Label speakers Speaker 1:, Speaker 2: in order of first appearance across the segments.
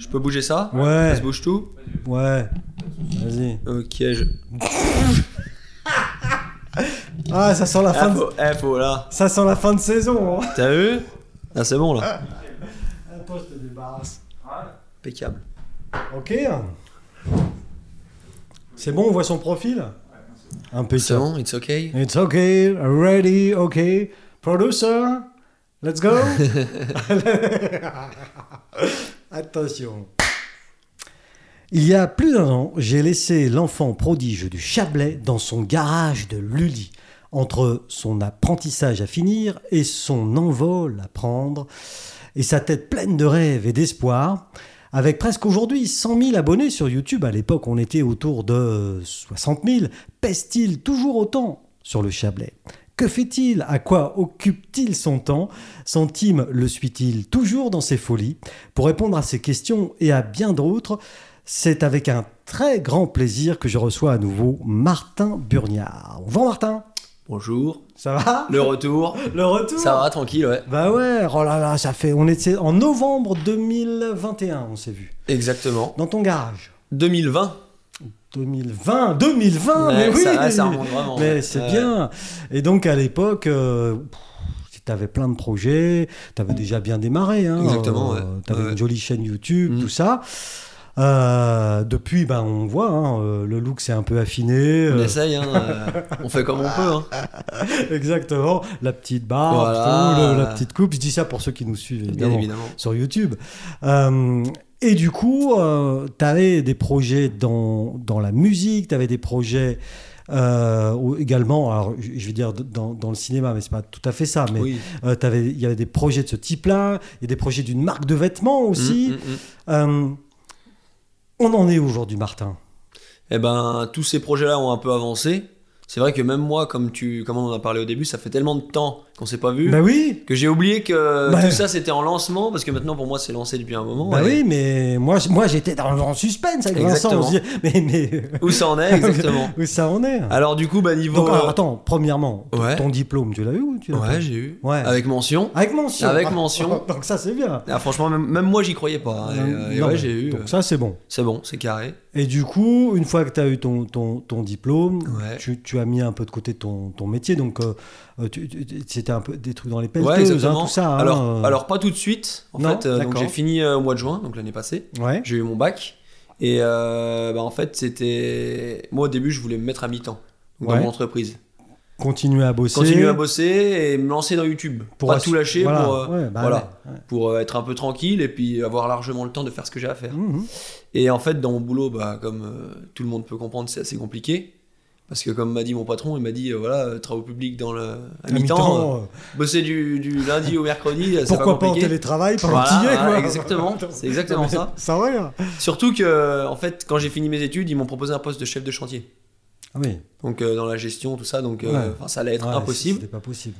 Speaker 1: Je peux bouger ça
Speaker 2: Ouais.
Speaker 1: Ça se bouge tout
Speaker 2: Ouais. Vas-y.
Speaker 1: Ok, je.
Speaker 2: Ah, ça sent la
Speaker 1: Ah,
Speaker 2: fin. De...
Speaker 1: faut, eh, faut là.
Speaker 2: Ça sent la fin de saison. Hein.
Speaker 1: T'as vu Ah, c'est bon là.
Speaker 2: Attends, je te débarrasse.
Speaker 1: Impeccable.
Speaker 2: Ok. C'est bon, on voit son profil. Un peu
Speaker 1: C'est bon, it's okay.
Speaker 2: It's okay, ready, okay. Producer, let's go. Attention. Il y a plus d'un an, j'ai laissé l'enfant prodige du Chablais dans son garage de Lully. Entre son apprentissage à finir et son envol à prendre, et sa tête pleine de rêves et d'espoir, avec presque aujourd'hui 100 000 abonnés sur YouTube, à l'époque on était autour de 60 000, pèse-t-il toujours autant sur le Chablais Que fait-il À quoi occupe-t-il son temps Son team le suit-il toujours dans ses folies Pour répondre à ces questions et à bien d'autres, c'est avec un très grand plaisir que je reçois à nouveau Martin Burniard. Bonjour Martin
Speaker 1: Bonjour.
Speaker 2: Ça va
Speaker 1: Le retour.
Speaker 2: Le retour
Speaker 1: Ça va, tranquille, ouais.
Speaker 2: Bah ouais, oh là là, ça fait... On était en novembre 2021, on s'est vu.
Speaker 1: Exactement.
Speaker 2: Dans ton garage
Speaker 1: 2020.
Speaker 2: 2020, 2020,
Speaker 1: Ouais,
Speaker 2: Ah, mais oui,
Speaker 1: ça, ouais, ça remonte vraiment.
Speaker 2: mais
Speaker 1: ouais.
Speaker 2: c'est
Speaker 1: Ouais, ouais.
Speaker 2: bien. Et donc à l'époque, euh, tu avais plein de projets, tu avais déjà bien démarré. Hein,
Speaker 1: Exactement, ouais.
Speaker 2: Tu avais
Speaker 1: Ouais.
Speaker 2: une jolie chaîne YouTube,
Speaker 1: Mm.
Speaker 2: tout ça. Euh, depuis, ben, on voit, hein, euh, le look s'est un peu affiné.
Speaker 1: On
Speaker 2: euh,
Speaker 1: essaye, hein, euh, on fait comme on peut. Hein.
Speaker 2: Ah, exactement, la petite barbe,
Speaker 1: Voilà.
Speaker 2: tout, le- la petite coupe. Je dis ça pour ceux qui nous suivent
Speaker 1: Bien
Speaker 2: évidemment,
Speaker 1: évidemment.
Speaker 2: sur YouTube. Euh, et du coup, tu avais des projets dans, dans la musique, tu avais des projets euh, ou- également, alors je je vais dire d- dans, dans le cinéma, mais c'est pas tout à fait ça, mais
Speaker 1: Oui.
Speaker 2: euh, t'avais- il y avait des projets de ce type-là, il y a des projets d'une marque de vêtements aussi.
Speaker 1: Mm, mm, mm.
Speaker 2: Euh, on en est où aujourd'hui, Martin
Speaker 1: Eh ben, tous ces projets-là ont un peu avancé. C'est vrai que même moi, comme tu, comme on en a parlé au début, ça fait tellement de temps qu'on s'est pas vu
Speaker 2: Bah oui,
Speaker 1: que j'ai oublié que
Speaker 2: Bah.
Speaker 1: tout ça c'était en lancement parce que maintenant pour moi c'est lancé depuis un moment.
Speaker 2: bah
Speaker 1: Et
Speaker 2: oui, mais moi, j- moi j'étais dans le grand suspense avec Vincent. On se disait, mais, mais
Speaker 1: Où ça en est exactement
Speaker 2: où ça en est
Speaker 1: Alors du coup, bah niveau.
Speaker 2: Donc alors, attends, premièrement, ton-
Speaker 1: Ouais.
Speaker 2: ton diplôme, tu l'as eu ou tu l'as pas
Speaker 1: ouais, j'ai eu.
Speaker 2: Ouais.
Speaker 1: Avec mention.
Speaker 2: Avec mention. Ah.
Speaker 1: Avec mention.
Speaker 2: Donc ça c'est bien.
Speaker 1: Ah, franchement, même, même moi j'y croyais pas. hein. Et, euh, et
Speaker 2: Non,
Speaker 1: ouais,
Speaker 2: mais-
Speaker 1: j'ai eu. euh,
Speaker 2: Donc ça c'est bon.
Speaker 1: C'est bon, c'est carré.
Speaker 2: Et du coup, une fois que tu as eu ton, ton, ton diplôme,
Speaker 1: Ouais.
Speaker 2: tu, tu as mis un peu de côté ton, ton métier. Donc, euh, euh, tu- tu- c'était un peu des trucs dans les pelleteuses,
Speaker 1: Ouais,
Speaker 2: hein,
Speaker 1: exactement.
Speaker 2: tout ça. hein,
Speaker 1: alors,
Speaker 2: euh,
Speaker 1: alors pas tout de suite. En
Speaker 2: Non,
Speaker 1: fait, euh, donc
Speaker 2: d'accord.
Speaker 1: j'ai fini euh, au mois de juin, donc l'année passée.
Speaker 2: Ouais,
Speaker 1: J'ai eu mon bac. Et euh, bah, en fait, c'était. Moi, au début, je voulais me mettre à mi-temps donc,
Speaker 2: Ouais.
Speaker 1: dans mon entreprise.
Speaker 2: continuer à bosser.
Speaker 1: Continuer à bosser et me lancer dans YouTube. Pour pas
Speaker 2: assu-
Speaker 1: tout lâcher,
Speaker 2: voilà,
Speaker 1: pour, euh,
Speaker 2: ouais, bah
Speaker 1: voilà.
Speaker 2: ouais, ouais.
Speaker 1: pour euh, être un peu tranquille et puis avoir largement le temps de faire ce que j'ai à faire.
Speaker 2: Mhm.
Speaker 1: Et en fait, dans mon boulot, bah, comme euh, tout le monde peut comprendre, c'est assez compliqué. Parce que, comme m'a dit mon patron, il m'a dit euh, voilà, euh, travaux publics dans le... à, mi-temps,
Speaker 2: À
Speaker 1: euh,
Speaker 2: mi-temps, euh,
Speaker 1: bosser du, du lundi au mercredi, euh, c'est pas
Speaker 2: pourquoi pas, en
Speaker 1: compliqué.
Speaker 2: télétravail pendant
Speaker 1: Voilà,
Speaker 2: qu'il y est,
Speaker 1: voilà,
Speaker 2: quoi.
Speaker 1: exactement. C'est exactement
Speaker 2: Mais
Speaker 1: ça.
Speaker 2: Ça va, hein. là.
Speaker 1: Surtout que, euh, en fait, quand j'ai fini mes études, ils m'ont proposé un poste de chef de chantier.
Speaker 2: Ah oui,
Speaker 1: Donc, euh, dans la gestion, tout ça, donc euh,
Speaker 2: Ouais.
Speaker 1: enfin, ça allait être
Speaker 2: Ouais,
Speaker 1: impossible.
Speaker 2: C'était pas possible.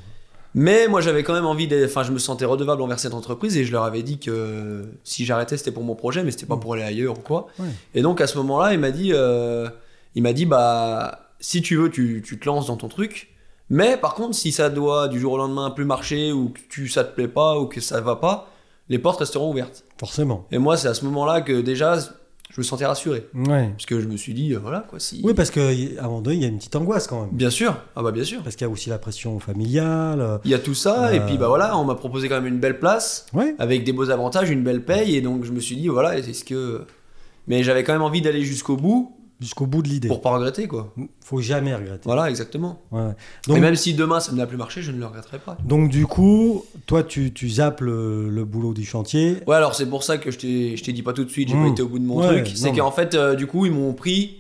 Speaker 1: Mais moi, j'avais quand même envie d'être. Enfin, je me sentais redevable envers cette entreprise et je leur avais dit que si j'arrêtais, c'était pour mon projet, mais c'était pas
Speaker 2: Mm.
Speaker 1: pour aller ailleurs ou quoi.
Speaker 2: Ouais.
Speaker 1: Et donc, à ce moment-là, il m'a dit, euh, il m'a dit, bah, si tu veux, tu, tu te lances dans ton truc. Mais par contre, si ça doit du jour au lendemain plus marcher ou que tu, ça te plaît pas ou que ça va pas, les portes resteront ouvertes.
Speaker 2: Forcément.
Speaker 1: Et moi, c'est à ce moment-là que déjà, je me sentais rassuré.
Speaker 2: Ouais.
Speaker 1: Parce que je me suis dit, euh, voilà quoi, si.
Speaker 2: Oui, parce qu'à un moment donné, il y a une petite angoisse quand même.
Speaker 1: Bien sûr, ah bah bien sûr.
Speaker 2: Parce qu'il y a aussi la pression familiale. euh,
Speaker 1: Il y a tout ça, et
Speaker 2: Euh.
Speaker 1: puis bah voilà, on m'a proposé quand même une belle place.
Speaker 2: Ouais.
Speaker 1: avec des beaux avantages, une belle paye, et donc je me suis dit, voilà, est-ce que. Mais j'avais quand même envie d'aller jusqu'au bout
Speaker 2: Jusqu'au bout de l'idée.
Speaker 1: pour pas regretter, quoi.
Speaker 2: Faut jamais regretter.
Speaker 1: Voilà, exactement.
Speaker 2: Ouais. Donc-
Speaker 1: et même si demain ça n'a plus marché, je ne le regretterai pas.
Speaker 2: Donc du coup, toi tu, tu zappes le, le boulot du chantier.
Speaker 1: Ouais, alors c'est pour ça que je t'ai je t'ai dit pas tout de suite, j'ai
Speaker 2: Mmh.
Speaker 1: pas été au bout de mon
Speaker 2: Ouais, non,
Speaker 1: truc. C'est
Speaker 2: mais-
Speaker 1: qu'en fait, euh, du coup, ils m'ont pris.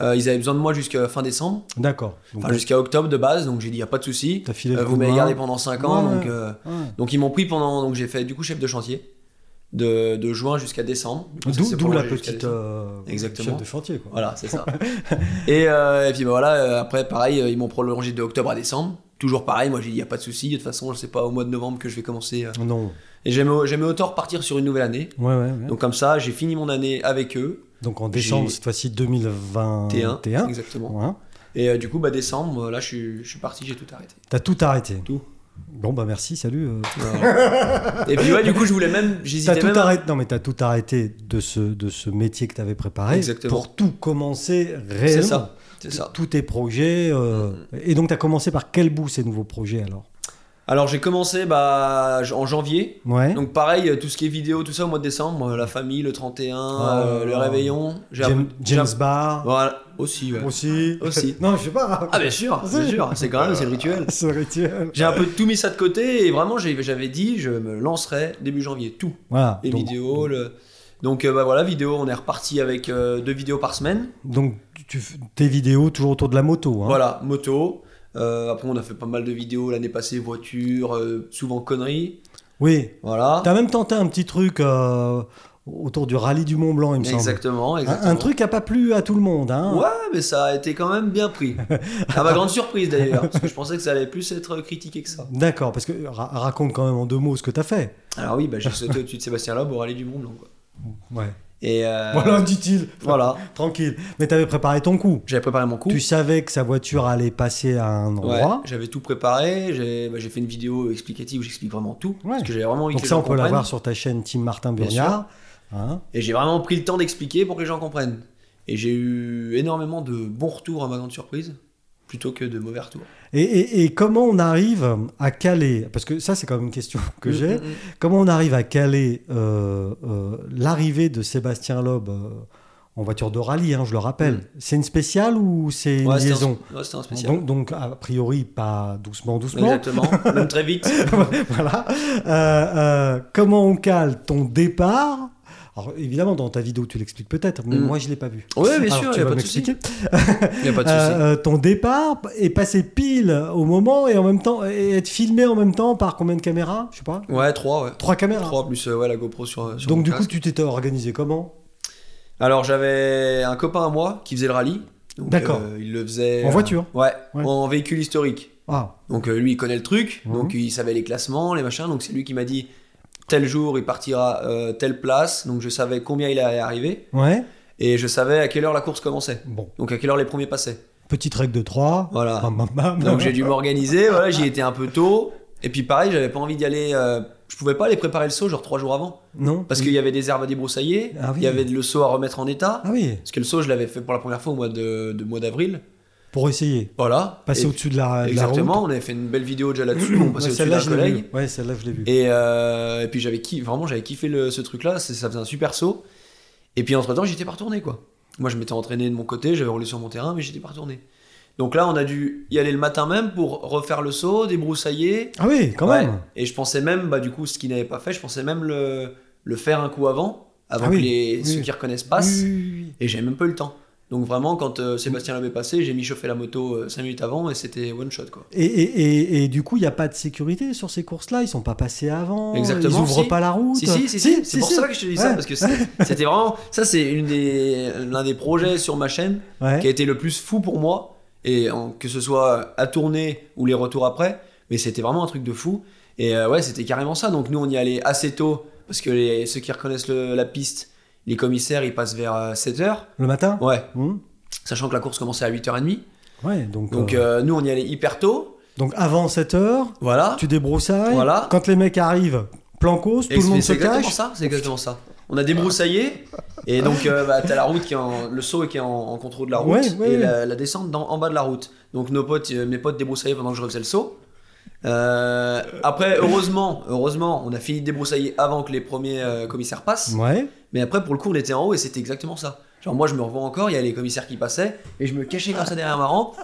Speaker 1: euh, ils avaient besoin de moi jusqu'à fin décembre,
Speaker 2: D'accord. Donc,
Speaker 1: enfin jusqu'à octobre de base, donc j'ai dit, y a pas de souci.
Speaker 2: T'as filé le
Speaker 1: Euh,
Speaker 2: coup
Speaker 1: vous
Speaker 2: de
Speaker 1: m'avez
Speaker 2: main.
Speaker 1: gardé pendant 5 ans,
Speaker 2: Ouais,
Speaker 1: donc.
Speaker 2: ouais.
Speaker 1: euh,
Speaker 2: ouais.
Speaker 1: Donc ils m'ont pris pendant, donc j'ai fait du coup chef de chantier de, de juin jusqu'à décembre. Du coup, ça
Speaker 2: D'où
Speaker 1: s'est
Speaker 2: d'où la
Speaker 1: prolongé jusqu'à
Speaker 2: petite
Speaker 1: décembre.
Speaker 2: euh,
Speaker 1: Exactement.
Speaker 2: chef de chantier. Quoi.
Speaker 1: Voilà, c'est ça. et, euh, et puis bah, voilà, euh, après, pareil, euh, ils m'ont prolongé de octobre à décembre. Toujours pareil, moi j'ai dit, il n'y a pas de souci, de toute façon, je sais pas au mois de novembre que je vais commencer. euh.
Speaker 2: Non.
Speaker 1: Et j'aimais j'aimais autant repartir sur une nouvelle année.
Speaker 2: Ouais, ouais, ouais. Donc,
Speaker 1: Donc comme ça, j'ai fini mon année avec eux,
Speaker 2: en décembre
Speaker 1: j'ai-
Speaker 2: cette fois-ci 2021.
Speaker 1: T1, exactement.
Speaker 2: Ouais.
Speaker 1: Et euh, du coup, bah, décembre, euh, là, je suis, je suis parti, j'ai tout arrêté.
Speaker 2: T'as tout arrêté.
Speaker 1: Tout.
Speaker 2: Bon, bah merci, salut. euh.
Speaker 1: Et puis ouais, du coup, je voulais même,
Speaker 2: T'as
Speaker 1: j'hésitais
Speaker 2: tout
Speaker 1: même. à-
Speaker 2: arrêté. Non, mais t'as tout arrêté de ce de ce métier que t'avais préparé
Speaker 1: Exactement.
Speaker 2: pour tout commencer
Speaker 1: C'est
Speaker 2: réellement.
Speaker 1: ça, c'est ça. Mm.
Speaker 2: Tous tes projets. euh, Et donc t'as commencé par quel bout ces nouveaux projets alors
Speaker 1: Alors j'ai commencé bah, j- en janvier.
Speaker 2: Ouais.
Speaker 1: Donc pareil, euh, tout ce qui est vidéo, tout ça au mois de décembre, euh, la famille, le 31,
Speaker 2: Ah,
Speaker 1: euh, le
Speaker 2: ouais.
Speaker 1: réveillon. J'ai
Speaker 2: James,
Speaker 1: appris- j'ai
Speaker 2: James
Speaker 1: appris-
Speaker 2: Barr
Speaker 1: Voilà, aussi. ouais.
Speaker 2: aussi.
Speaker 1: Aussi.
Speaker 2: non, je sais pas.
Speaker 1: Ah bien sûr, bien
Speaker 2: Si.
Speaker 1: sûr, c'est quand même, c'est le rituel.
Speaker 2: Ce rituel.
Speaker 1: J'ai un peu tout mis ça de côté et vraiment j'ai- j'avais dit je me lancerai début janvier, tout.
Speaker 2: Voilà.
Speaker 1: Les
Speaker 2: donc,
Speaker 1: vidéos, le... Donc euh, bah, voilà, vidéo, on est reparti avec euh, deux vidéos par semaine.
Speaker 2: donc tu, f- tes vidéos toujours autour de la moto. Hein.
Speaker 1: Voilà, moto. Euh, après on a fait pas mal de vidéos l'année passée, voiture, euh, souvent conneries.
Speaker 2: Oui.
Speaker 1: Voilà.
Speaker 2: T'as même tenté un petit truc euh, autour du rallye du Mont Blanc, il me semble.
Speaker 1: Exactement,
Speaker 2: Un-
Speaker 1: exactement.
Speaker 2: Un, truc qui a pas plu à tout le monde. Hein.
Speaker 1: Ouais, mais ça a été quand même bien pris. À ma grande surprise d'ailleurs, parce que je pensais que ça allait plus être critiqué que ça.
Speaker 2: D'accord, parce que ra- raconte quand même en deux mots ce que t'as fait.
Speaker 1: Alors oui, bah, j'ai sauté au-dessus de Sébastien Loeb au rallye du Mont Blanc. quoi.
Speaker 2: Ouais.
Speaker 1: Et euh,
Speaker 2: Voilà, dit-il.
Speaker 1: voilà.
Speaker 2: Tranquille. Mais t'avais préparé ton coup.
Speaker 1: j'avais préparé mon coup.
Speaker 2: Tu savais que sa voiture allait passer à un
Speaker 1: Ouais,
Speaker 2: endroit.
Speaker 1: j'avais tout préparé, j'ai bah, j'ai fait une vidéo explicative où j'explique vraiment tout,
Speaker 2: Ouais.
Speaker 1: parce que j'avais vraiment envie
Speaker 2: Donc
Speaker 1: que les
Speaker 2: ça,
Speaker 1: gens
Speaker 2: on peut la
Speaker 1: comprennent.
Speaker 2: voir sur ta chaîne Team Martin
Speaker 1: Bien
Speaker 2: Burniard. Hein
Speaker 1: Et j'ai vraiment pris le temps d'expliquer pour que les gens comprennent. Et j'ai eu énormément de bons retours à ma grande surprise, plutôt que de mauvais retours.
Speaker 2: et, et- et comment on arrive à caler, parce que ça c'est quand même une question que
Speaker 1: Mm,
Speaker 2: j'ai,
Speaker 1: mm, mm.
Speaker 2: comment on arrive à caler euh, euh, l'arrivée de Sébastien Loeb euh, en voiture de rallye, hein, je le rappelle.
Speaker 1: Mm.
Speaker 2: C'est une spéciale ou c'est une
Speaker 1: Ouais, c'était un-
Speaker 2: liaison
Speaker 1: ouais, c'était un spécial.
Speaker 2: donc, donc, a priori, pas doucement, doucement.
Speaker 1: Exactement, même très vite.
Speaker 2: voilà. Euh, euh, comment on cale ton départ Alors évidemment, dans ta vidéo, tu l'expliques peut-être, mais
Speaker 1: Mm.
Speaker 2: moi, je ne l'ai pas vu.
Speaker 1: Ouais, bien
Speaker 2: Alors,
Speaker 1: sûr,
Speaker 2: tu
Speaker 1: y a
Speaker 2: vas
Speaker 1: pas de
Speaker 2: m'expliquer.
Speaker 1: Il n'y a pas de souci.
Speaker 2: Euh, euh, ton départ est passé pile au moment et en même temps et être filmé en même temps par combien de caméras Je sais pas.
Speaker 1: Ouais, 3, ouais.
Speaker 2: Trois caméras.
Speaker 1: 3 plus euh, ouais, la GoPro sur, euh, sur mon
Speaker 2: Donc du coup,
Speaker 1: casque.
Speaker 2: tu t'étais organisé comment
Speaker 1: Alors j'avais un copain à moi qui faisait le rallye. Donc,
Speaker 2: D'accord.
Speaker 1: euh, il le faisait.
Speaker 2: En
Speaker 1: euh,
Speaker 2: voiture
Speaker 1: Ouais,
Speaker 2: Ouais.
Speaker 1: en véhicule historique.
Speaker 2: Ah,
Speaker 1: Donc euh, lui, il connaît le truc,
Speaker 2: Mhm.
Speaker 1: donc il savait les classements, les machins. Donc c'est lui qui m'a dit tel jour il partira euh, telle place. Donc je savais combien il allait arriver
Speaker 2: ouais.
Speaker 1: et je savais à quelle heure la course commençait.
Speaker 2: Bon,
Speaker 1: Donc à quelle heure les premiers passaient.
Speaker 2: petite règle de 3.
Speaker 1: Voilà. Donc j'ai dû m'organiser. voilà, j'y étais un peu tôt. Et puis pareil, j'avais pas envie d'y aller. euh, je pouvais pas aller préparer le saut genre trois jours avant
Speaker 2: Non
Speaker 1: parce qu'il y avait des herbes à débroussailler,
Speaker 2: Ah oui.
Speaker 1: il y avait le saut à remettre en état.
Speaker 2: Ah oui,
Speaker 1: Parce que le saut, je l'avais fait pour la première fois au mois de, de mois d'avril.
Speaker 2: pour essayer.
Speaker 1: Voilà.
Speaker 2: Passer
Speaker 1: Et-
Speaker 2: au-dessus de la, de la route.
Speaker 1: Exactement. On avait fait une belle vidéo déjà là-dessus. on passait
Speaker 2: Ouais,
Speaker 1: au-dessus
Speaker 2: celle-là,
Speaker 1: d'un
Speaker 2: je l'ai
Speaker 1: collègue.
Speaker 2: vue. Ouais, celle-là, je l'ai vue.
Speaker 1: Et, euh, et puis j'avais kiffé, vraiment j'avais kiffé le- ce truc-là, c'est- ça faisait un super saut. Et puis entre temps, j'étais pas retourné quoi. Moi je m'étais entraîné de mon côté, j'avais roulé sur mon terrain, mais j'étais pas retourné. Donc là, on a dû y aller le matin même pour refaire le saut, débroussailler.
Speaker 2: Ah oui, quand
Speaker 1: Ouais.
Speaker 2: même.
Speaker 1: Et je pensais même, bah du coup, ce qu'il n'avait pas fait, je pensais même le, le faire un coup avant, avant
Speaker 2: Ah
Speaker 1: que
Speaker 2: oui,
Speaker 1: les,
Speaker 2: oui.
Speaker 1: ceux qui reconnaissent passent.
Speaker 2: Oui, oui, oui.
Speaker 1: Et j'avais même pas eu le temps. Donc vraiment, quand euh, Sébastien l'avait passé, j'ai mis chauffer la moto 5 minutes avant et c'était one shot quoi.
Speaker 2: Et, et- et- et du coup, il n'y a pas de sécurité sur ces courses-là. Ils sont pas passés avant.
Speaker 1: Exactement,
Speaker 2: Ils ouvrent
Speaker 1: si.
Speaker 2: pas la route.
Speaker 1: Si, si, si, si, c'est
Speaker 2: si,
Speaker 1: pour
Speaker 2: si.
Speaker 1: ça que je te dis ça,
Speaker 2: Ouais.
Speaker 1: parce que c'est- c'était vraiment. Ça, c'est une des- l'un des projets sur ma chaîne
Speaker 2: Ouais.
Speaker 1: qui a été le plus fou pour moi, et en- que ce soit à tourner ou les retours après, mais c'était vraiment un truc de fou. Et euh, ouais, c'était carrément ça. Donc nous, on y allait assez tôt, parce que les- ceux qui reconnaissent le- la piste, les commissaires, ils passent vers 7h.
Speaker 2: Le matin
Speaker 1: Ouais,
Speaker 2: Hum.
Speaker 1: sachant que la course commençait à 8h30.
Speaker 2: Ouais, donc,
Speaker 1: Donc
Speaker 2: euh,
Speaker 1: euh, nous, on y allait hyper tôt.
Speaker 2: donc avant 7 heures,
Speaker 1: Voilà.
Speaker 2: tu débroussailles.
Speaker 1: Voilà.
Speaker 2: Quand les mecs arrivent, plan cause, tout
Speaker 1: Et
Speaker 2: le monde se
Speaker 1: c'est exactement
Speaker 2: cache.
Speaker 1: ça, c'est exactement ça. On a débroussaillé et donc euh, bah, t'as la route qui est en, le saut qui est en, en contrôle de la route
Speaker 2: Ouais, ouais,
Speaker 1: et
Speaker 2: ouais.
Speaker 1: la, la descente dans- en bas de la route. Donc nos potes, euh, mes potes débroussaillaient pendant que je refaisais le saut. Euh, après, heureusement, heureusement, on a fini de débroussailler avant que les premiers euh, commissaires passent.
Speaker 2: Ouais.
Speaker 1: Mais après, pour le coup, on était en haut et c'était exactement ça. Genre moi, je me revois encore, il y a les commissaires qui passaient et je me cachais comme ça derrière ma rampe.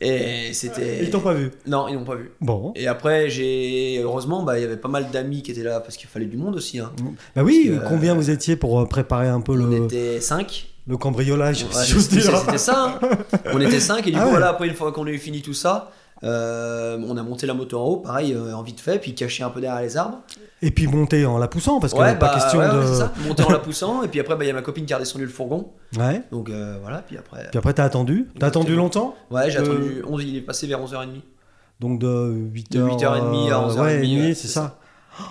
Speaker 1: Et c'était.
Speaker 2: Ils t'ont pas vu.
Speaker 1: Non, ils n'ont pas vu.
Speaker 2: Bon.
Speaker 1: Et après, j'ai heureusement, bah, il y avait pas mal d'amis qui étaient là parce qu'il fallait du monde aussi. hein.
Speaker 2: Bah oui,
Speaker 1: Parce que,
Speaker 2: combien vous étiez pour euh, préparer un peu
Speaker 1: On
Speaker 2: le,
Speaker 1: était 5.
Speaker 2: le cambriolage, si j'ose dire
Speaker 1: C'était ça. hein. On était 5 et du
Speaker 2: Ah
Speaker 1: coup
Speaker 2: ouais.
Speaker 1: voilà, après une fois qu'on a eu fini tout ça, euh, on a monté la moto en haut, pareil euh, en vite fait, puis caché un peu derrière les arbres.
Speaker 2: Et puis monter en la poussant, parce qu'il n'y a pas question
Speaker 1: ouais, ouais, c'est
Speaker 2: de.
Speaker 1: ça. Monter en la poussant et puis après bah, il y a ma copine qui a redescendu le fourgon.
Speaker 2: Ouais.
Speaker 1: Donc euh, voilà, puis après.
Speaker 2: Puis après, t'as attendu. T'as attendu
Speaker 1: Exactement.
Speaker 2: longtemps
Speaker 1: Ouais, j'ai
Speaker 2: Euh,
Speaker 1: attendu 11, il est passé vers 11h30.
Speaker 2: Donc de 8h.
Speaker 1: De 8h30 à 11h30,
Speaker 2: Ouais,
Speaker 1: ouais,
Speaker 2: c'est
Speaker 1: c'est
Speaker 2: ça. Oh,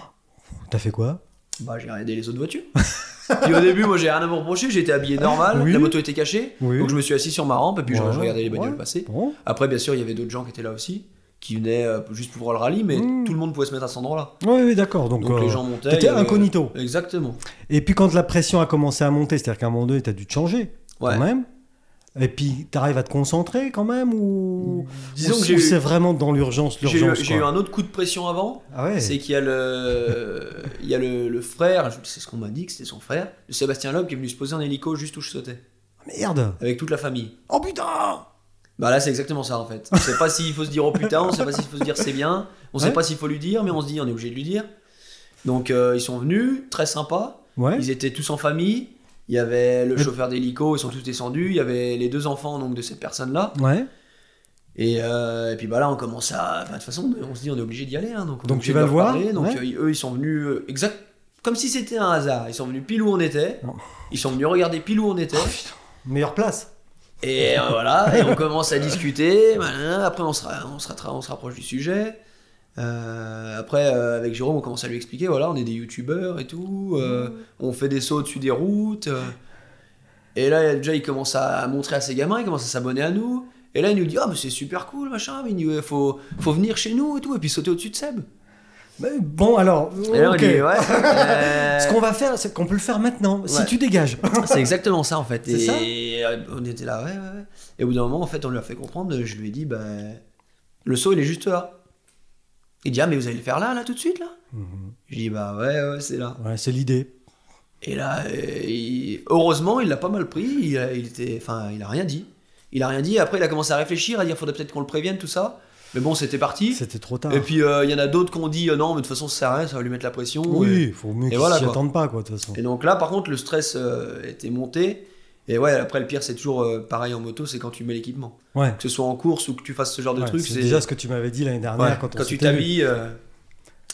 Speaker 2: T'as fait quoi
Speaker 1: Bah j'ai regardé les autres voitures. puis au début, moi j'ai rien à me reprocher, j'étais habillé normal,
Speaker 2: Oui.
Speaker 1: la moto était cachée,
Speaker 2: Oui.
Speaker 1: donc je me suis assis sur ma rampe et puis je-
Speaker 2: Ouais,
Speaker 1: je regardais les bagnoles
Speaker 2: ouais.
Speaker 1: passer.
Speaker 2: Bon.
Speaker 1: Après, bien sûr, il y avait d'autres gens qui étaient là aussi, qui venait euh, juste pour voir le rallye, mais
Speaker 2: Mm.
Speaker 1: tout le monde pouvait se mettre à cet endroit-là.
Speaker 2: Oui, oui, d'accord. Donc,
Speaker 1: Donc
Speaker 2: euh,
Speaker 1: les gens montaient.
Speaker 2: t'étais
Speaker 1: il y avait-
Speaker 2: incognito.
Speaker 1: Exactement.
Speaker 2: Et puis quand la pression a commencé à monter, c'est-à-dire qu'à un moment donné, t'as dû te changer,
Speaker 1: Ouais.
Speaker 2: quand même. Et puis, t'arrives à te concentrer quand même ou
Speaker 1: Mmh, Disons
Speaker 2: ou-
Speaker 1: que j'ai
Speaker 2: ou c'est
Speaker 1: eu,
Speaker 2: vraiment dans l'urgence,
Speaker 1: j'ai eu-
Speaker 2: l'urgence.
Speaker 1: j'ai
Speaker 2: quoi.
Speaker 1: eu un autre coup de pression avant.
Speaker 2: Ah ouais.
Speaker 1: C'est qu'il y a le, il y a le, le frère, je- c'est ce qu'on m'a dit que c'était son frère, de Sébastien Loeb qui est venu se poser en hélico juste où je sautais,
Speaker 2: Merde.
Speaker 1: avec toute la famille.
Speaker 2: Oh putain.
Speaker 1: Bah là, c'est exactement ça en fait. On sait pas s'il faut se dire oh putain, on sait pas s'il faut se dire c'est bien, on sait
Speaker 2: Ouais.
Speaker 1: pas s'il faut lui dire, mais on se dit on est obligé de lui dire. Donc euh, ils sont venus, très sympas,
Speaker 2: Ouais.
Speaker 1: ils étaient tous en famille, il y avait le
Speaker 2: Mais-
Speaker 1: chauffeur d'hélico, ils sont tous descendus, il y avait les deux enfants donc de cette personne-là.
Speaker 2: Ouais.
Speaker 1: Et, euh, et puis bah là, on commence à. enfin, de toute façon, on se dit, on est obligé d'y aller. hein, donc, on est
Speaker 2: Donc
Speaker 1: obligé de
Speaker 2: tu vas
Speaker 1: leur
Speaker 2: le voir,
Speaker 1: parler. Donc
Speaker 2: ouais.
Speaker 1: euh, ils- eux, ils sont venus euh, exact. Comme si c'était un hasard. Ils sont venus pile où on était.
Speaker 2: Oh.
Speaker 1: Ils sont venus regarder pile où on était.
Speaker 2: Meilleure place.
Speaker 1: Et euh, voilà, et on commence à discuter. voilà, Après, on se, ra- on, se rattra- on se rapproche du sujet. Euh, après, euh, avec Jérôme, on commence à lui expliquer voilà, on est des youtubeurs et tout. euh, On fait des sauts au-dessus des routes. euh. et là, déjà, il commence à montrer à ses gamins, il commence à s'abonner à nous. Et là, il nous dit Ah, mais c'est super cool, machin, mais il nous- euh, faut, faut venir chez nous et tout, et puis sauter au-dessus de Seb.
Speaker 2: Mais Bon alors.
Speaker 1: Et là, on
Speaker 2: ok.
Speaker 1: dit, Ouais, euh,
Speaker 2: Ce qu'on va faire, c'est qu'on peut le faire maintenant. Si
Speaker 1: Ouais.
Speaker 2: tu dégages.
Speaker 1: C'est exactement ça en fait.
Speaker 2: C'est ça
Speaker 1: Et euh, on était là, ouais, ouais, ouais. Et au bout d'un moment, en fait, on lui a fait comprendre, je lui ai dit, bah, le saut il est juste là. Il dit, ah, mais vous allez le faire là, là, tout de suite, là
Speaker 2: Mhm.
Speaker 1: Je dis, bah ouais, ouais, c'est là.
Speaker 2: Ouais, c'est l'idée.
Speaker 1: Et là, euh, il- heureusement, il l'a pas mal pris, il a, il était, enfin, il a rien dit. Il a rien dit, après, il a commencé à réfléchir, à dire, faudrait peut-être qu'on le prévienne, tout ça. Mais bon, c'était parti.
Speaker 2: C'était trop tard.
Speaker 1: Et puis, euh, il y en a d'autres qui ont dit, euh, non, mais de toute façon, ça sert à rien, ça va lui mettre la pression.
Speaker 2: oui, il faut mieux
Speaker 1: et
Speaker 2: qu'ils
Speaker 1: voilà,
Speaker 2: s'y
Speaker 1: quoi.
Speaker 2: attendent pas quoi de toute façon.
Speaker 1: Et donc là, par contre, le stress euh, était monté. Et ouais, après, le pire, c'est toujours euh, pareil en moto, c'est quand tu mets l'équipement.
Speaker 2: Ouais.
Speaker 1: Que ce soit en course ou que tu fasses ce genre de
Speaker 2: Ouais,
Speaker 1: truc,
Speaker 2: c'est déjà ce que tu m'avais dit l'année dernière
Speaker 1: Ouais,
Speaker 2: quand on
Speaker 1: quand, tu
Speaker 2: s'était vu.
Speaker 1: t'habilles, euh,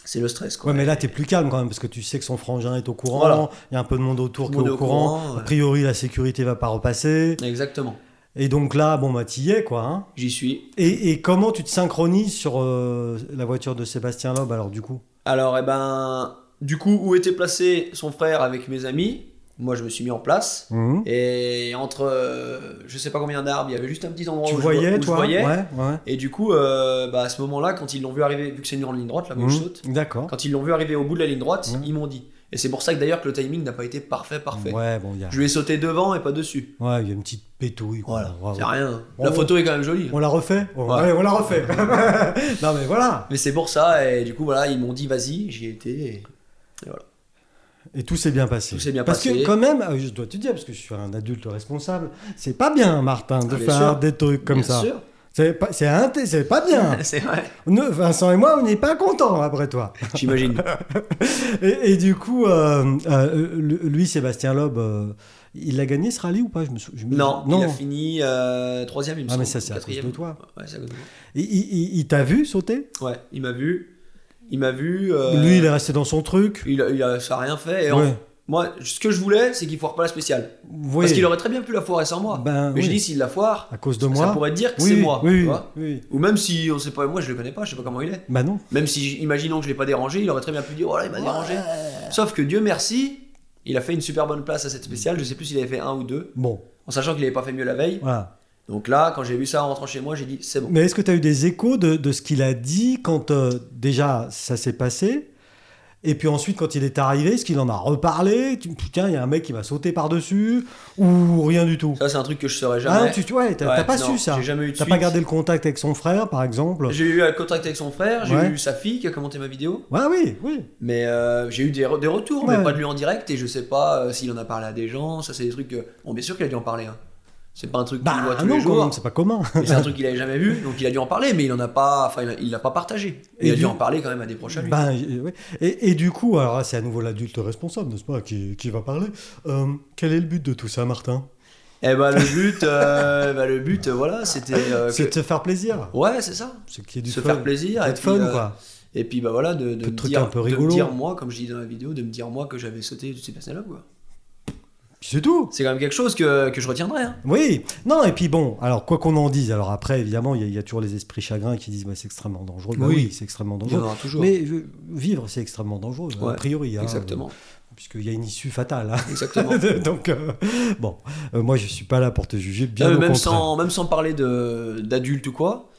Speaker 1: c'est le stress. Quoi.
Speaker 2: Ouais, mais là, t'es plus calme quand même, parce que tu sais que son frangin est au courant, il
Speaker 1: Voilà.
Speaker 2: y a un peu de monde autour
Speaker 1: Tout
Speaker 2: qui
Speaker 1: le
Speaker 2: est au,
Speaker 1: monde est au
Speaker 2: courant.
Speaker 1: courant,
Speaker 2: A
Speaker 1: ouais.
Speaker 2: priori, la sécurité va pas repasser.
Speaker 1: Exactement.
Speaker 2: Et donc là, bon, bah, t'y es, quoi. hein.
Speaker 1: J'y suis.
Speaker 2: Et, et comment tu te synchronises sur euh, la voiture de Sébastien Loeb, alors, du coup
Speaker 1: Alors, eh ben, du coup, où était placé son frère avec mes amis Moi, je me suis mis en place. Et entre, euh, je sais pas combien d'arbres, il y avait juste un petit endroit
Speaker 2: Tu
Speaker 1: où je-
Speaker 2: voyais,
Speaker 1: où je
Speaker 2: toi
Speaker 1: voyais.
Speaker 2: Ouais, ouais.
Speaker 1: Et du coup, euh, bah, à ce moment-là, quand ils l'ont vu arriver, vu que c'est une grande ligne droite, là, où je
Speaker 2: Mhm.
Speaker 1: saute,
Speaker 2: D'accord.
Speaker 1: Quand ils l'ont vu arriver au bout de la ligne droite,
Speaker 2: Ouais.
Speaker 1: ils m'ont dit. Et c'est pour ça que d'ailleurs que le timing n'a pas été parfait, parfait.
Speaker 2: Mmh. Ouais, bon, il y a...
Speaker 1: Je lui ai sauté devant et pas dessus.
Speaker 2: ouais, il y a une petite pétouille. quoi.
Speaker 1: Voilà,
Speaker 2: Bravo.
Speaker 1: c'est rien.
Speaker 2: Bravo.
Speaker 1: La photo est quand même jolie.
Speaker 2: On la refait
Speaker 1: Ouais.
Speaker 2: Ouais, on la refait. non, mais voilà.
Speaker 1: Mais c'est pour ça, et du coup, voilà, ils m'ont dit vas-y, j'y ai été. et-
Speaker 2: Et tout s'est bien passé.
Speaker 1: Tout s'est bien
Speaker 2: parce
Speaker 1: passé.
Speaker 2: que quand même, euh, je dois te dire, parce que je suis un adulte responsable, c'est pas bien, Martin, de
Speaker 1: Ah, bien
Speaker 2: faire
Speaker 1: sûr.
Speaker 2: des trucs comme
Speaker 1: Bien
Speaker 2: ça.
Speaker 1: sûr.
Speaker 2: C'est pas, c'est un thé- c'est pas bien.
Speaker 1: c'est vrai.
Speaker 2: Nous, Vincent et moi, on n'est pas contents après toi.
Speaker 1: J'imagine.
Speaker 2: Et, et du coup, euh, euh, lui, Sébastien Loeb, euh, il a gagné ce rallye ou pas je me sou- je me-
Speaker 1: Non,
Speaker 2: non.
Speaker 1: il a fini euh, troisième, il me
Speaker 2: Ah, mais
Speaker 1: semble,
Speaker 2: ça, c'est à cause
Speaker 1: quatrième.
Speaker 2: de toi.
Speaker 1: Ouais, c'est à cause de moi.
Speaker 2: Il, il- il- il t'a vu sauter
Speaker 1: Ouais, il m'a vu. Il m'a vu. euh,
Speaker 2: Lui, il est resté dans son truc.
Speaker 1: il a- il a- ça a rien fait. et en-
Speaker 2: Ouais.
Speaker 1: Moi, ce que je voulais, c'est qu'il foire pas la spéciale.
Speaker 2: Vous voyez,
Speaker 1: Parce qu'il aurait très bien pu la foirer sans moi.
Speaker 2: Ben,
Speaker 1: Mais je
Speaker 2: oui.
Speaker 1: dis, s'il la foire,
Speaker 2: à cause de
Speaker 1: ça
Speaker 2: moi.
Speaker 1: pourrait dire que
Speaker 2: oui,
Speaker 1: c'est
Speaker 2: oui,
Speaker 1: moi.
Speaker 2: Oui,
Speaker 1: tu
Speaker 2: oui,
Speaker 1: vois
Speaker 2: oui.
Speaker 1: Ou même si on sait pas, moi je le connais pas, je sais pas comment il est.
Speaker 2: Bah non.
Speaker 1: Même si, j- imaginons que je l'ai pas dérangé, il aurait très bien pu dire, voilà, il m'a dérangé. Sauf que Dieu merci, il a fait une super bonne place à cette spéciale. Je sais plus s'il avait fait un ou deux,
Speaker 2: Bon,
Speaker 1: en sachant qu'il avait pas fait mieux la veille.
Speaker 2: voilà.
Speaker 1: Donc là, quand j'ai vu ça en rentrant chez moi, j'ai dit, c'est bon.
Speaker 2: Mais est-ce que tu as eu des échos de, de ce qu'il a dit quand euh, déjà ça s'est passé Et puis ensuite, quand il est arrivé, est-ce qu'il en a reparlé Tu- Putain, il y a un mec qui m'a sauté par-dessus Ou rien du tout
Speaker 1: Ça, c'est un truc que je saurais
Speaker 2: Ah,
Speaker 1: jamais.
Speaker 2: tu, tu- ouais, t'as
Speaker 1: Ouais,
Speaker 2: t'as pas
Speaker 1: non,
Speaker 2: su ça.
Speaker 1: J'ai jamais eu de
Speaker 2: T'as
Speaker 1: suite.
Speaker 2: pas gardé le contact avec son frère, par exemple
Speaker 1: J'ai eu un contact avec son frère, j'ai
Speaker 2: Ouais.
Speaker 1: eu sa fille qui a commenté ma vidéo,
Speaker 2: Ouais, oui, oui.
Speaker 1: mais euh, j'ai eu des, re- des retours,
Speaker 2: Ouais.
Speaker 1: mais pas de lui en direct, et je sais pas euh, s'il en a parlé à des gens, ça c'est des trucs... que- Bon, bien sûr qu'il a dû en parler, hein. c'est pas un truc qu'on voit
Speaker 2: Bah
Speaker 1: tous
Speaker 2: non,
Speaker 1: les
Speaker 2: quand
Speaker 1: jours,
Speaker 2: même, c'est pas commun.
Speaker 1: Mais c'est un truc qu'il avait jamais vu, donc il a dû en parler, mais il en a pas, enfin, il a- il l'a pas partagé.
Speaker 2: Et
Speaker 1: Il a
Speaker 2: du-
Speaker 1: dû en parler quand même à des prochains. lui.
Speaker 2: Ben, euh, ouais. et, et du coup, alors là, c'est à nouveau l'adulte responsable, n'est-ce pas, qui, qui va parler. Euh, quel est le but de tout ça, Martin
Speaker 1: Eh ben le but, euh, bah, le but, euh, voilà, c'était. euh, que-
Speaker 2: C'est de te faire plaisir.
Speaker 1: Ouais, c'est ça.
Speaker 2: Ce qui est du
Speaker 1: Se
Speaker 2: fun.
Speaker 1: faire plaisir et
Speaker 2: Être
Speaker 1: puis,
Speaker 2: fun,
Speaker 1: euh,
Speaker 2: quoi.
Speaker 1: Et puis bah voilà, de, de,
Speaker 2: Peu de
Speaker 1: me
Speaker 2: trucs
Speaker 1: dire,
Speaker 2: un peu
Speaker 1: de me
Speaker 2: rigolos.
Speaker 1: dire moi, comme je dis dans la vidéo, de me dire moi que j'avais sauté du Sébastien Loeb, quoi.
Speaker 2: C'est tout.
Speaker 1: C'est quand même quelque chose que, que je retiendrai. hein.
Speaker 2: Oui, non, et puis bon, alors quoi qu'on en dise, alors après, évidemment, il y, a- il y a toujours les esprits chagrins qui disent bah, c'est extrêmement dangereux. Bah
Speaker 1: Oui.
Speaker 2: oui, c'est extrêmement
Speaker 1: Il y en
Speaker 2: dangereux.
Speaker 1: aura toujours.
Speaker 2: Mais euh, vivre, c'est extrêmement dangereux, a
Speaker 1: Ouais,
Speaker 2: priori. hein,
Speaker 1: Exactement,
Speaker 2: euh, Puisqu'il y a une issue fatale. hein.
Speaker 1: exactement.
Speaker 2: Donc, euh, bon, euh, moi, je suis pas là pour te juger, bien
Speaker 1: Euh,
Speaker 2: au
Speaker 1: même
Speaker 2: contraire.
Speaker 1: sans même sans parler de d'adulte ou quoi.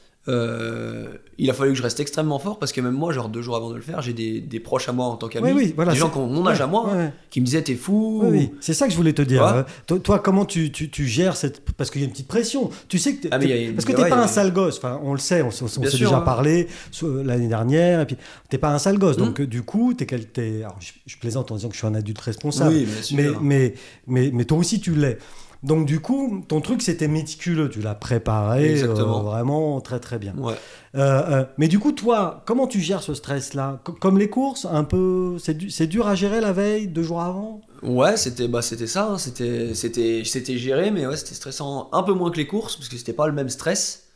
Speaker 1: euh, il a fallu que je reste extrêmement fort parce que même moi, genre deux jours avant de le faire, j'ai des, des proches à moi en tant qu'ami,
Speaker 2: Oui, oui, voilà,
Speaker 1: des gens
Speaker 2: c'est-
Speaker 1: qui ont mon âge
Speaker 2: ouais,
Speaker 1: à moi, hein.
Speaker 2: ouais, ouais.
Speaker 1: qui me disaient t'es fou.
Speaker 2: Oui, oui, c'est ça que je voulais te dire.
Speaker 1: Ouais.
Speaker 2: Euh, Toi, toi, comment tu, tu- tu gères cette. Parce qu'il y a une petite pression. Tu sais que. t'es-
Speaker 1: Ah, mais il y a
Speaker 2: t'es-
Speaker 1: une-
Speaker 2: Parce que
Speaker 1: mais
Speaker 2: t'es
Speaker 1: ouais,
Speaker 2: pas
Speaker 1: il y a
Speaker 2: un
Speaker 1: une-
Speaker 2: sale gosse. Enfin, on le sait, on, s'est- on
Speaker 1: Bien
Speaker 2: s'est
Speaker 1: sûr, hein.
Speaker 2: déjà
Speaker 1: ouais.
Speaker 2: parlé euh, l'année dernière. Et puis, t'es pas un sale gosse. Donc,
Speaker 1: Hmm.
Speaker 2: euh, du coup, t'es. quel- t'es- Alors, je, je plaisante en disant que je suis un adulte responsable.
Speaker 1: Oui, bien sûr.
Speaker 2: mais, mais, mais, mais toi aussi, tu l'es. Donc, du coup, ton truc, c'était méticuleux. Tu l'as préparé euh,
Speaker 1: Exactement.
Speaker 2: vraiment très, très bien.
Speaker 1: Ouais.
Speaker 2: Euh, euh, mais du coup, toi, comment tu gères ce stress-là Co- Comme les courses, un peu. C'est du- c'est dur à gérer la veille, deux jours avant
Speaker 1: Ouais, c'était bah c'était ça, hein, c'était c'était c'était géré, mais ouais, c'était stressant un peu moins que les courses parce que c'était pas le même stress,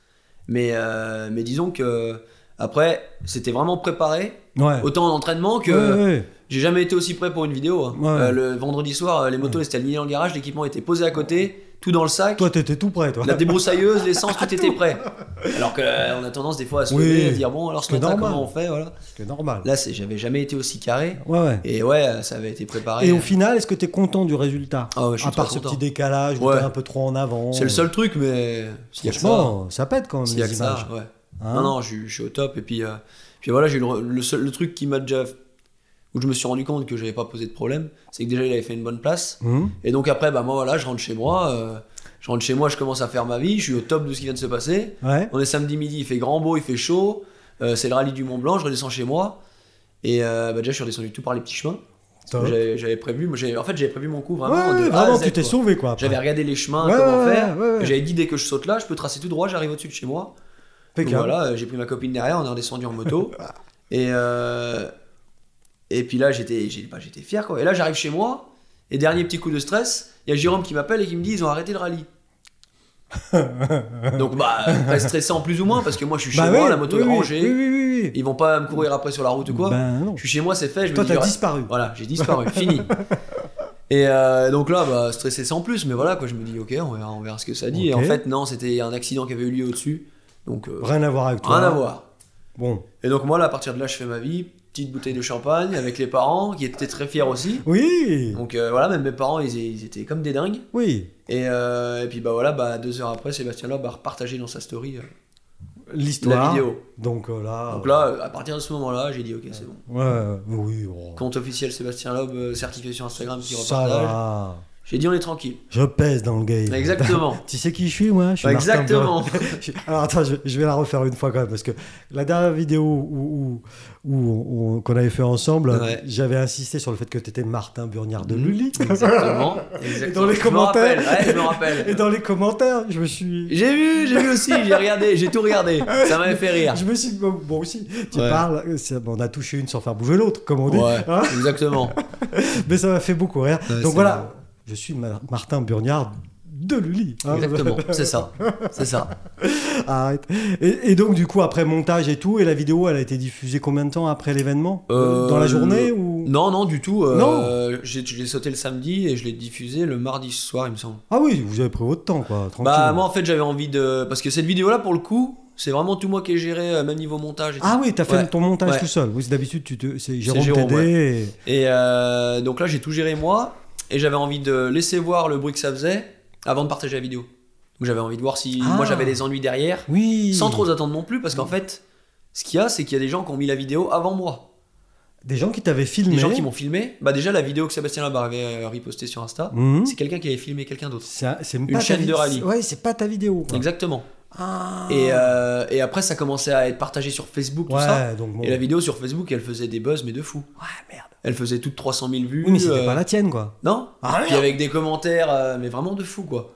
Speaker 1: mais euh, mais disons que après c'était vraiment préparé
Speaker 2: Ouais.
Speaker 1: autant en entraînement que
Speaker 2: Ouais, ouais.
Speaker 1: j'ai jamais été aussi prêt pour une vidéo. hein.
Speaker 2: Ouais.
Speaker 1: Euh, le vendredi soir, euh, les motos étaient alignées dans le garage, l'équipement était posé à côté, tout dans le sac,
Speaker 2: Toi, t'étais tout prêt, toi.
Speaker 1: la débroussailleuse, l'essence, tout était prêt. Alors que euh, on a tendance des fois à se
Speaker 2: Oui.
Speaker 1: lever et à dire bon alors ce
Speaker 2: C'est
Speaker 1: matin
Speaker 2: normal.
Speaker 1: comment on fait voilà.
Speaker 2: C'est normal.
Speaker 1: Là c'est j'avais jamais été aussi carré
Speaker 2: Ouais, ouais.
Speaker 1: et ouais ça avait été préparé.
Speaker 2: Et au final, est-ce que t'es content du résultat
Speaker 1: Ah ouais, je suis
Speaker 2: À part
Speaker 1: très
Speaker 2: ce
Speaker 1: content.
Speaker 2: petit décalage, où
Speaker 1: Ouais.
Speaker 2: t'es un peu trop en avant.
Speaker 1: C'est le seul truc, mais s'il y a que ça,
Speaker 2: Franchement, ça pète quand même
Speaker 1: s'il y a
Speaker 2: les
Speaker 1: que
Speaker 2: images.
Speaker 1: ça, ouais.
Speaker 2: Hein
Speaker 1: non, non, je, suis- je suis au top. Et puis, euh, puis voilà, j'ai eu le, le seul le truc qui m'a déjà. où je me suis rendu compte que j'avais pas posé de problème, c'est que déjà il avait fait une bonne place.
Speaker 2: Hum.
Speaker 1: Et donc après, bah moi voilà, je rentre chez moi, euh, je rentre chez moi, je commence à faire ma vie, je suis au top de ce qui vient de se passer.
Speaker 2: Ouais.
Speaker 1: On est samedi midi, il fait grand beau, il fait chaud, euh, c'est le rallye du Mont Blanc, je redescends chez moi. Et euh, bah déjà, je suis redescendu tout par les petits chemins.
Speaker 2: Top. Ouais,
Speaker 1: J'avais j'avais prévu, moi, j'avais- en fait, j'avais prévu mon coup vraiment. de
Speaker 2: ouais,
Speaker 1: A à
Speaker 2: vraiment,
Speaker 1: Z,
Speaker 2: tu t'es
Speaker 1: quoi.
Speaker 2: sauvé, quoi. après.
Speaker 1: J'avais regardé les chemins,
Speaker 2: Ouais,
Speaker 1: comment
Speaker 2: ouais,
Speaker 1: faire.
Speaker 2: ouais, ouais.
Speaker 1: et J'avais dit dès que je saute là, je peux tracer tout droit, j'arrive au-dessus de chez moi. Donc
Speaker 2: Impeccable.
Speaker 1: voilà, euh, j'ai pris ma copine derrière, on est redescendu en moto. et, euh, et puis là, j'étais j'ai- bah, j'étais fier. Quoi. Et là, j'arrive chez moi, et dernier petit coup de stress, il y a Jérôme qui m'appelle et qui me dit ils ont arrêté le rallye. Donc bah, très stressant plus ou moins, parce que moi je suis chez
Speaker 2: Bah
Speaker 1: moi,
Speaker 2: ouais,
Speaker 1: la moto
Speaker 2: oui,
Speaker 1: est
Speaker 2: oui,
Speaker 1: rangée,
Speaker 2: Oui, oui, oui. oui.
Speaker 1: ils vont pas me courir après sur la route ou quoi.
Speaker 2: Ben non.
Speaker 1: Je suis chez moi, c'est fait, je
Speaker 2: Toi,
Speaker 1: me dis
Speaker 2: t'as
Speaker 1: ouais,
Speaker 2: disparu.
Speaker 1: voilà, j'ai disparu, fini. Et euh, donc là, bah, stressé sans plus, mais voilà, quoi, je me dis, ok, on verra, on verra ce que ça dit. Et
Speaker 2: Ok.
Speaker 1: en fait, non, c'était un accident qui avait eu lieu au-dessus, donc euh, rien
Speaker 2: Rien à voir avec toi.
Speaker 1: à voir.
Speaker 2: Bon.
Speaker 1: Et donc moi, là, à partir de là, je fais ma vie, petite bouteille de champagne avec les parents, qui étaient très fiers aussi.
Speaker 2: Oui.
Speaker 1: Donc euh, voilà, même mes parents, ils, ils étaient comme des dingues.
Speaker 2: Oui.
Speaker 1: Et, euh, et puis bah voilà, bah, deux heures après, Sébastien Loeb a repartagé dans sa story euh, la
Speaker 2: L'histoire.
Speaker 1: vidéo.
Speaker 2: Donc euh, là.
Speaker 1: Donc là, euh, à partir de ce moment-là, j'ai dit, ok, c'est bon.
Speaker 2: Ouais, ouais, oui. oh.
Speaker 1: Compte officiel Sébastien Loeb, euh, certifié sur Instagram qui
Speaker 2: Ça
Speaker 1: repartage.
Speaker 2: va.
Speaker 1: J'ai dit, on est tranquille. Bah,
Speaker 2: Je pèse dans le game.
Speaker 1: Exactement.
Speaker 2: Tu sais qui je suis, moi je suis Martin
Speaker 1: Exactement.
Speaker 2: Burr. Je- Alors attends, je, je vais la refaire une fois quand même, parce que la dernière vidéo où, où- où on- on- qu'on avait fait ensemble,
Speaker 1: Ouais. Mm.
Speaker 2: j'avais insisté sur le fait que tu étais Martin Burniard de Lully.
Speaker 1: Exactement.
Speaker 2: Et
Speaker 1: exactement.
Speaker 2: dans les
Speaker 1: Je me
Speaker 2: commentaires.
Speaker 1: rappelle, ouais, je me rappelle.
Speaker 2: Et dans les commentaires, je me suis...
Speaker 1: J'ai vu, j'ai vu aussi, j'ai regardé, j'ai tout regardé.
Speaker 2: Ah
Speaker 1: Ça m'avait fait rire.
Speaker 2: Je me suis dit, bon, bon, aussi, tu
Speaker 1: Ouais.
Speaker 2: parles, c'est- on a touché une sans faire bouger l'autre, comme on dit.
Speaker 1: Ouais,
Speaker 2: hein,
Speaker 1: exactement.
Speaker 2: mais ça m'a fait beaucoup rire.
Speaker 1: Ouais,
Speaker 2: Donc
Speaker 1: c'est
Speaker 2: voilà,
Speaker 1: vrai.
Speaker 2: je suis Ma- Martin Burniard de Lully. hein.
Speaker 1: Exactement, c'est ça. C'est ça.
Speaker 2: Arrête. Et, et donc, du coup, après montage et tout, et la vidéo, elle a été diffusée combien de temps après l'événement
Speaker 1: Euh,
Speaker 2: Dans la journée
Speaker 1: le-
Speaker 2: ou
Speaker 1: Non, non, du tout. euh,
Speaker 2: Non.
Speaker 1: j'ai- Je l'ai sauté le samedi et je l'ai diffusé le mardi soir, il me semble.
Speaker 2: Ah oui, vous avez pris votre temps, quoi. Tranquille.
Speaker 1: Bah, moi, en fait, j'avais envie de. Parce que cette vidéo-là, pour le coup, c'est vraiment tout moi qui ai géré, euh, même niveau montage. Et, tout.
Speaker 2: Ah oui, t'as fait
Speaker 1: Ouais,
Speaker 2: ton montage
Speaker 1: ouais.
Speaker 2: tout seul. Oui, c'est d'habitude, tu te... c'est Jérôme,
Speaker 1: Jérôme,
Speaker 2: t'aidait et-
Speaker 1: et euh, donc là, j'ai tout géré moi et j'avais envie de laisser voir le bruit que ça faisait avant de partager la vidéo. Donc j'avais envie de voir si
Speaker 2: Ah.
Speaker 1: moi j'avais des ennuis derrière,
Speaker 2: Oui.
Speaker 1: sans trop attendre non plus, parce qu'en fait, ce qu'il y a, c'est qu'il y a des gens qui ont mis la vidéo avant moi.
Speaker 2: Des gens qui t'avaient filmé.
Speaker 1: Des gens qui m'ont filmé. Bah déjà la vidéo que Sébastien Labarre avait euh, ripostée sur Insta,
Speaker 2: Mhm.
Speaker 1: c'est quelqu'un qui avait filmé quelqu'un d'autre.
Speaker 2: C'est un- c'est pas ta
Speaker 1: chaîne de
Speaker 2: vid-
Speaker 1: rallye.
Speaker 2: Ouais, c'est pas ta vidéo. quoi.
Speaker 1: Exactement.
Speaker 2: Ah.
Speaker 1: Et, euh, et après ça commençait à être partagé sur Facebook tout
Speaker 2: ouais,
Speaker 1: ça.
Speaker 2: donc bon.
Speaker 1: Et la vidéo sur Facebook, elle faisait des buzz mais de fou.
Speaker 2: Ouais, merde.
Speaker 1: Elle faisait toutes 300 000 vues.
Speaker 2: Oui, mais c'était
Speaker 1: euh,
Speaker 2: pas la tienne, quoi.
Speaker 1: Non.
Speaker 2: Ah,
Speaker 1: Puis
Speaker 2: merde.
Speaker 1: avec des commentaires euh, mais vraiment de fou quoi.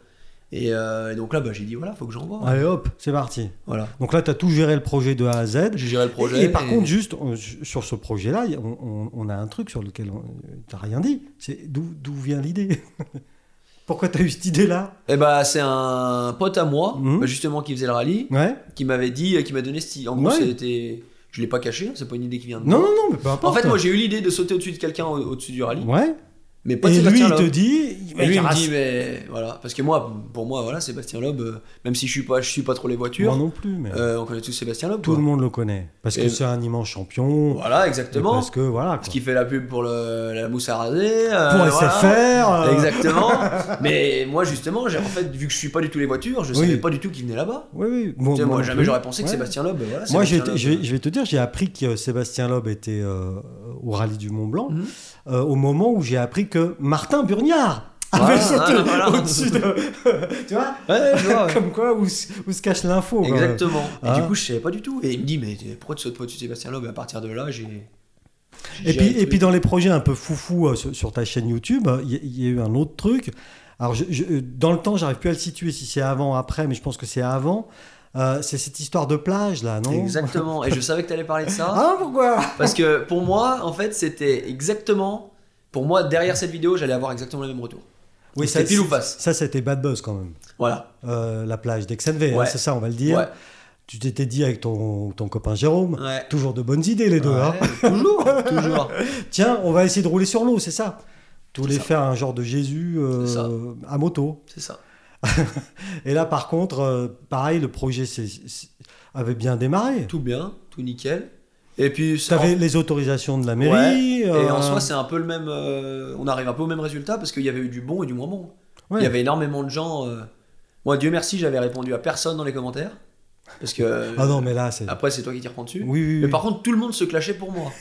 Speaker 1: Et, euh, et donc là bah, j'ai dit voilà faut que j'envoie.
Speaker 2: Allez, hop, c'est parti.
Speaker 1: Voilà.
Speaker 2: Donc là, t'as tout géré le projet de A à Z.
Speaker 1: J'ai géré le projet.
Speaker 2: Et, et par contre, juste on- sur ce projet-là, y a- on, on- on a un truc sur lequel on- t'as rien dit. C'est d'où d'où vient l'idée Pourquoi t'as eu cette idée-là
Speaker 1: Et bah c'est un pote à moi
Speaker 2: Mhm.
Speaker 1: bah, justement qui faisait le rallye,
Speaker 2: Ouais.
Speaker 1: qui m'avait dit, euh, qui m'a donné cette. idée. En gros
Speaker 2: Ouais.
Speaker 1: c'était, je l'ai pas caché, hein, c'est pas une idée qui vient de
Speaker 2: Non,
Speaker 1: moi.
Speaker 2: non, non, mais peu importe.
Speaker 1: En fait, moi, j'ai eu l'idée de sauter au-dessus de quelqu'un au- au-dessus du rallye.
Speaker 2: ouais.
Speaker 1: Mais pas de
Speaker 2: et lui,
Speaker 1: Sébastien
Speaker 2: il te
Speaker 1: Loeb.
Speaker 2: dit.
Speaker 1: Et lui, il me
Speaker 2: Rass-
Speaker 1: dit, mais voilà. Parce que moi, pour moi, voilà, Sébastien Loeb, euh, même si je suis pas, je suis pas trop les voitures,
Speaker 2: Moi non plus, mais
Speaker 1: euh, on connaît tous Sébastien Loeb.
Speaker 2: tout
Speaker 1: quoi.
Speaker 2: le monde le connaît. Parce que
Speaker 1: Et-
Speaker 2: c'est un immense champion.
Speaker 1: Voilà,
Speaker 2: et
Speaker 1: exactement.
Speaker 2: Parce que voilà.
Speaker 1: Parce
Speaker 2: quoi.
Speaker 1: qu'il fait la pub pour le- la mousse à raser. euh,
Speaker 2: Pour
Speaker 1: voilà.
Speaker 2: SFR. euh,
Speaker 1: Exactement. mais moi, justement, j'ai- en fait, vu que je suis pas du tout les voitures, je
Speaker 2: Oui.
Speaker 1: savais pas du tout qu'il venait là-bas.
Speaker 2: Oui, oui.
Speaker 1: Tu sais, moi,
Speaker 2: non
Speaker 1: jamais
Speaker 2: plus.
Speaker 1: j'aurais pensé que
Speaker 2: Ouais.
Speaker 1: Sébastien Loeb. Voilà,
Speaker 2: Moi, je
Speaker 1: Sébastien
Speaker 2: vais, te,
Speaker 1: Loeb.
Speaker 2: je vais- je vais te dire, j'ai appris que euh, Sébastien Loeb était euh, au rallye du Mont Blanc
Speaker 1: Mhm.
Speaker 2: euh, au moment où j'ai appris que Martin Burniard
Speaker 1: Voilà,
Speaker 2: avait sauté
Speaker 1: voilà, voilà.
Speaker 2: au-dessus de. tu vois
Speaker 1: Ouais, je vois, ouais.
Speaker 2: Comme quoi, où, se- où se cache l'info. quoi.
Speaker 1: Exactement. Et
Speaker 2: Ah.
Speaker 1: du coup, je savais pas du tout. Et il me dit, mais pourquoi tu sautes pas dessus Sébastien Loeb Et À partir de là, j'ai.
Speaker 2: Et
Speaker 1: j'ai
Speaker 2: puis,
Speaker 1: géré le
Speaker 2: et puis
Speaker 1: truc.
Speaker 2: dans les projets un peu foufou euh, sur, sur ta chaîne YouTube, euh, il y, il y a eu un autre truc. Alors je- je- euh, dans le temps, j'arrive plus à le situer si c'est avant, après, mais je pense que c'est avant. Euh, c'est cette histoire de plage là, non
Speaker 1: Exactement. Et je savais que t'allais parler de ça.
Speaker 2: Ah pourquoi
Speaker 1: parce que pour moi, en fait, c'était exactement. Pour moi, derrière cette vidéo, j'allais avoir exactement le même retour. C'était pile ou face.
Speaker 2: Ça, c'était bad buzz quand même.
Speaker 1: Voilà.
Speaker 2: Euh, la plage d'Exenve,
Speaker 1: Ouais.
Speaker 2: c'est ça, on va le dire.
Speaker 1: Ouais.
Speaker 2: Tu t'étais dit avec ton, ton copain Jérôme,
Speaker 1: Ouais.
Speaker 2: toujours de bonnes idées les deux. hein.
Speaker 1: Ouais, toujours, toujours.
Speaker 2: Tiens, on va essayer de rouler sur l'eau, c'est ça Tous
Speaker 1: C'est
Speaker 2: les
Speaker 1: ça.
Speaker 2: faire un genre de Jésus euh,
Speaker 1: C'est ça.
Speaker 2: à moto.
Speaker 1: C'est ça.
Speaker 2: Et là, par contre, euh, pareil, le projet c'est- c'est- avait bien démarré.
Speaker 1: Tout bien, tout nickel. Et puis,
Speaker 2: Tu
Speaker 1: ça-
Speaker 2: avais les autorisations de la
Speaker 1: Ouais.
Speaker 2: mairie.
Speaker 1: Et en
Speaker 2: euh,
Speaker 1: soi, c'est un peu le même. euh, on arrive un peu au même résultat parce qu'il y avait eu du bon et du moins bon.
Speaker 2: ouais.
Speaker 1: Il y avait énormément de gens. euh, Moi, Dieu merci, j'avais répondu à personne dans les commentaires. Parce que. euh,
Speaker 2: Ah non, mais là, c'est.
Speaker 1: Après, c'est toi qui t'y reprends dessus.
Speaker 2: Oui, oui, oui. Ah
Speaker 1: Mais par contre, tout le monde se clashait pour moi.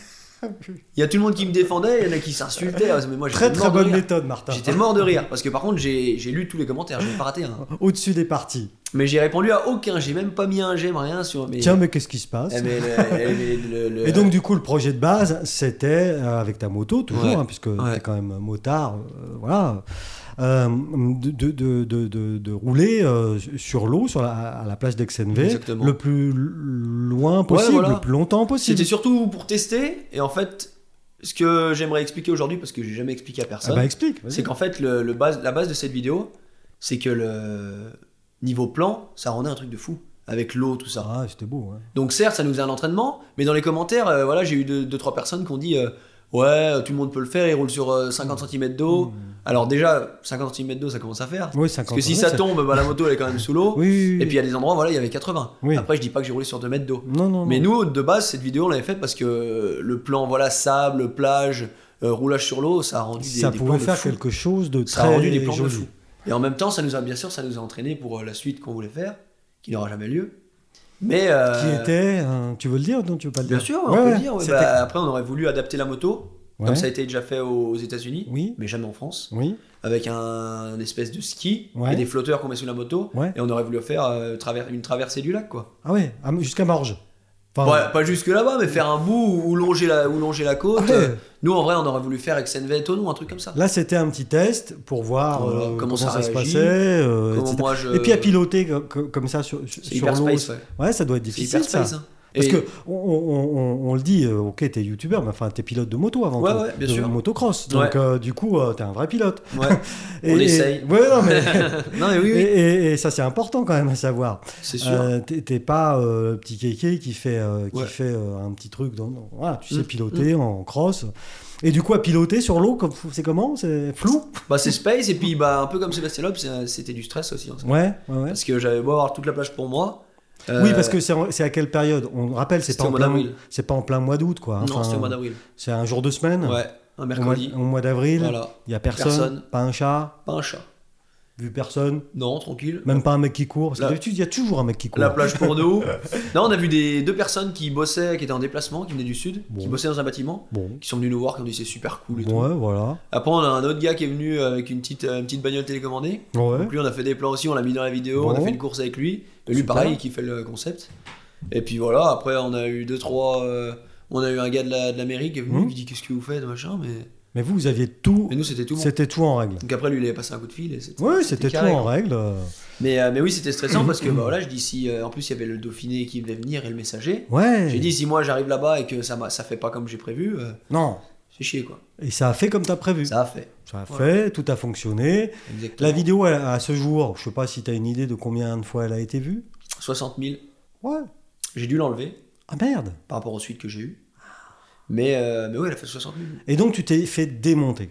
Speaker 1: Il y a tout le monde qui me défendait, il y en a qui s'insultaient. Mais moi, j'étais
Speaker 2: Très très
Speaker 1: mort de
Speaker 2: bonne
Speaker 1: rire.
Speaker 2: méthode, hein. Martin.
Speaker 1: J'étais mort de rire parce que par contre, j'ai j'ai lu tous les commentaires, j'ai pas raté un.
Speaker 2: Au-dessus des parties.
Speaker 1: Mais j'ai répondu à aucun, j'ai même pas mis un j'aime rien sur. Mais...
Speaker 2: Tiens, mais qu'est-ce qui se passe
Speaker 1: Eh, mais le- eh, mais le- le-
Speaker 2: Et donc, du coup, le projet de base, c'était euh, avec ta moto, toujours,
Speaker 1: Ouais.
Speaker 2: hein, puisque
Speaker 1: Ouais.
Speaker 2: t'es quand même motard, euh, voilà, euh, de, de- de- de- de- de rouler euh, sur l'eau, sur la, à la plage d'Exenve,
Speaker 1: Exactement.
Speaker 2: le plus loin possible,
Speaker 1: voilà.
Speaker 2: le plus longtemps
Speaker 1: C'était
Speaker 2: possible.
Speaker 1: surtout pour tester, et en fait, ce que j'aimerais expliquer aujourd'hui, parce que j'ai jamais expliqué à
Speaker 2: Ah
Speaker 1: personne,
Speaker 2: bah, explique. vas-y.
Speaker 1: c'est qu'en fait, le, le base, la base de cette vidéo, c'est que le niveau plan, ça rendait un truc de fou, avec l'eau, tout ça.
Speaker 2: Ah, c'était beau. hein.
Speaker 1: Donc certes, ça nous faisait un entraînement, mais dans les commentaires, euh, voilà, j'ai eu deux, deux, trois personnes qui ont dit euh, Ouais, tout le monde peut le faire, il roule sur euh,
Speaker 2: Mm.
Speaker 1: 50 cm d'eau. Alors déjà, 50 cm d'eau, ça commence à faire.
Speaker 2: Oui, 50
Speaker 1: Parce que si
Speaker 2: ouais,
Speaker 1: ça tombe, bah, la moto, elle est quand même sous l'eau.
Speaker 2: Oui, oui, oui.
Speaker 1: Et puis il y a des endroits, voilà, il y avait 80.
Speaker 2: Oui.
Speaker 1: Après, je dis pas que j'ai roulé sur 2 mètres d'eau.
Speaker 2: Non, non,
Speaker 1: Mais
Speaker 2: non.
Speaker 1: nous, de base, cette vidéo, on l'avait faite parce que le plan, voilà, sable, plage, euh, roulage sur l'eau, ça a rendu des,
Speaker 2: ça
Speaker 1: des plans
Speaker 2: pouvait
Speaker 1: de
Speaker 2: faire
Speaker 1: fou.
Speaker 2: quelque chose de très
Speaker 1: Ça a rendu des plans de
Speaker 2: joli.
Speaker 1: fou. Et en même temps, ça nous a, bien sûr, ça nous a entraîné pour euh, la suite qu'on voulait faire, qui n'aura jamais lieu. Mais euh,
Speaker 2: Qui était, hein, tu veux le dire ou non, tu veux pas le
Speaker 1: bien
Speaker 2: dire
Speaker 1: sûr, on
Speaker 2: Ouais,
Speaker 1: peut
Speaker 2: ouais,
Speaker 1: le dire. ouais.
Speaker 2: c'était-
Speaker 1: Bah, après, on aurait voulu adapter la moto,
Speaker 2: Ouais.
Speaker 1: comme ça a été déjà fait aux États-Unis,
Speaker 2: Oui,
Speaker 1: mais jamais en France,
Speaker 2: oui.
Speaker 1: avec un, un espèce de ski
Speaker 2: Ouais.
Speaker 1: et des flotteurs qu'on met sous la moto.
Speaker 2: Ouais.
Speaker 1: Et on aurait voulu faire euh, travers- une traversée du lac, quoi.
Speaker 2: Ah ouais, ah, mais jusqu'à Morges. Enfin,
Speaker 1: Ouais, pas jusque là-bas, mais faire un bout ou longer la, ou longer la côte.
Speaker 2: Ouais.
Speaker 1: euh, Nous, en vrai, on aurait voulu faire avec Senvet ou un truc comme ça.
Speaker 2: Là, c'était un petit test pour voir
Speaker 1: Voilà,
Speaker 2: euh,
Speaker 1: comment
Speaker 2: comment, ça,
Speaker 1: ça
Speaker 2: se
Speaker 1: réagit,
Speaker 2: passait. euh,
Speaker 1: Comment
Speaker 2: etc.
Speaker 1: moi, je...
Speaker 2: Et puis à piloter co- co- comme ça sur, sur
Speaker 1: C'est hyper
Speaker 2: l'eau.
Speaker 1: space, ouais.
Speaker 2: Ouais, ça doit être
Speaker 1: C'est
Speaker 2: difficile.
Speaker 1: hyper
Speaker 2: Ça.
Speaker 1: space. hein.
Speaker 2: Parce
Speaker 1: Et-
Speaker 2: que on, on- on- on le dit, euh, ok, t'es youtubeur, mais enfin, t'es pilote de moto avant
Speaker 1: Ouais,
Speaker 2: tout,
Speaker 1: ouais, bien
Speaker 2: de
Speaker 1: sûr.
Speaker 2: motocross. Donc,
Speaker 1: Ouais.
Speaker 2: euh, du coup, euh, t'es un vrai pilote.
Speaker 1: Ouais. On essaye.
Speaker 2: Ouais, non, mais-
Speaker 1: non, mais oui,
Speaker 2: et,
Speaker 1: oui.
Speaker 2: et- et ça, c'est important quand même à savoir.
Speaker 1: C'est sûr.
Speaker 2: Euh, t'es t'es pas euh, le petit kéké qui fait, euh, qui
Speaker 1: Ouais.
Speaker 2: fait euh, un petit truc. Dans, dans- voilà, tu sais
Speaker 1: Mm,
Speaker 2: piloter en cross. Et du coup, à piloter sur l'eau, comme- c'est comment C'est flou
Speaker 1: Bah, c'est space, et puis bah, un peu comme Sébastien Loeb, c'est- c'était du stress aussi. hein, ça.
Speaker 2: Ouais, ouais, ouais.
Speaker 1: Parce que j'avais beau avoir toute la plage pour moi. euh,
Speaker 2: Oui, parce que c'est en- c'est à quelle période On rappelle, c'est
Speaker 1: C'était
Speaker 2: pas,
Speaker 1: au
Speaker 2: en
Speaker 1: mois
Speaker 2: plein-
Speaker 1: d'avril.
Speaker 2: c'est pas en plein mois d'août, quoi. hein.
Speaker 1: non,
Speaker 2: Enfin,
Speaker 1: c'était au mois d'avril.
Speaker 2: c'est un jour de semaine.
Speaker 1: Ouais, un
Speaker 2: Au mois,
Speaker 1: mercredi.
Speaker 2: au mois d'avril, il
Speaker 1: Voilà.
Speaker 2: y a personne,
Speaker 1: Personne.
Speaker 2: pas un chat,
Speaker 1: Pas un chat.
Speaker 2: vu personne,
Speaker 1: Non, tranquille.
Speaker 2: même pas un mec qui court. Parce que
Speaker 1: La-
Speaker 2: d'habitude, il y a toujours un mec qui court.
Speaker 1: La plage pour nous. non, on a vu des, deux personnes qui bossaient, qui étaient en déplacement, qui venaient du sud,
Speaker 2: Bon.
Speaker 1: qui bossaient dans un bâtiment,
Speaker 2: Bon,
Speaker 1: qui sont venus nous voir, qui ont dit c'est super cool et tout.
Speaker 2: ouais, voilà.
Speaker 1: Après, on a un autre gars qui est venu avec une petite, euh, une petite bagnole télécommandée.
Speaker 2: Ouais.
Speaker 1: Donc lui, on a fait des plans aussi, on l'a mis dans la vidéo, on
Speaker 2: Bon.
Speaker 1: a fait une course avec lui. Et lui,
Speaker 2: Super.
Speaker 1: pareil, qui fait le concept. Et puis voilà, après, on a eu deux, trois. euh, on a eu un gars de la, de la mairie qui est venu,
Speaker 2: Mhm.
Speaker 1: qui dit Qu'est-ce que vous faites, machin, mais.
Speaker 2: Mais vous, vous aviez tout.
Speaker 1: Mais nous, c'était tout bon.
Speaker 2: C'était tout en règle.
Speaker 1: Donc après, lui, il avait passé un coup de fil. et c'était-
Speaker 2: Oui, c'était tout
Speaker 1: carré,
Speaker 2: en
Speaker 1: quoi.
Speaker 2: règle. euh.
Speaker 1: Mais, euh, mais oui, c'était stressant parce que, bah, voilà, je dis si. euh, en plus, il y avait le Dauphiné qui devait venir et le messager.
Speaker 2: Ouais.
Speaker 1: J'ai dit Si moi, j'arrive là-bas et que ça, m'a- ça fait pas comme j'ai prévu, euh,
Speaker 2: Non.
Speaker 1: c'est chier, quoi.
Speaker 2: Et ça a fait comme tu as prévu. Ça,
Speaker 1: Ça a fait.
Speaker 2: a
Speaker 1: Ouais.
Speaker 2: fait, tout a fonctionné.
Speaker 1: Exactement.
Speaker 2: La vidéo, elle, à ce jour, je sais pas si tu as une idée de combien de fois elle a été vue.
Speaker 1: 60 000.
Speaker 2: Ouais.
Speaker 1: J'ai dû l'enlever
Speaker 2: Ah merde.
Speaker 1: par rapport aux suites que j'ai eues. Mais, euh, mais oui, elle a fait 60 000.
Speaker 2: Et donc, tu t'es fait démonter.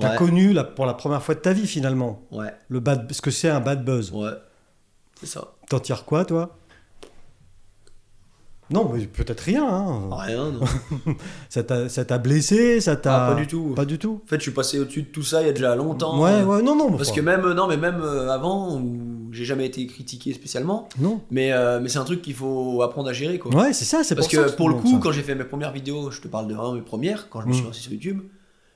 Speaker 2: T'as
Speaker 1: Ouais.
Speaker 2: connu la- pour la première fois de ta vie finalement
Speaker 1: Ouais,
Speaker 2: le bad, ce que c'est un bad buzz.
Speaker 1: ouais. C'est ça.
Speaker 2: T'en tires quoi toi Non, mais peut-être rien. hein.
Speaker 1: Rien, non.
Speaker 2: Ça t'a ça t'a blessé, ça t'a.
Speaker 1: Ah, pas du tout.
Speaker 2: Pas du tout.
Speaker 1: En fait, je suis passé au-dessus de tout ça il y a déjà longtemps.
Speaker 2: Ouais, ouais, non, non. mais
Speaker 1: Parce
Speaker 2: enfin,
Speaker 1: que même, euh, non, mais même euh, avant, où j'ai jamais été critiqué spécialement,
Speaker 2: Non.
Speaker 1: mais, euh, mais c'est un truc qu'il faut apprendre à gérer, quoi.
Speaker 2: Ouais, c'est ça, c'est
Speaker 1: Parce
Speaker 2: pour ça
Speaker 1: que
Speaker 2: je
Speaker 1: pour le
Speaker 2: demande
Speaker 1: coup,
Speaker 2: ça.
Speaker 1: quand j'ai fait mes premières vidéos, je te parle de vraiment mes premières, quand je me
Speaker 2: Mm.
Speaker 1: suis lancé sur YouTube,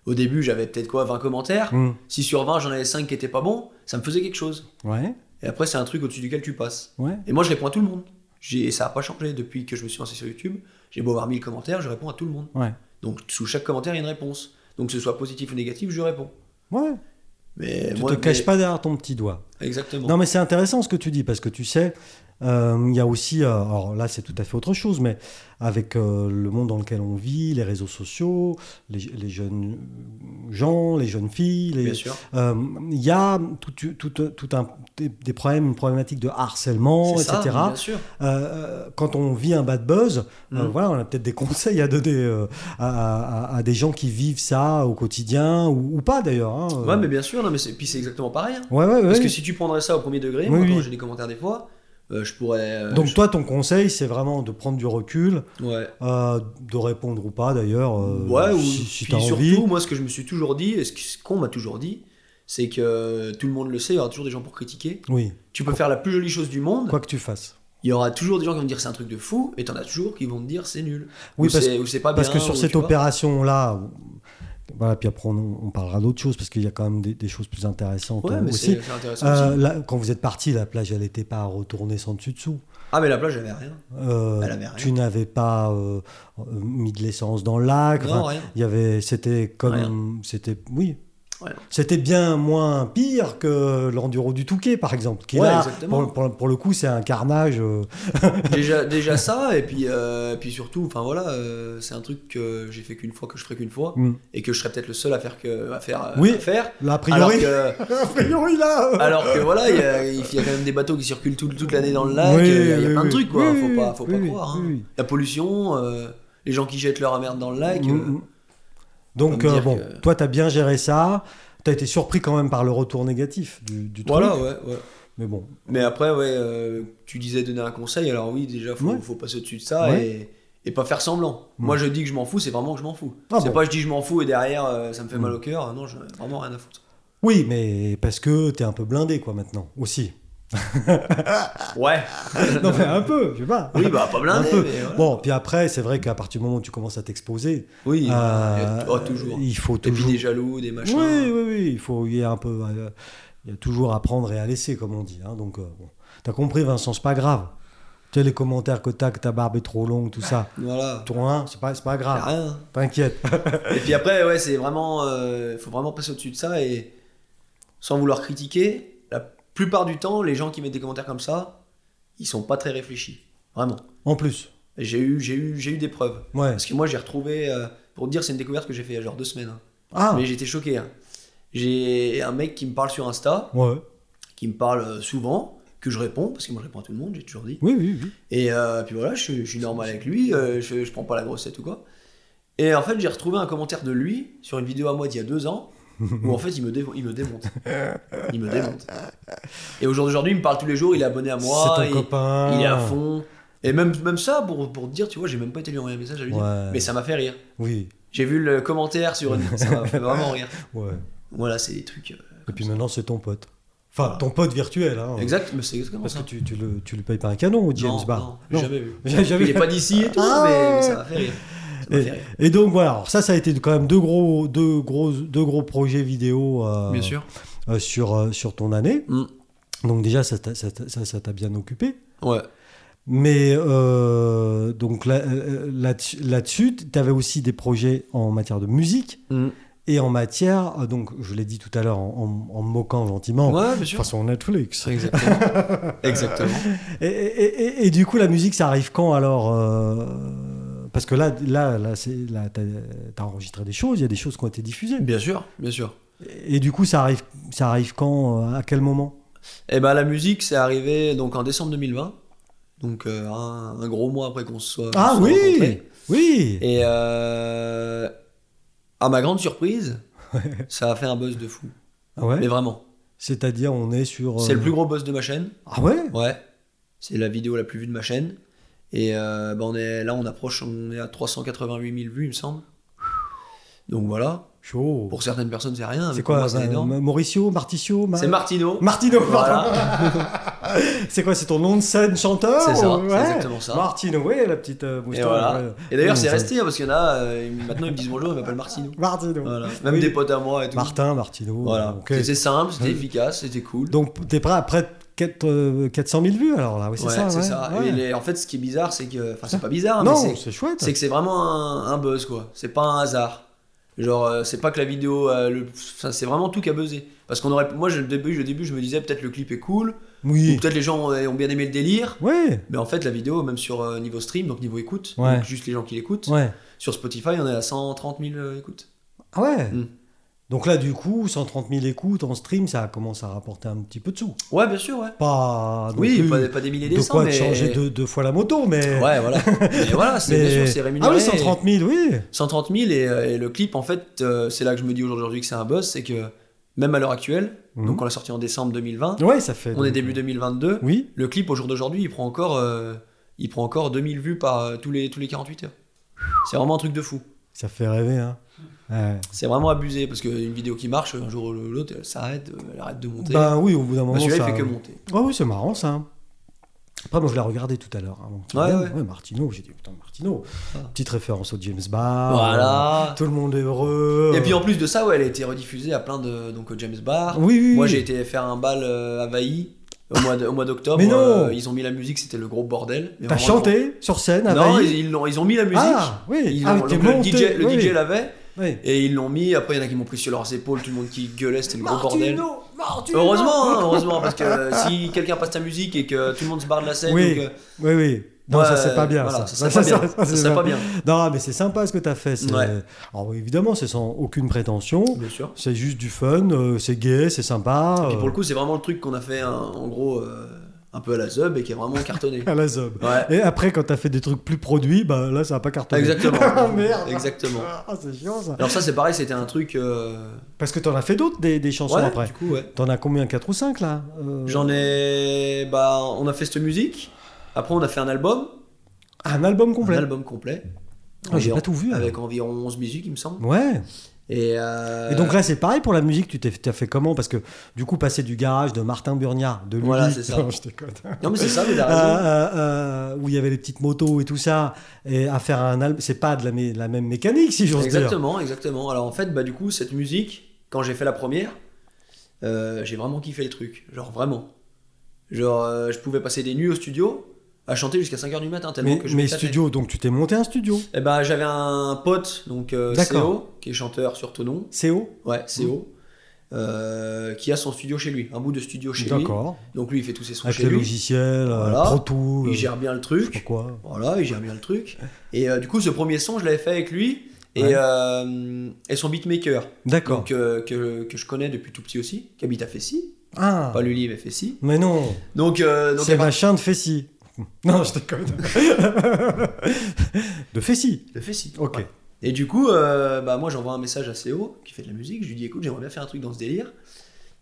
Speaker 1: au début j'avais peut-être quoi, 20 commentaires.
Speaker 2: Mm.
Speaker 1: Si sur 20 j'en avais 5 qui étaient pas bons, ça me faisait quelque chose.
Speaker 2: Ouais,
Speaker 1: Et après, c'est un truc au-dessus duquel tu passes.
Speaker 2: ouais.
Speaker 1: Et moi, je réponds à tout le monde. J'ai- Et ça n'a pas changé depuis que je me suis lancé sur YouTube. J'ai beau avoir 1000 commentaires, je réponds à tout le monde.
Speaker 2: Ouais.
Speaker 1: Donc sous chaque commentaire, il y a une réponse. Donc que ce soit positif ou négatif, je réponds.
Speaker 2: Ouais,
Speaker 1: Mais
Speaker 2: tu
Speaker 1: moi,
Speaker 2: te caches
Speaker 1: Ben mais-
Speaker 2: pas derrière ton petit doigt.
Speaker 1: Exactement.
Speaker 2: Non, mais c'est intéressant ce que tu dis, parce que tu sais, euh, il y a aussi, euh, alors là c'est tout à fait autre chose, mais avec euh, le monde dans lequel on vit, les réseaux sociaux, les, les jeunes gens, les jeunes filles, les-
Speaker 1: Bien sûr.
Speaker 2: euh, il y a tout, tout, euh, tout un, des, des problèmes, une problématique de harcèlement,
Speaker 1: C'est ça,
Speaker 2: etc.
Speaker 1: bien sûr.
Speaker 2: Euh, quand on vit un bad buzz, euh,
Speaker 1: Mm.
Speaker 2: voilà, on a peut-être des conseils à donner euh, à, à- à- à des gens qui vivent ça au quotidien ou, ou pas d'ailleurs. hein, euh.
Speaker 1: Ouais, mais bien sûr. Non, mais c'est- puis c'est exactement pareil. hein.
Speaker 2: ouais, ouais, ouais.
Speaker 1: Parce que si tu prendrais ça au premier degré, moi,
Speaker 2: Oui,
Speaker 1: quand
Speaker 2: oui.
Speaker 1: j'ai des commentaires des fois, euh, je pourrais. euh,
Speaker 2: Donc
Speaker 1: je-
Speaker 2: toi, ton conseil, c'est vraiment de prendre du recul,
Speaker 1: Ouais.
Speaker 2: euh, de répondre ou pas d'ailleurs, euh,
Speaker 1: ouais, ou
Speaker 2: si, si
Speaker 1: puis
Speaker 2: t'as
Speaker 1: surtout,
Speaker 2: envie.
Speaker 1: moi, ce que je me suis toujours dit, et ce que- ce qu'on m'a toujours dit, c'est que tout le monde le sait, il y aura toujours des gens pour critiquer.
Speaker 2: Oui,
Speaker 1: Tu peux faire la plus jolie chose du monde,
Speaker 2: quoi que tu fasses.
Speaker 1: il y aura toujours des gens qui vont te dire c'est un truc de fou, et t'en as toujours qui vont te dire c'est nul.
Speaker 2: Oui,
Speaker 1: ou
Speaker 2: parce-
Speaker 1: c'est- ou c'est pas
Speaker 2: Parce
Speaker 1: Ah bien.
Speaker 2: que sur
Speaker 1: ou
Speaker 2: cette
Speaker 1: tu vois.
Speaker 2: opération-là, voilà, puis après on, on parlera d'autres choses, parce qu'il y a quand même des, des choses plus intéressantes
Speaker 1: Ouais,
Speaker 2: euh,
Speaker 1: mais
Speaker 2: aussi.
Speaker 1: c'est c'est intéressant
Speaker 2: Euh,
Speaker 1: aussi.
Speaker 2: là, quand vous êtes parti, la plage, elle n'était pas retournée sans dessus dessous.
Speaker 1: Ah, mais la plage, j'avais rien.
Speaker 2: Euh,
Speaker 1: Elle avait rien.
Speaker 2: tu n'avais pas euh, euh, mis de l'essence dans le lac.
Speaker 1: Non,
Speaker 2: enfin,
Speaker 1: rien.
Speaker 2: il y avait, c'était comme,
Speaker 1: Rien.
Speaker 2: c'était, oui.
Speaker 1: Ouais.
Speaker 2: C'était bien moins pire que l'enduro du Touquet, par exemple. Qui
Speaker 1: Ouais,
Speaker 2: là,
Speaker 1: exactement.
Speaker 2: pour, pour- pour le coup, c'est un carnage. euh,
Speaker 1: déjà, déjà ça, et puis, euh, puis surtout, enfin voilà, euh, c'est un truc que j'ai fait qu'une fois, que je ferai qu'une fois,
Speaker 2: Mm.
Speaker 1: et que je serais peut-être le seul à faire. Que, à faire euh,
Speaker 2: Oui.
Speaker 1: à faire.
Speaker 2: là, a
Speaker 1: Alors
Speaker 2: priori,
Speaker 1: que,
Speaker 2: a priori là. euh,
Speaker 1: alors que voilà, il y, a- il y a quand même des bateaux qui circulent tout- toute l'année dans le lac,
Speaker 2: oui,
Speaker 1: euh, il y a, il y a
Speaker 2: oui,
Speaker 1: plein de
Speaker 2: oui.
Speaker 1: trucs, quoi.
Speaker 2: Oui,
Speaker 1: faut
Speaker 2: oui,
Speaker 1: pas, faut pas
Speaker 2: oui,
Speaker 1: croire. hein.
Speaker 2: oui, oui.
Speaker 1: La pollution, euh, les gens qui jettent leur merde dans le lac. euh,
Speaker 2: Mm, mm. Donc
Speaker 1: Faut me
Speaker 2: euh,
Speaker 1: dire
Speaker 2: bon,
Speaker 1: que-
Speaker 2: toi, t'as bien géré ça. T'as été surpris quand même par le retour négatif du, du truc.
Speaker 1: voilà, ouais, ouais.
Speaker 2: Mais bon,
Speaker 1: Mais après, ouais, euh, tu disais donner un conseil, alors oui, déjà, faut,
Speaker 2: Ouais.
Speaker 1: faut passer au-dessus de ça
Speaker 2: Ouais.
Speaker 1: et, et pas faire semblant.
Speaker 2: Mm.
Speaker 1: Moi, je dis que je m'en fous, c'est vraiment que je m'en fous.
Speaker 2: Ah
Speaker 1: c'est
Speaker 2: bon.
Speaker 1: pas je dis je m'en fous et derrière, euh, ça me fait
Speaker 2: Mm.
Speaker 1: mal au cœur. Non, j'ai vraiment rien à foutre.
Speaker 2: oui, mais parce que t'es un peu blindé quoi maintenant aussi.
Speaker 1: Ouais,
Speaker 2: non mais un peu, je sais pas.
Speaker 1: oui, bah pas blindé,
Speaker 2: Un peu.
Speaker 1: mais voilà.
Speaker 2: Bon, puis après, c'est vrai qu'à partir du moment où tu commences à t'exposer,
Speaker 1: Oui,
Speaker 2: euh,
Speaker 1: euh, oh, toujours.
Speaker 2: il faut
Speaker 1: Et puis
Speaker 2: toujours.
Speaker 1: des jaloux, des machins.
Speaker 2: Oui, oui, oui, il faut il y a un peu, euh, il y a toujours à prendre et à laisser, comme on dit. hein, donc, euh, bon. t'as compris, Vincent, c'est pas grave. Tu sais les commentaires que t'as, que ta barbe est trop longue, tout ça.
Speaker 1: Voilà.
Speaker 2: Toi, hein, c'est pas, c'est pas
Speaker 1: Y
Speaker 2: grave.
Speaker 1: a Rien.
Speaker 2: T'inquiète.
Speaker 1: Et puis après, ouais, c'est vraiment. euh, faut vraiment passer au-dessus de ça et sans vouloir critiquer, la plupart du temps, les gens qui mettent des commentaires comme ça, ils sont pas très réfléchis. Vraiment.
Speaker 2: En plus,
Speaker 1: Et J'ai eu, j'ai eu, j'ai eu des preuves.
Speaker 2: ouais.
Speaker 1: Parce que moi, j'ai retrouvé, euh, pour te dire, c'est une découverte que j'ai fait il y a genre deux semaines. hein.
Speaker 2: Ah,
Speaker 1: Mais j'étais choqué. hein. J'ai un mec qui me parle sur Insta,
Speaker 2: ouais.
Speaker 1: qui me parle euh, souvent, que je réponds, parce que moi je réponds à tout le monde, j'ai toujours dit.
Speaker 2: Oui, oui, oui.
Speaker 1: Et euh, puis voilà, je, suis- je suis normal avec lui, euh, je, je prends pas la grosse tête ou quoi. Et en fait, j'ai retrouvé un commentaire de lui sur une vidéo à moi d'il y a deux ans, où en fait, il me, dévo- il me démonte. Il me démonte. Et aujourd'hui, il me parle tous les jours, il est abonné à moi.
Speaker 2: c'est ton
Speaker 1: il-
Speaker 2: copain.
Speaker 1: il est à fond. Et même, même ça, pour, pour te dire, tu vois, j'ai même pas été lui envoyer un message à lui dire.
Speaker 2: Ouais.
Speaker 1: Mais ça m'a fait rire.
Speaker 2: Oui,
Speaker 1: J'ai vu le commentaire sur une. ça m'a fait vraiment rire.
Speaker 2: ouais.
Speaker 1: Voilà, c'est des trucs. euh,
Speaker 2: Et puis maintenant, c'est ton pote. Enfin,
Speaker 1: Voilà.
Speaker 2: ton pote virtuel. Hein,
Speaker 1: Exact, mais c'est exactement
Speaker 2: Parce
Speaker 1: ça.
Speaker 2: que tu, tu, le, tu lui payes pas un canon, au James
Speaker 1: non,
Speaker 2: Barr.
Speaker 1: non,
Speaker 2: Non.
Speaker 1: jamais vu.
Speaker 2: J'ai jamais
Speaker 1: Il est
Speaker 2: vu.
Speaker 1: pas d'ici et tout,
Speaker 2: Ah
Speaker 1: mais,
Speaker 2: ouais.
Speaker 1: ça m'a fait rire. Ça m'a fait rire.
Speaker 2: Et donc voilà, alors ça, ça a été quand même deux gros, deux gros, deux gros projets vidéo euh,
Speaker 1: Bien sûr.
Speaker 2: euh, sur, euh, sur ton année.
Speaker 1: Mm.
Speaker 2: Donc déjà, ça t'a ça t'a- ça- ça t'a bien occupé.
Speaker 1: Ouais.
Speaker 2: Mais euh, donc là- euh, là-dessus, tu avais aussi des projets en matière de musique
Speaker 1: Mm.
Speaker 2: et en matière, euh, donc je l'ai dit tout à l'heure en, en- en me moquant gentiment,
Speaker 1: Ouais, bien sûr.
Speaker 2: façon Netflix.
Speaker 1: Exactement. exactement.
Speaker 2: Et, et- et- et du coup, la musique, ça arrive quand alors euh, Parce que là, là, là, c'est- là t'as t'as enregistré des choses, il y a des choses qui ont été diffusées.
Speaker 1: Bien sûr, bien sûr.
Speaker 2: Et du coup, ça arrive, ça arrive quand euh, À quel moment
Speaker 1: Et ben la musique, c'est arrivé donc en décembre 2020. Donc euh, un, un gros mois après qu'on Euh, se soit.
Speaker 2: Ah
Speaker 1: qu'on se soit rencontrés.
Speaker 2: oui Oui
Speaker 1: Et euh, à ma grande surprise, ça a fait un buzz de fou.
Speaker 2: Ah ouais
Speaker 1: Mais vraiment.
Speaker 2: C'est-à-dire, on est sur. euh,
Speaker 1: C'est le plus gros buzz de ma chaîne.
Speaker 2: Ah ouais
Speaker 1: Ouais. C'est la vidéo la plus vue de ma chaîne. Et euh, bah, on est, là, on approche, on est à 388 000 vues, il me semble. Donc voilà.
Speaker 2: Chaud.
Speaker 1: Pour certaines personnes, c'est rien. mais
Speaker 2: C'est
Speaker 1: pour
Speaker 2: quoi
Speaker 1: moi, C'est
Speaker 2: euh,
Speaker 1: énorme.
Speaker 2: Mauricio Marticio Ma-
Speaker 1: C'est Martino.
Speaker 2: Martino, pardon.
Speaker 1: Voilà.
Speaker 2: C'est quoi C'est ton nom de scène chanteur
Speaker 1: C'est ça,
Speaker 2: ou-
Speaker 1: c'est
Speaker 2: Oh, ouais.
Speaker 1: exactement ça.
Speaker 2: Martino, ouais, la petite euh,
Speaker 1: Et,
Speaker 2: moustache.
Speaker 1: voilà.
Speaker 2: ouais. Mmh.
Speaker 1: et d'ailleurs,
Speaker 2: Nom
Speaker 1: c'est
Speaker 2: de scène.
Speaker 1: resté hein, parce qu'il y en a, euh, maintenant ils me disent bonjour, ils m'appellent Martino.
Speaker 2: Martino.
Speaker 1: Voilà. Même
Speaker 2: Oui.
Speaker 1: des potes à moi et tout.
Speaker 2: Martin, Martino.
Speaker 1: Euh, Voilà.
Speaker 2: ok.
Speaker 1: C'était simple, c'était efficace, c'était cool.
Speaker 2: Donc, t'es prêt à près de quatre- euh, 400 000 vues alors là Oui, c'est
Speaker 1: Ouais,
Speaker 2: ça. ouais, ouais.
Speaker 1: Et les- en fait, ce qui est bizarre, c'est que. Enfin, c'est pas bizarre, mais
Speaker 2: Non,
Speaker 1: c'est-
Speaker 2: c'est chouette.
Speaker 1: c'est que c'est vraiment un, un buzz, quoi. C'est pas un hasard. Genre, euh, c'est pas que la vidéo. euh, le- ça, c'est vraiment tout qui a buzzé. Parce qu'on aurait. Moi, je- au début, au début, je me disais peut-être le clip est cool, ou
Speaker 2: Oui.
Speaker 1: peut-être les gens ont, ont bien aimé le délire.
Speaker 2: Ouais.
Speaker 1: Mais en fait, la vidéo, même sur euh, niveau stream, donc niveau écoute,
Speaker 2: Ouais.
Speaker 1: donc juste les gens qui l'écoutent,
Speaker 2: Ouais.
Speaker 1: sur Spotify, on est à 130 000 euh, écoutes.
Speaker 2: Ah ouais.
Speaker 1: Mm.
Speaker 2: Donc là, du coup, 130 000 écoutes en stream, ça commence à rapporter un petit peu de sous.
Speaker 1: Ouais, bien sûr, ouais.
Speaker 2: Pas. non
Speaker 1: Oui,
Speaker 2: plus
Speaker 1: pas, pas des milliers
Speaker 2: de
Speaker 1: cents,
Speaker 2: quoi
Speaker 1: mais...
Speaker 2: te changer deux, deux fois la moto, mais.
Speaker 1: Ouais, voilà. Mais voilà, c'est
Speaker 2: mais-
Speaker 1: bien sûr, c'est rémunéré.
Speaker 2: Ah oui, 130 000, oui.
Speaker 1: 130 000 et, euh, et le clip, en fait, euh, c'est là que je me dis aujourd'hui que c'est un buzz, c'est que même à l'heure actuelle,
Speaker 2: Mhm.
Speaker 1: donc on l'a sorti en décembre 2020,
Speaker 2: Ouais, ça fait.
Speaker 1: on est début 2022,
Speaker 2: Oui.
Speaker 1: le clip au jour d'aujourd'hui, il prend encore, euh, il prend encore 2000 vues par euh, tous les tous les 48 heures. C'est vraiment un truc de fou.
Speaker 2: Ça fait rêver, hein.
Speaker 1: Mm.
Speaker 2: Ouais.
Speaker 1: C'est vraiment abusé parce qu'une vidéo qui marche, un jour ou l'autre, elle s'arrête, euh, elle arrête de monter.
Speaker 2: Ben oui, au bout d'un
Speaker 1: Bah,
Speaker 2: moment,
Speaker 1: celui-là, il
Speaker 2: ça.
Speaker 1: fait que monter.
Speaker 2: Ah oui, c'est marrant ça. Après, moi, je l'ai regardé tout à l'heure. hein, avant qu'il
Speaker 1: Ouais,
Speaker 2: vienne.
Speaker 1: ouais.
Speaker 2: Martino, j'ai dit putain, Martino.
Speaker 1: Ah.
Speaker 2: Petite référence au James Bond.
Speaker 1: voilà.
Speaker 2: Tout le monde est heureux.
Speaker 1: Et puis en plus de ça, ouais, elle a été rediffusée à plein de donc au James Bar.
Speaker 2: Oui, oui.
Speaker 1: Moi,
Speaker 2: oui.
Speaker 1: j'ai été faire un bal euh, à Vailly au mois de- au mois d'octobre. Euh,
Speaker 2: Mais non
Speaker 1: ils ont mis la musique, c'était le gros bordel. Mais
Speaker 2: T'as
Speaker 1: vraiment,
Speaker 2: chanté sur scène à
Speaker 1: ils ont- Non,
Speaker 2: Vailly
Speaker 1: ils, ils l'ont- ils ont mis la musique.
Speaker 2: Ah, oui.
Speaker 1: Ils
Speaker 2: ah,
Speaker 1: l'ont-
Speaker 2: oui, t'es
Speaker 1: donc le
Speaker 2: monté.
Speaker 1: DJ, le
Speaker 2: oui,
Speaker 1: DJ
Speaker 2: oui.
Speaker 1: l'avait
Speaker 2: Oui.
Speaker 1: et ils l'ont mis. Après, il y en a qui m'ont pris sur leurs épaules, tout le monde qui gueulait, c'était le gros bordel.
Speaker 2: Martino, Martino.
Speaker 1: Heureusement, hein, heureusement, parce que euh, si quelqu'un passe ta musique et que tout le monde se barre de la scène,
Speaker 2: Oui.
Speaker 1: ou que-
Speaker 2: Oui, oui. Non, ça
Speaker 1: Ouais,
Speaker 2: c'est pas bien.
Speaker 1: voilà, ça
Speaker 2: ça.
Speaker 1: serait pas bien. Ça
Speaker 2: c'est
Speaker 1: serait pas bien.
Speaker 2: Non, mais c'est sympa ce que t'as fait. c'est- euh,
Speaker 1: Ouais.
Speaker 2: Alors évidemment, c'est sans aucune prétention.
Speaker 1: Bien sûr.
Speaker 2: C'est juste du fun. euh, c'est gay, c'est sympa.
Speaker 1: Et puis pour
Speaker 2: euh,
Speaker 1: le coup, c'est vraiment le truc qu'on a fait hein, en gros euh, un peu à la zub et qui a vraiment cartonné.
Speaker 2: euh, à la zob.
Speaker 1: Ouais,
Speaker 2: Et après, quand t'as fait des trucs plus produits, bah là, ça a pas cartonné.
Speaker 1: exactement.
Speaker 2: Ah, merde.
Speaker 1: Exactement.
Speaker 2: Ah, c'est chiant ça.
Speaker 1: Alors ça, c'est pareil, c'était un truc. euh,
Speaker 2: Parce que t'en as fait d'autres des, des chansons
Speaker 1: ouais,
Speaker 2: après.
Speaker 1: Du coup, ouais.
Speaker 2: T'en as combien 4 ou 5 là Euh,
Speaker 1: J'en ai. Bah, on a fait cette musique. Après, on a fait un album.
Speaker 2: Un album complet.
Speaker 1: Un album complet.
Speaker 2: Ah, J'ai
Speaker 1: Environ-
Speaker 2: pas tout vu. alors.
Speaker 1: Avec environ 11 musiques, il me semble.
Speaker 2: Ouais.
Speaker 1: Et, euh,
Speaker 2: Et donc là, c'est pareil pour la musique. Tu t'es t'as fait comment Parce que du coup, passer du garage de Martin Burniard, de Lully.
Speaker 1: Voilà, c'est ça. Ah
Speaker 2: Non, je déconne.
Speaker 1: Non, mais c'est ça, mais t'as
Speaker 2: Euh,
Speaker 1: raison.
Speaker 2: euh, euh, où il y avait les petites motos et tout ça, et à faire un album, c'est pas de la, mé- la même mécanique si j'ose dire.
Speaker 1: exactement, exactement. Alors en fait, bah, du coup, cette musique, quand j'ai fait la première, euh, j'ai vraiment kiffé le truc. Genre vraiment. Genre, euh, je pouvais passer des nuits au studio à chanter jusqu'à 5h du matin, tellement
Speaker 2: Mais,
Speaker 1: que je
Speaker 2: mais
Speaker 1: me tâtais.
Speaker 2: studio, donc tu t'es monté un studio.
Speaker 1: Eh ben, j'avais un pote, donc euh,
Speaker 2: D'accord.
Speaker 1: CO, qui est chanteur sur Tonon,
Speaker 2: C'est haut
Speaker 1: ouais, CO, euh, qui a son studio chez lui, un bout de studio chez lui.
Speaker 2: D'accord. Ah,
Speaker 1: Donc lui, il fait tous ses sons
Speaker 2: Avec
Speaker 1: chez
Speaker 2: les
Speaker 1: lui,
Speaker 2: logiciels, euh,
Speaker 1: Voilà.
Speaker 2: Pro Tools,
Speaker 1: il gère bien le
Speaker 2: je sais pas
Speaker 1: truc,
Speaker 2: quoi.
Speaker 1: voilà, il gère bien le truc. Et euh, du coup, ce premier son, je l'avais fait avec lui et,
Speaker 2: Ouais.
Speaker 1: euh, et son beatmaker,
Speaker 2: D'accord.
Speaker 1: donc, euh, que, que je connais depuis tout petit aussi, qui habite à Fessy,
Speaker 2: Ah,
Speaker 1: euh, pas Lully, mais Fessy.
Speaker 2: mais non,
Speaker 1: Donc, euh, donc
Speaker 2: c'est machin de Fessy. Non, je déconne. de Fessy.
Speaker 1: de Fessy.
Speaker 2: Ok.
Speaker 1: Ouais. Et du coup, euh, bah moi j'envoie un message à Séo qui fait de la musique. Je lui dis écoute, j'aimerais bien faire un truc dans ce délire.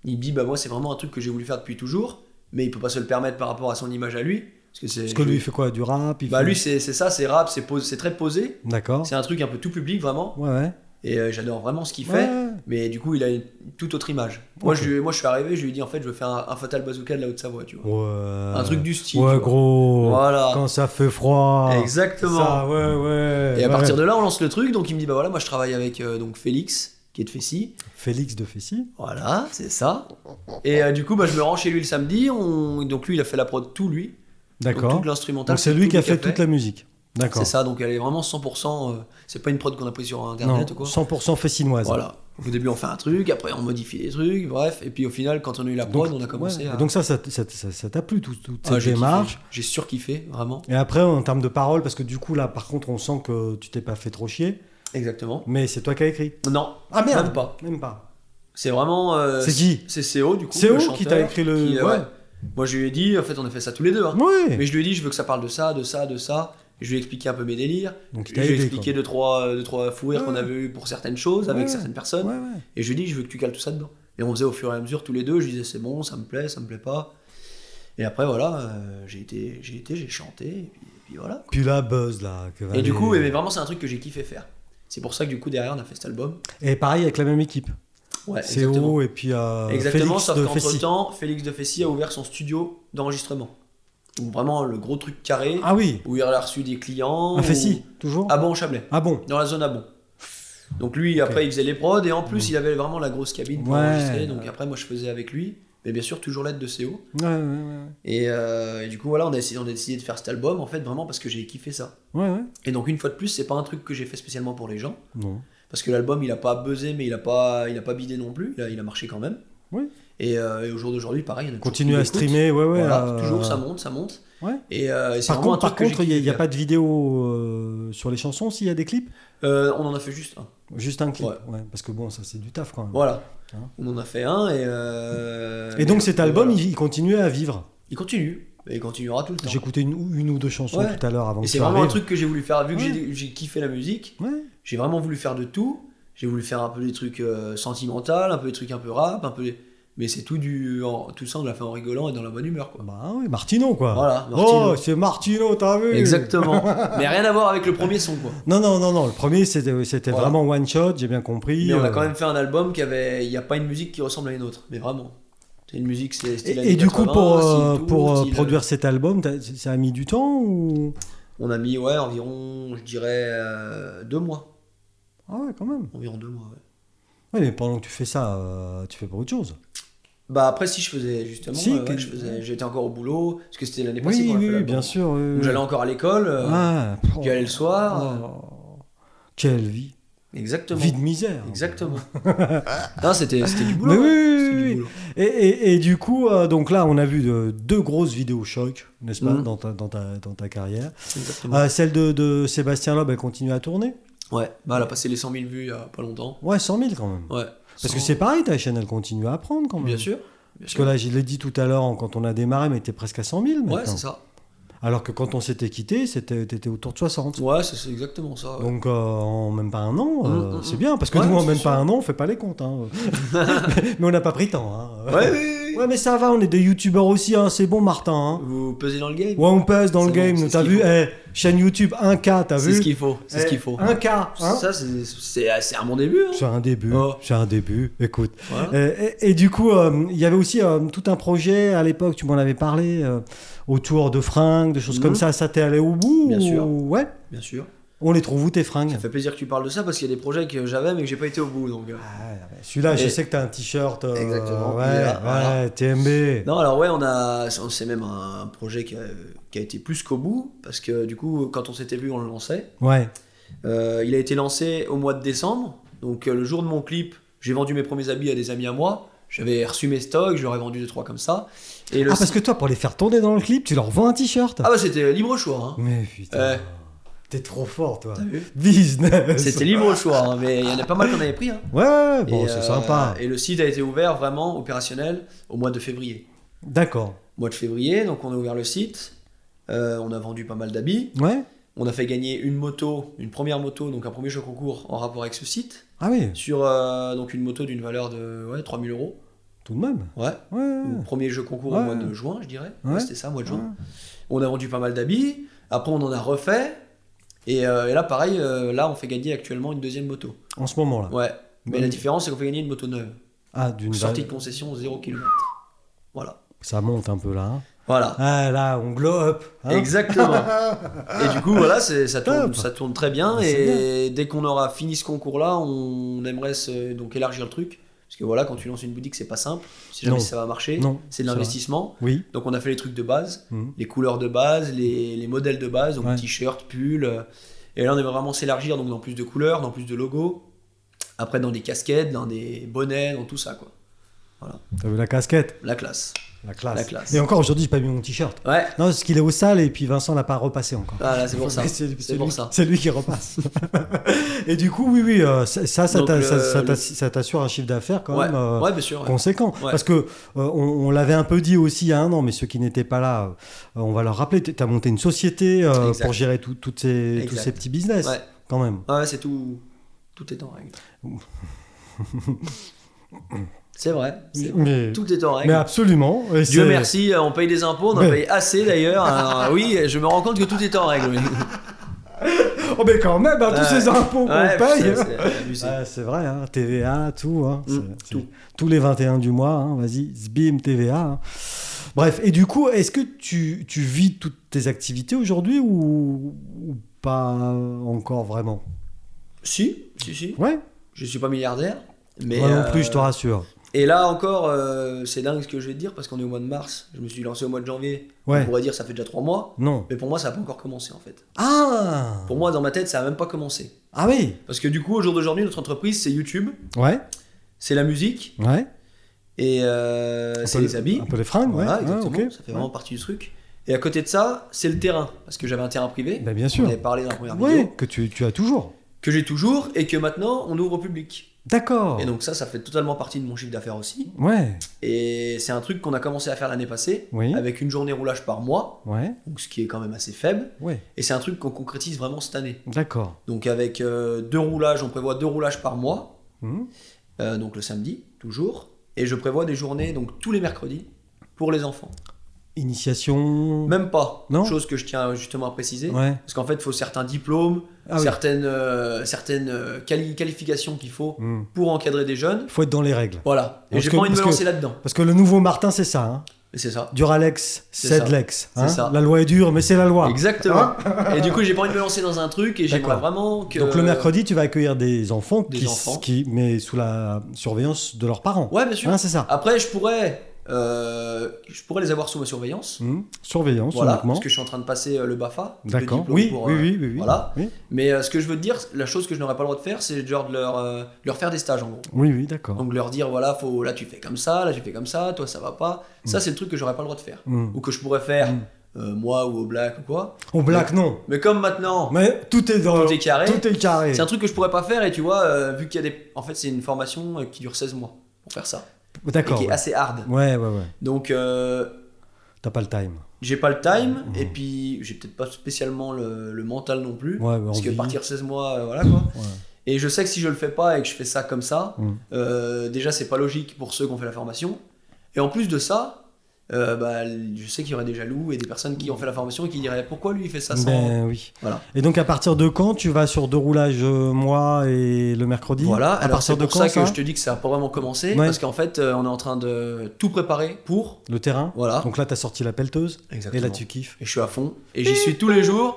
Speaker 1: Il me dit bah moi c'est vraiment un truc que j'ai voulu faire depuis toujours, mais il peut pas se le permettre par rapport à son image à lui, parce que c'est.
Speaker 2: Parce que lui, il fait quoi Du rap il
Speaker 1: Bah
Speaker 2: fait-
Speaker 1: lui c'est c'est ça, c'est rap, c'est pose- c'est très posé.
Speaker 2: D'accord.
Speaker 1: C'est un truc un peu tout public vraiment.
Speaker 2: Ouais, ouais.
Speaker 1: Et euh, j'adore vraiment ce qu'il fait.
Speaker 2: Ouais.
Speaker 1: Mais du coup il a une toute autre image. Moi
Speaker 2: Ok.
Speaker 1: je lui- moi je suis arrivé, je lui ai dit en fait je veux faire un, un Fatal Bazooka de la Haute-Savoie, tu vois.
Speaker 2: Ouais.
Speaker 1: Un truc du style.
Speaker 2: Ouais,
Speaker 1: tu vois.
Speaker 2: gros.
Speaker 1: Voilà.
Speaker 2: Quand ça fait froid.
Speaker 1: Exactement.
Speaker 2: Ça, ouais, ouais.
Speaker 1: Et à
Speaker 2: ouais.
Speaker 1: partir de là on lance le truc, donc il me dit bah voilà moi je travaille avec euh, donc Félix qui est de Fessy.
Speaker 2: Félix de Fessy.
Speaker 1: Voilà, c'est ça. Et euh, du coup, bah, je me rends chez lui le samedi. On... Donc lui, il a fait la prod tout lui. Donc,
Speaker 2: D'accord.
Speaker 1: Toute l'instrumental.
Speaker 2: Donc c'est lui qui a fait toute la musique. D'accord.
Speaker 1: C'est ça, donc elle est vraiment 100%. euh, c'est pas une prod qu'on a prise sur
Speaker 2: Non,
Speaker 1: internet ou quoi.
Speaker 2: 100% fessinoise.
Speaker 1: Voilà. Au début, on fait un truc, après, on modifie les trucs, bref. Et puis au final, quand on a eu la prod, on a commencé
Speaker 2: Ouais.
Speaker 1: à.
Speaker 2: Et Donc ça, ça t- ça t- ça- ça t'a plu, tout- toute
Speaker 1: Ah,
Speaker 2: cette
Speaker 1: j'ai kiffé.
Speaker 2: démarche.
Speaker 1: J'ai surkiffé, vraiment.
Speaker 2: Et après, en termes de paroles, parce que du coup, là, par contre, on sent que tu t'es pas fait trop chier,
Speaker 1: Exactement.
Speaker 2: mais c'est toi qui as écrit.
Speaker 1: Non,
Speaker 2: Ah
Speaker 1: même pas.
Speaker 2: Même pas.
Speaker 1: C'est vraiment. euh,
Speaker 2: C'est qui
Speaker 1: C'est CO, du coup.
Speaker 2: C'est
Speaker 1: le
Speaker 2: eux qui
Speaker 1: chanteur,
Speaker 2: t'a écrit le.
Speaker 1: qui, euh, ouais. Moi, je lui ai dit, en fait, on a fait ça tous les deux. hein.
Speaker 2: ouais.
Speaker 1: Mais je lui ai dit, je veux que ça parle de ça, de ça, de ça. Je lui ai expliqué un peu mes délires.
Speaker 2: Donc il
Speaker 1: Je
Speaker 2: t'a
Speaker 1: lui ai
Speaker 2: aidé.
Speaker 1: expliqué deux trois, deux, trois fous rires qu'on
Speaker 2: Ouais.
Speaker 1: avait eu pour certaines choses avec
Speaker 2: Ouais.
Speaker 1: certaines personnes.
Speaker 2: quoi. Ouais, ouais.
Speaker 1: Et je lui ai dit, je veux que tu cales tout ça dedans. Et on faisait au fur et à mesure tous les deux. Je disais, c'est bon, ça me plaît, ça me plaît pas. Et après, voilà, euh, j'ai été, j'ai été, j'ai chanté. Et puis, et puis voilà.
Speaker 2: Puis la buzz là. que va
Speaker 1: Et du
Speaker 2: les-
Speaker 1: coup, mais vraiment, c'est un truc que j'ai kiffé faire. C'est pour ça que du coup, derrière, on a fait cet album.
Speaker 2: Et pareil avec la même équipe.
Speaker 1: Ouais, exactement.
Speaker 2: CO et puis euh,
Speaker 1: Exactement,
Speaker 2: Félix
Speaker 1: sauf
Speaker 2: de
Speaker 1: qu'entre
Speaker 2: Fessy.
Speaker 1: temps, Félix de Fessy a ouvert son studio d'enregistrement. Donc vraiment le gros truc carré,
Speaker 2: Ah oui,
Speaker 1: où il a reçu des clients.
Speaker 2: un
Speaker 1: ou-
Speaker 2: Fessy, toujours
Speaker 1: À Bon, Chablais,
Speaker 2: Ah bon
Speaker 1: dans la zone à Bon. Donc lui, après, il faisait les prods, et en plus, il avait vraiment la grosse cabine pour
Speaker 2: Mmh. Ouais.
Speaker 1: enregistrer. Donc après, moi, je faisais avec lui, mais bien sûr, toujours l'aide de CO.
Speaker 2: Ouais, ouais, ouais.
Speaker 1: Et, euh, et du coup, voilà, on a, essayé, on a décidé de faire cet album, en fait, vraiment parce que j'ai kiffé ça.
Speaker 2: Ouais, ouais.
Speaker 1: Et donc, une fois de plus, c'est pas un truc que j'ai fait spécialement pour les gens.
Speaker 2: Non.
Speaker 1: Parce que l'album, il a pas buzzé, mais il a pas, il a pas bidé non plus. Il a, il a marché quand même.
Speaker 2: Oui.
Speaker 1: Et, euh, et au jour d'aujourd'hui, pareil. Il y en a toujours
Speaker 2: Continue
Speaker 1: qui
Speaker 2: à
Speaker 1: l'écoutent.
Speaker 2: streamer, ouais, ouais.
Speaker 1: Voilà,
Speaker 2: euh,
Speaker 1: toujours, ça monte, ça monte.
Speaker 2: Ouais.
Speaker 1: Et, euh, et c'est
Speaker 2: Par
Speaker 1: vraiment un
Speaker 2: contre,
Speaker 1: truc
Speaker 2: par
Speaker 1: que j'ai
Speaker 2: contre, il n'y a,
Speaker 1: kiffé
Speaker 2: pas de vidéo euh, sur les chansons s'il y a des clips
Speaker 1: faire. Euh, on en a fait juste un.
Speaker 2: Juste un clip,
Speaker 1: Ouais.
Speaker 2: ouais, parce que bon, ça c'est du taf quand même.
Speaker 1: Voilà.
Speaker 2: Hein.
Speaker 1: On en a fait un et. euh,
Speaker 2: Et donc cet
Speaker 1: mais
Speaker 2: album,
Speaker 1: voilà.
Speaker 2: il, il continue à vivre.
Speaker 1: il... continue. Et il continuera tout le temps.
Speaker 2: J'écoutais une, ou- une ou deux chansons
Speaker 1: Ouais.
Speaker 2: tout à l'heure avant
Speaker 1: Et
Speaker 2: que
Speaker 1: c'est
Speaker 2: tu
Speaker 1: vraiment un
Speaker 2: arrives.
Speaker 1: truc que j'ai voulu faire. Vu que
Speaker 2: Ouais.
Speaker 1: j'ai- j'ai kiffé la musique,
Speaker 2: Ouais.
Speaker 1: j'ai vraiment voulu faire de tout. J'ai voulu faire un peu des trucs euh, sentimentaux, un peu des trucs un peu rap, un peu. des- Mais c'est tout du, en- tout ça, on l'a fait en rigolant et dans la bonne humeur, quoi.
Speaker 2: Bah oui, Martino quoi.
Speaker 1: Voilà.
Speaker 2: Oh,
Speaker 1: Martino.
Speaker 2: c'est Martino, t'as vu
Speaker 1: Exactement. Mais rien à voir avec le premier son, quoi.
Speaker 2: Non, non, non, non. Le premier, c'était c'était
Speaker 1: Voilà.
Speaker 2: vraiment one shot, j'ai bien compris.
Speaker 1: Mais on a
Speaker 2: euh,
Speaker 1: quand même fait un album qui avait. Il n'y a pas une musique qui ressemble à une autre, mais vraiment. C'est une musique, c'est
Speaker 2: Et,
Speaker 1: style
Speaker 2: et
Speaker 1: années
Speaker 2: du coup,
Speaker 1: 80,
Speaker 2: pour, euh,
Speaker 1: style tout,
Speaker 2: pour euh,
Speaker 1: style-
Speaker 2: produire cet album, t'as- ça a mis du temps ou
Speaker 1: On a mis, ouais, environ, je dirais, euh, deux mois.
Speaker 2: Ah ouais, quand même.
Speaker 1: Environ deux mois, ouais.
Speaker 2: Ouais, mais pendant que tu fais ça, euh, tu fais pas autre chose.
Speaker 1: Bah après, si je faisais, justement,
Speaker 2: Si,
Speaker 1: ouais, ouais,
Speaker 2: que-
Speaker 1: je faisais- j'étais encore au boulot, parce que c'était l'année passée
Speaker 2: Oui,
Speaker 1: qu'on a fait
Speaker 2: oui, oui,
Speaker 1: l'album.
Speaker 2: bien sûr. oui,
Speaker 1: hein. Donc
Speaker 2: oui.
Speaker 1: j'allais encore à l'école, euh,
Speaker 2: Ah,
Speaker 1: j'y allais le soir. euh,
Speaker 2: Oh, Quelle vie.
Speaker 1: exactement.
Speaker 2: Vie de misère.
Speaker 1: Exactement. non, c'était c'était du boulot.
Speaker 2: Ah. Mais oui,
Speaker 1: ouais,
Speaker 2: oui,
Speaker 1: c'était du
Speaker 2: oui.
Speaker 1: boulot.
Speaker 2: Et, et- et du coup, euh, donc là, on a vu de- deux grosses vidéos choc, n'est-ce pas,
Speaker 1: Mhm.
Speaker 2: dans, ta, dans, ta, dans ta carrière.
Speaker 1: Exactement.
Speaker 2: Euh, celle de, de Sébastien Loeb, elle continue à tourner
Speaker 1: Ouais, bah elle a passé les 100 000 vues il y a pas longtemps.
Speaker 2: Ouais, 100 000 quand même.
Speaker 1: Ouais.
Speaker 2: Parce
Speaker 1: Sans-
Speaker 2: que c'est pareil, ta chaîne, elle continue à apprendre quand même.
Speaker 1: Bien sûr. bien
Speaker 2: Parce
Speaker 1: sûr.
Speaker 2: que là, je l'ai dit tout à l'heure, en- quand on a démarré, mais t'es presque à 100 000 maintenant.
Speaker 1: Ouais, c'est ça.
Speaker 2: Alors que quand on s'était quitté, c'était- t'étais autour de 60.
Speaker 1: Ouais, c'est c'est exactement ça. ouais.
Speaker 2: Donc euh, en même pas un an, euh,
Speaker 1: Mm, mm,
Speaker 2: c'est
Speaker 1: mm.
Speaker 2: bien, parce que
Speaker 1: Ouais,
Speaker 2: nous en
Speaker 1: c'est
Speaker 2: même
Speaker 1: sûr.
Speaker 2: pas un an, on fait pas les comptes. hein. mais, mais on n'a pas pris tant. hein.
Speaker 1: Ouais, oui, oui, oui.
Speaker 2: Ouais, mais ça va, on est des youtubeurs aussi, hein, c'est bon Martin. hein.
Speaker 1: Vous pesez dans le game
Speaker 2: Ouais, on pèse dans le
Speaker 1: C'est
Speaker 2: game,
Speaker 1: bon, c'est
Speaker 2: t'as
Speaker 1: ce qu'il
Speaker 2: vu
Speaker 1: faut.
Speaker 2: eh, Chaîne YouTube 1K, t'as
Speaker 1: C'est ce
Speaker 2: vu
Speaker 1: qu'il faut. C'est ce qu'il faut.
Speaker 2: 1K, hein
Speaker 1: Ça, c'est- c'est c'est un bon début. hein.
Speaker 2: C'est un début,
Speaker 1: Oh.
Speaker 2: c'est un début, écoute.
Speaker 1: Voilà.
Speaker 2: Et, et- et du coup, euh, il y avait aussi euh, tout un projet à l'époque, tu m'en avais parlé, euh, autour de fringues, de choses
Speaker 1: Mhm.
Speaker 2: comme ça. Ça t'est allé au bout
Speaker 1: Bien
Speaker 2: ou-
Speaker 1: sûr.
Speaker 2: Ouais.
Speaker 1: Bien sûr.
Speaker 2: On les trouve où tes fringues
Speaker 1: Ça fait plaisir que tu parles de ça parce qu'il y a des projets que j'avais mais que j'ai pas été au bout. Donc... euh.
Speaker 2: Ah, ouais, Celui-là, je
Speaker 1: Et-
Speaker 2: sais que t'as un t-shirt. euh,
Speaker 1: Exactement.
Speaker 2: Ouais,
Speaker 1: Il est là, voilà.
Speaker 2: ouais, TMB.
Speaker 1: Non, alors ouais, on a, c'est même un projet qui a, qui a été plus qu'au bout parce que du coup, quand on s'était vu, on le lançait.
Speaker 2: Ouais.
Speaker 1: Euh, il a été lancé au mois de décembre. Donc euh, le jour de mon clip, j'ai vendu mes premiers habits à des amis à moi. J'avais reçu mes stocks, j'aurais vendu deux trois comme ça. Et le
Speaker 2: Ah, parce que toi, pour les faire tourner dans le clip, tu leur vends un t-shirt.
Speaker 1: Ah bah c'était libre choix. Hein.
Speaker 2: Mais putain.
Speaker 1: Euh.
Speaker 2: T'es trop fort, toi.
Speaker 1: T'as vu
Speaker 2: Business.
Speaker 1: C'était libre choix, hein, mais il y en a pas mal qu'on avait pris. Hein.
Speaker 2: Ouais, bon,
Speaker 1: Et,
Speaker 2: c'est
Speaker 1: euh,
Speaker 2: sympa.
Speaker 1: Et le site a été ouvert vraiment opérationnel au mois de février.
Speaker 2: D'accord.
Speaker 1: Mois de février, donc on a ouvert le site. Euh, on a vendu pas mal d'habits.
Speaker 2: Ouais.
Speaker 1: On a fait gagner une moto, une première moto, donc un premier jeu concours en rapport avec ce site.
Speaker 2: Ah oui,
Speaker 1: Sur euh, donc une moto d'une valeur de ouais, 3000 euros.
Speaker 2: tout de même.
Speaker 1: Ouais.
Speaker 2: Ouais.
Speaker 1: Donc, premier jeu concours
Speaker 2: Hmm. Ouais.
Speaker 1: au mois de juin, je dirais.
Speaker 2: Ouais.
Speaker 1: Ouais, C'était ça, mois de juin. On a vendu pas mal d'habits. Après, on en a refait. Et, euh, et là, pareil, euh, là, on fait gagner actuellement une deuxième moto.
Speaker 2: En ce moment-là.
Speaker 1: Ouais. Mais
Speaker 2: Ouais.
Speaker 1: la différence, c'est qu'on fait gagner une moto neuve.
Speaker 2: Ah, d'une
Speaker 1: Sortie
Speaker 2: valeur.
Speaker 1: de concession 0
Speaker 2: Ah.
Speaker 1: km. Voilà.
Speaker 2: Ça monte un peu là. hein.
Speaker 1: Voilà.
Speaker 2: Ah là, on glow up. hein.
Speaker 1: Exactement. et du coup, voilà, c'est- ça tourne,
Speaker 2: Top.
Speaker 1: ça tourne très bien.
Speaker 2: Ah, c'est
Speaker 1: Et dès qu'on aura fini ce concours-là, on aimerait se- donc élargir le truc. Parce que voilà, quand tu lances une boutique, c'est pas simple. Si jamais
Speaker 2: Non.
Speaker 1: ça va marcher,
Speaker 2: Non,
Speaker 1: c'est de
Speaker 2: c'est
Speaker 1: l'investissement.
Speaker 2: Oui.
Speaker 1: Donc on a fait les trucs de base,
Speaker 2: Mhm.
Speaker 1: les couleurs de base, les, les modèles de base, donc
Speaker 2: Ouais.
Speaker 1: t-shirts, pulls. euh, Et là, on aimerait vraiment s'élargir donc dans plus de couleurs, dans plus de logos. Après, dans des casquettes, dans des bonnets, dans tout ça. quoi.
Speaker 2: T'as vu euh, la casquette
Speaker 1: La classe.
Speaker 2: La classe.
Speaker 1: La classe.
Speaker 2: Et encore aujourd'hui, j'ai pas mis mon t-shirt.
Speaker 1: Ouais.
Speaker 2: Non, parce qu'il est au sale et puis Vincent l'a pas repassé encore.
Speaker 1: Voilà, Ah, c'est pour ça.
Speaker 2: Mais C'est c'est
Speaker 1: C'est pour
Speaker 2: lui,
Speaker 1: ça.
Speaker 2: c'est lui qui repasse. et du coup, oui, oui, euh, ça, ça, ça
Speaker 1: Donc,
Speaker 2: t'a-
Speaker 1: le-
Speaker 2: ça- ça
Speaker 1: le-
Speaker 2: t'a- ça t'assure un chiffre d'affaires quand
Speaker 1: Ouais.
Speaker 2: même. euh,
Speaker 1: ouais, bien sûr. ouais.
Speaker 2: conséquent.
Speaker 1: Ouais.
Speaker 2: Parce que euh, on, on l'avait un peu dit aussi il y a un an, mais ceux qui n'étaient pas là, euh, on va leur rappeler. Tu as monté une société euh,
Speaker 1: Exact.
Speaker 2: pour gérer tout- toutes ces, tous
Speaker 1: Exact.
Speaker 2: ces petits business,
Speaker 1: Ouais.
Speaker 2: quand même.
Speaker 1: Ouais, c'est tout. Tout est en règle. c'est vrai. c'est vrai.
Speaker 2: Mais,
Speaker 1: Tout est en
Speaker 2: mais
Speaker 1: règle.
Speaker 2: absolument. et
Speaker 1: Dieu
Speaker 2: c'est-
Speaker 1: merci, euh, on paye des impôts, on en
Speaker 2: Ouais.
Speaker 1: paye assez d'ailleurs. Alors, euh, oui, je me rends compte que tout est en règle. oui.
Speaker 2: Oh, mais quand même, hein, tous
Speaker 1: Ouais.
Speaker 2: ces
Speaker 1: Ouais,
Speaker 2: impôts qu'on paye.
Speaker 1: putain, c'est abusé.
Speaker 2: Ouais, c'est vrai, hein, TVA, tout, hein,
Speaker 1: Mm,
Speaker 2: c'est- c'est-
Speaker 1: tout.
Speaker 2: Tous les 21 du mois, hein, vas-y, zbim, TVA. hein. Bref, et du coup, est-ce que tu, tu vis toutes tes activités aujourd'hui ou, ou pas encore vraiment
Speaker 1: Si, si, si.
Speaker 2: Ouais,
Speaker 1: Je suis pas milliardaire. Mais
Speaker 2: moi non
Speaker 1: euh,
Speaker 2: plus, je te rassure.
Speaker 1: Et là encore, euh, c'est dingue ce que je vais te dire parce qu'on est au mois de mars. Je me suis lancé au mois de janvier.
Speaker 2: Ouais.
Speaker 1: On pourrait dire ça fait déjà trois mois.
Speaker 2: Non.
Speaker 1: Mais pour moi, ça n'a pas encore commencé en fait.
Speaker 2: Ah
Speaker 1: Pour moi, dans ma tête, ça n'a même pas commencé.
Speaker 2: Ah oui
Speaker 1: Parce que du coup, au jour d'aujourd'hui, notre entreprise, c'est YouTube,
Speaker 2: Ouais,
Speaker 1: c'est la musique
Speaker 2: ouais.
Speaker 1: et euh,
Speaker 2: Un
Speaker 1: c'est
Speaker 2: peu
Speaker 1: les habits.
Speaker 2: Un peu les fringues, ouais.
Speaker 1: Voilà,
Speaker 2: ouais,
Speaker 1: exactement.
Speaker 2: ok.
Speaker 1: Ça fait vraiment partie du truc. Et à côté de ça, c'est le terrain. Parce que j'avais un terrain privé.
Speaker 2: Bah, bien
Speaker 1: on
Speaker 2: sûr.
Speaker 1: avait parlé dans la première
Speaker 2: Ouais,
Speaker 1: vidéo.
Speaker 2: que tu, tu as toujours.
Speaker 1: Que j'ai toujours et que maintenant, on ouvre au public.
Speaker 2: D'accord.
Speaker 1: Et donc, ça, ça fait totalement partie de mon chiffre d'affaires aussi.
Speaker 2: Ouais,
Speaker 1: Et c'est un truc qu'on a commencé à faire l'année passée.
Speaker 2: Oui.
Speaker 1: Avec une journée roulage par mois.
Speaker 2: ouais,
Speaker 1: Donc, ce qui est quand même assez faible.
Speaker 2: ouais.
Speaker 1: Et c'est un truc qu'on concrétise vraiment cette année.
Speaker 2: D'accord.
Speaker 1: Donc, avec euh, deux roulages, on prévoit deux roulages par mois.
Speaker 2: Hmm.
Speaker 1: Euh, donc le samedi, toujours. Et je prévois des journées, donc tous les mercredis, pour les enfants.
Speaker 2: Initiation.
Speaker 1: Même pas.
Speaker 2: Non.
Speaker 1: Chose que je tiens justement à préciser.
Speaker 2: Ouais.
Speaker 1: Parce qu'en fait, il faut certains diplômes,
Speaker 2: Ah oui.
Speaker 1: certaines, euh, certaines euh, quali- qualifications qu'il faut
Speaker 2: Hmm.
Speaker 1: pour encadrer des jeunes.
Speaker 2: Faut être dans les règles.
Speaker 1: Voilà. Et
Speaker 2: Parce
Speaker 1: j'ai
Speaker 2: que-
Speaker 1: pas envie de me
Speaker 2: parce que-
Speaker 1: lancer là-dedans.
Speaker 2: Parce que le nouveau Martin, c'est ça. Hein.
Speaker 1: Mais C'est ça.
Speaker 2: Duralex,
Speaker 1: C'est
Speaker 2: c'est
Speaker 1: ça.
Speaker 2: de l'ex.
Speaker 1: C'est
Speaker 2: hein.
Speaker 1: ça.
Speaker 2: La loi est dure, mais c'est la loi.
Speaker 1: Exactement. et du coup, j'ai pas envie de me lancer dans un truc et j'aimerais
Speaker 2: Hein D'accord.
Speaker 1: vraiment que.
Speaker 2: Donc le mercredi, tu vas accueillir des enfants,
Speaker 1: Des
Speaker 2: qui,
Speaker 1: enfants.
Speaker 2: qui- mais sous la surveillance de leurs parents.
Speaker 1: Ouais, bien sûr.
Speaker 2: Hein, c'est ça.
Speaker 1: Après, je pourrais, euh, je pourrais les avoir sous ma surveillance.
Speaker 2: Hmm. Surveillance
Speaker 1: Voilà.
Speaker 2: uniquement.
Speaker 1: Parce que je suis en train de passer euh, le BAFA. le
Speaker 2: D'accord.
Speaker 1: diplôme
Speaker 2: Oui,
Speaker 1: pour,
Speaker 2: oui,
Speaker 1: euh,
Speaker 2: oui, oui, oui.
Speaker 1: voilà.
Speaker 2: Oui,
Speaker 1: Mais euh, ce que je veux te dire, la chose que je n'aurais pas le droit de faire, c'est genre de leur, euh, leur faire des stages en gros.
Speaker 2: oui, oui, d'accord.
Speaker 1: Donc leur dire voilà, faut, là tu fais comme ça, là tu fais comme ça, toi ça va pas. Ça
Speaker 2: Mm.
Speaker 1: c'est le truc que j'aurais pas le droit de faire.
Speaker 2: Hmm.
Speaker 1: Ou que je pourrais faire euh, moi ou au black ou quoi.
Speaker 2: Au black, non.
Speaker 1: Mais comme maintenant
Speaker 2: Mais tout est dans.
Speaker 1: tout est carré,
Speaker 2: Tout est carré.
Speaker 1: c'est un truc que je pourrais pas faire et tu vois, euh, vu qu'il y a des. En fait, c'est une formation euh, qui dure 16 mois pour faire ça. Et
Speaker 2: D'accord.
Speaker 1: qui est
Speaker 2: Ouais.
Speaker 1: assez hard.
Speaker 2: ouais, ouais, ouais.
Speaker 1: Donc euh,
Speaker 2: T'as pas le time.
Speaker 1: j'ai pas le time
Speaker 2: Mhm.
Speaker 1: et puis j'ai peut-être pas spécialement le, le mental non plus.
Speaker 2: Ouais, ouais,
Speaker 1: parce que
Speaker 2: envie.
Speaker 1: partir 16 mois, euh, voilà quoi.
Speaker 2: Ouais.
Speaker 1: Et je sais que si je le fais pas et que je fais ça comme ça,
Speaker 2: Mm.
Speaker 1: euh, déjà c'est pas logique pour ceux qui ont fait la formation. Et en plus de ça, euh, bah, je sais qu'il y aurait des jaloux et des personnes qui ont fait la formation et qui diraient pourquoi lui il fait ça sans.
Speaker 2: Mhm. Ben oui.
Speaker 1: Voilà.
Speaker 2: Et donc à partir de quand tu vas sur deux roulages euh, mois et le mercredi
Speaker 1: Voilà,
Speaker 2: À
Speaker 1: alors
Speaker 2: partir
Speaker 1: c'est
Speaker 2: de
Speaker 1: pour ça
Speaker 2: quand
Speaker 1: que je te dis que ça a pas vraiment commencé
Speaker 2: Ouais.
Speaker 1: parce qu'en fait euh, on est en train de tout préparer pour.
Speaker 2: Le terrain.
Speaker 1: Voilà,
Speaker 2: Donc là t'as sorti la pelleteuse
Speaker 1: exactement.
Speaker 2: et là tu kiffes.
Speaker 1: Et je suis à fond et j'y suis tous les jours.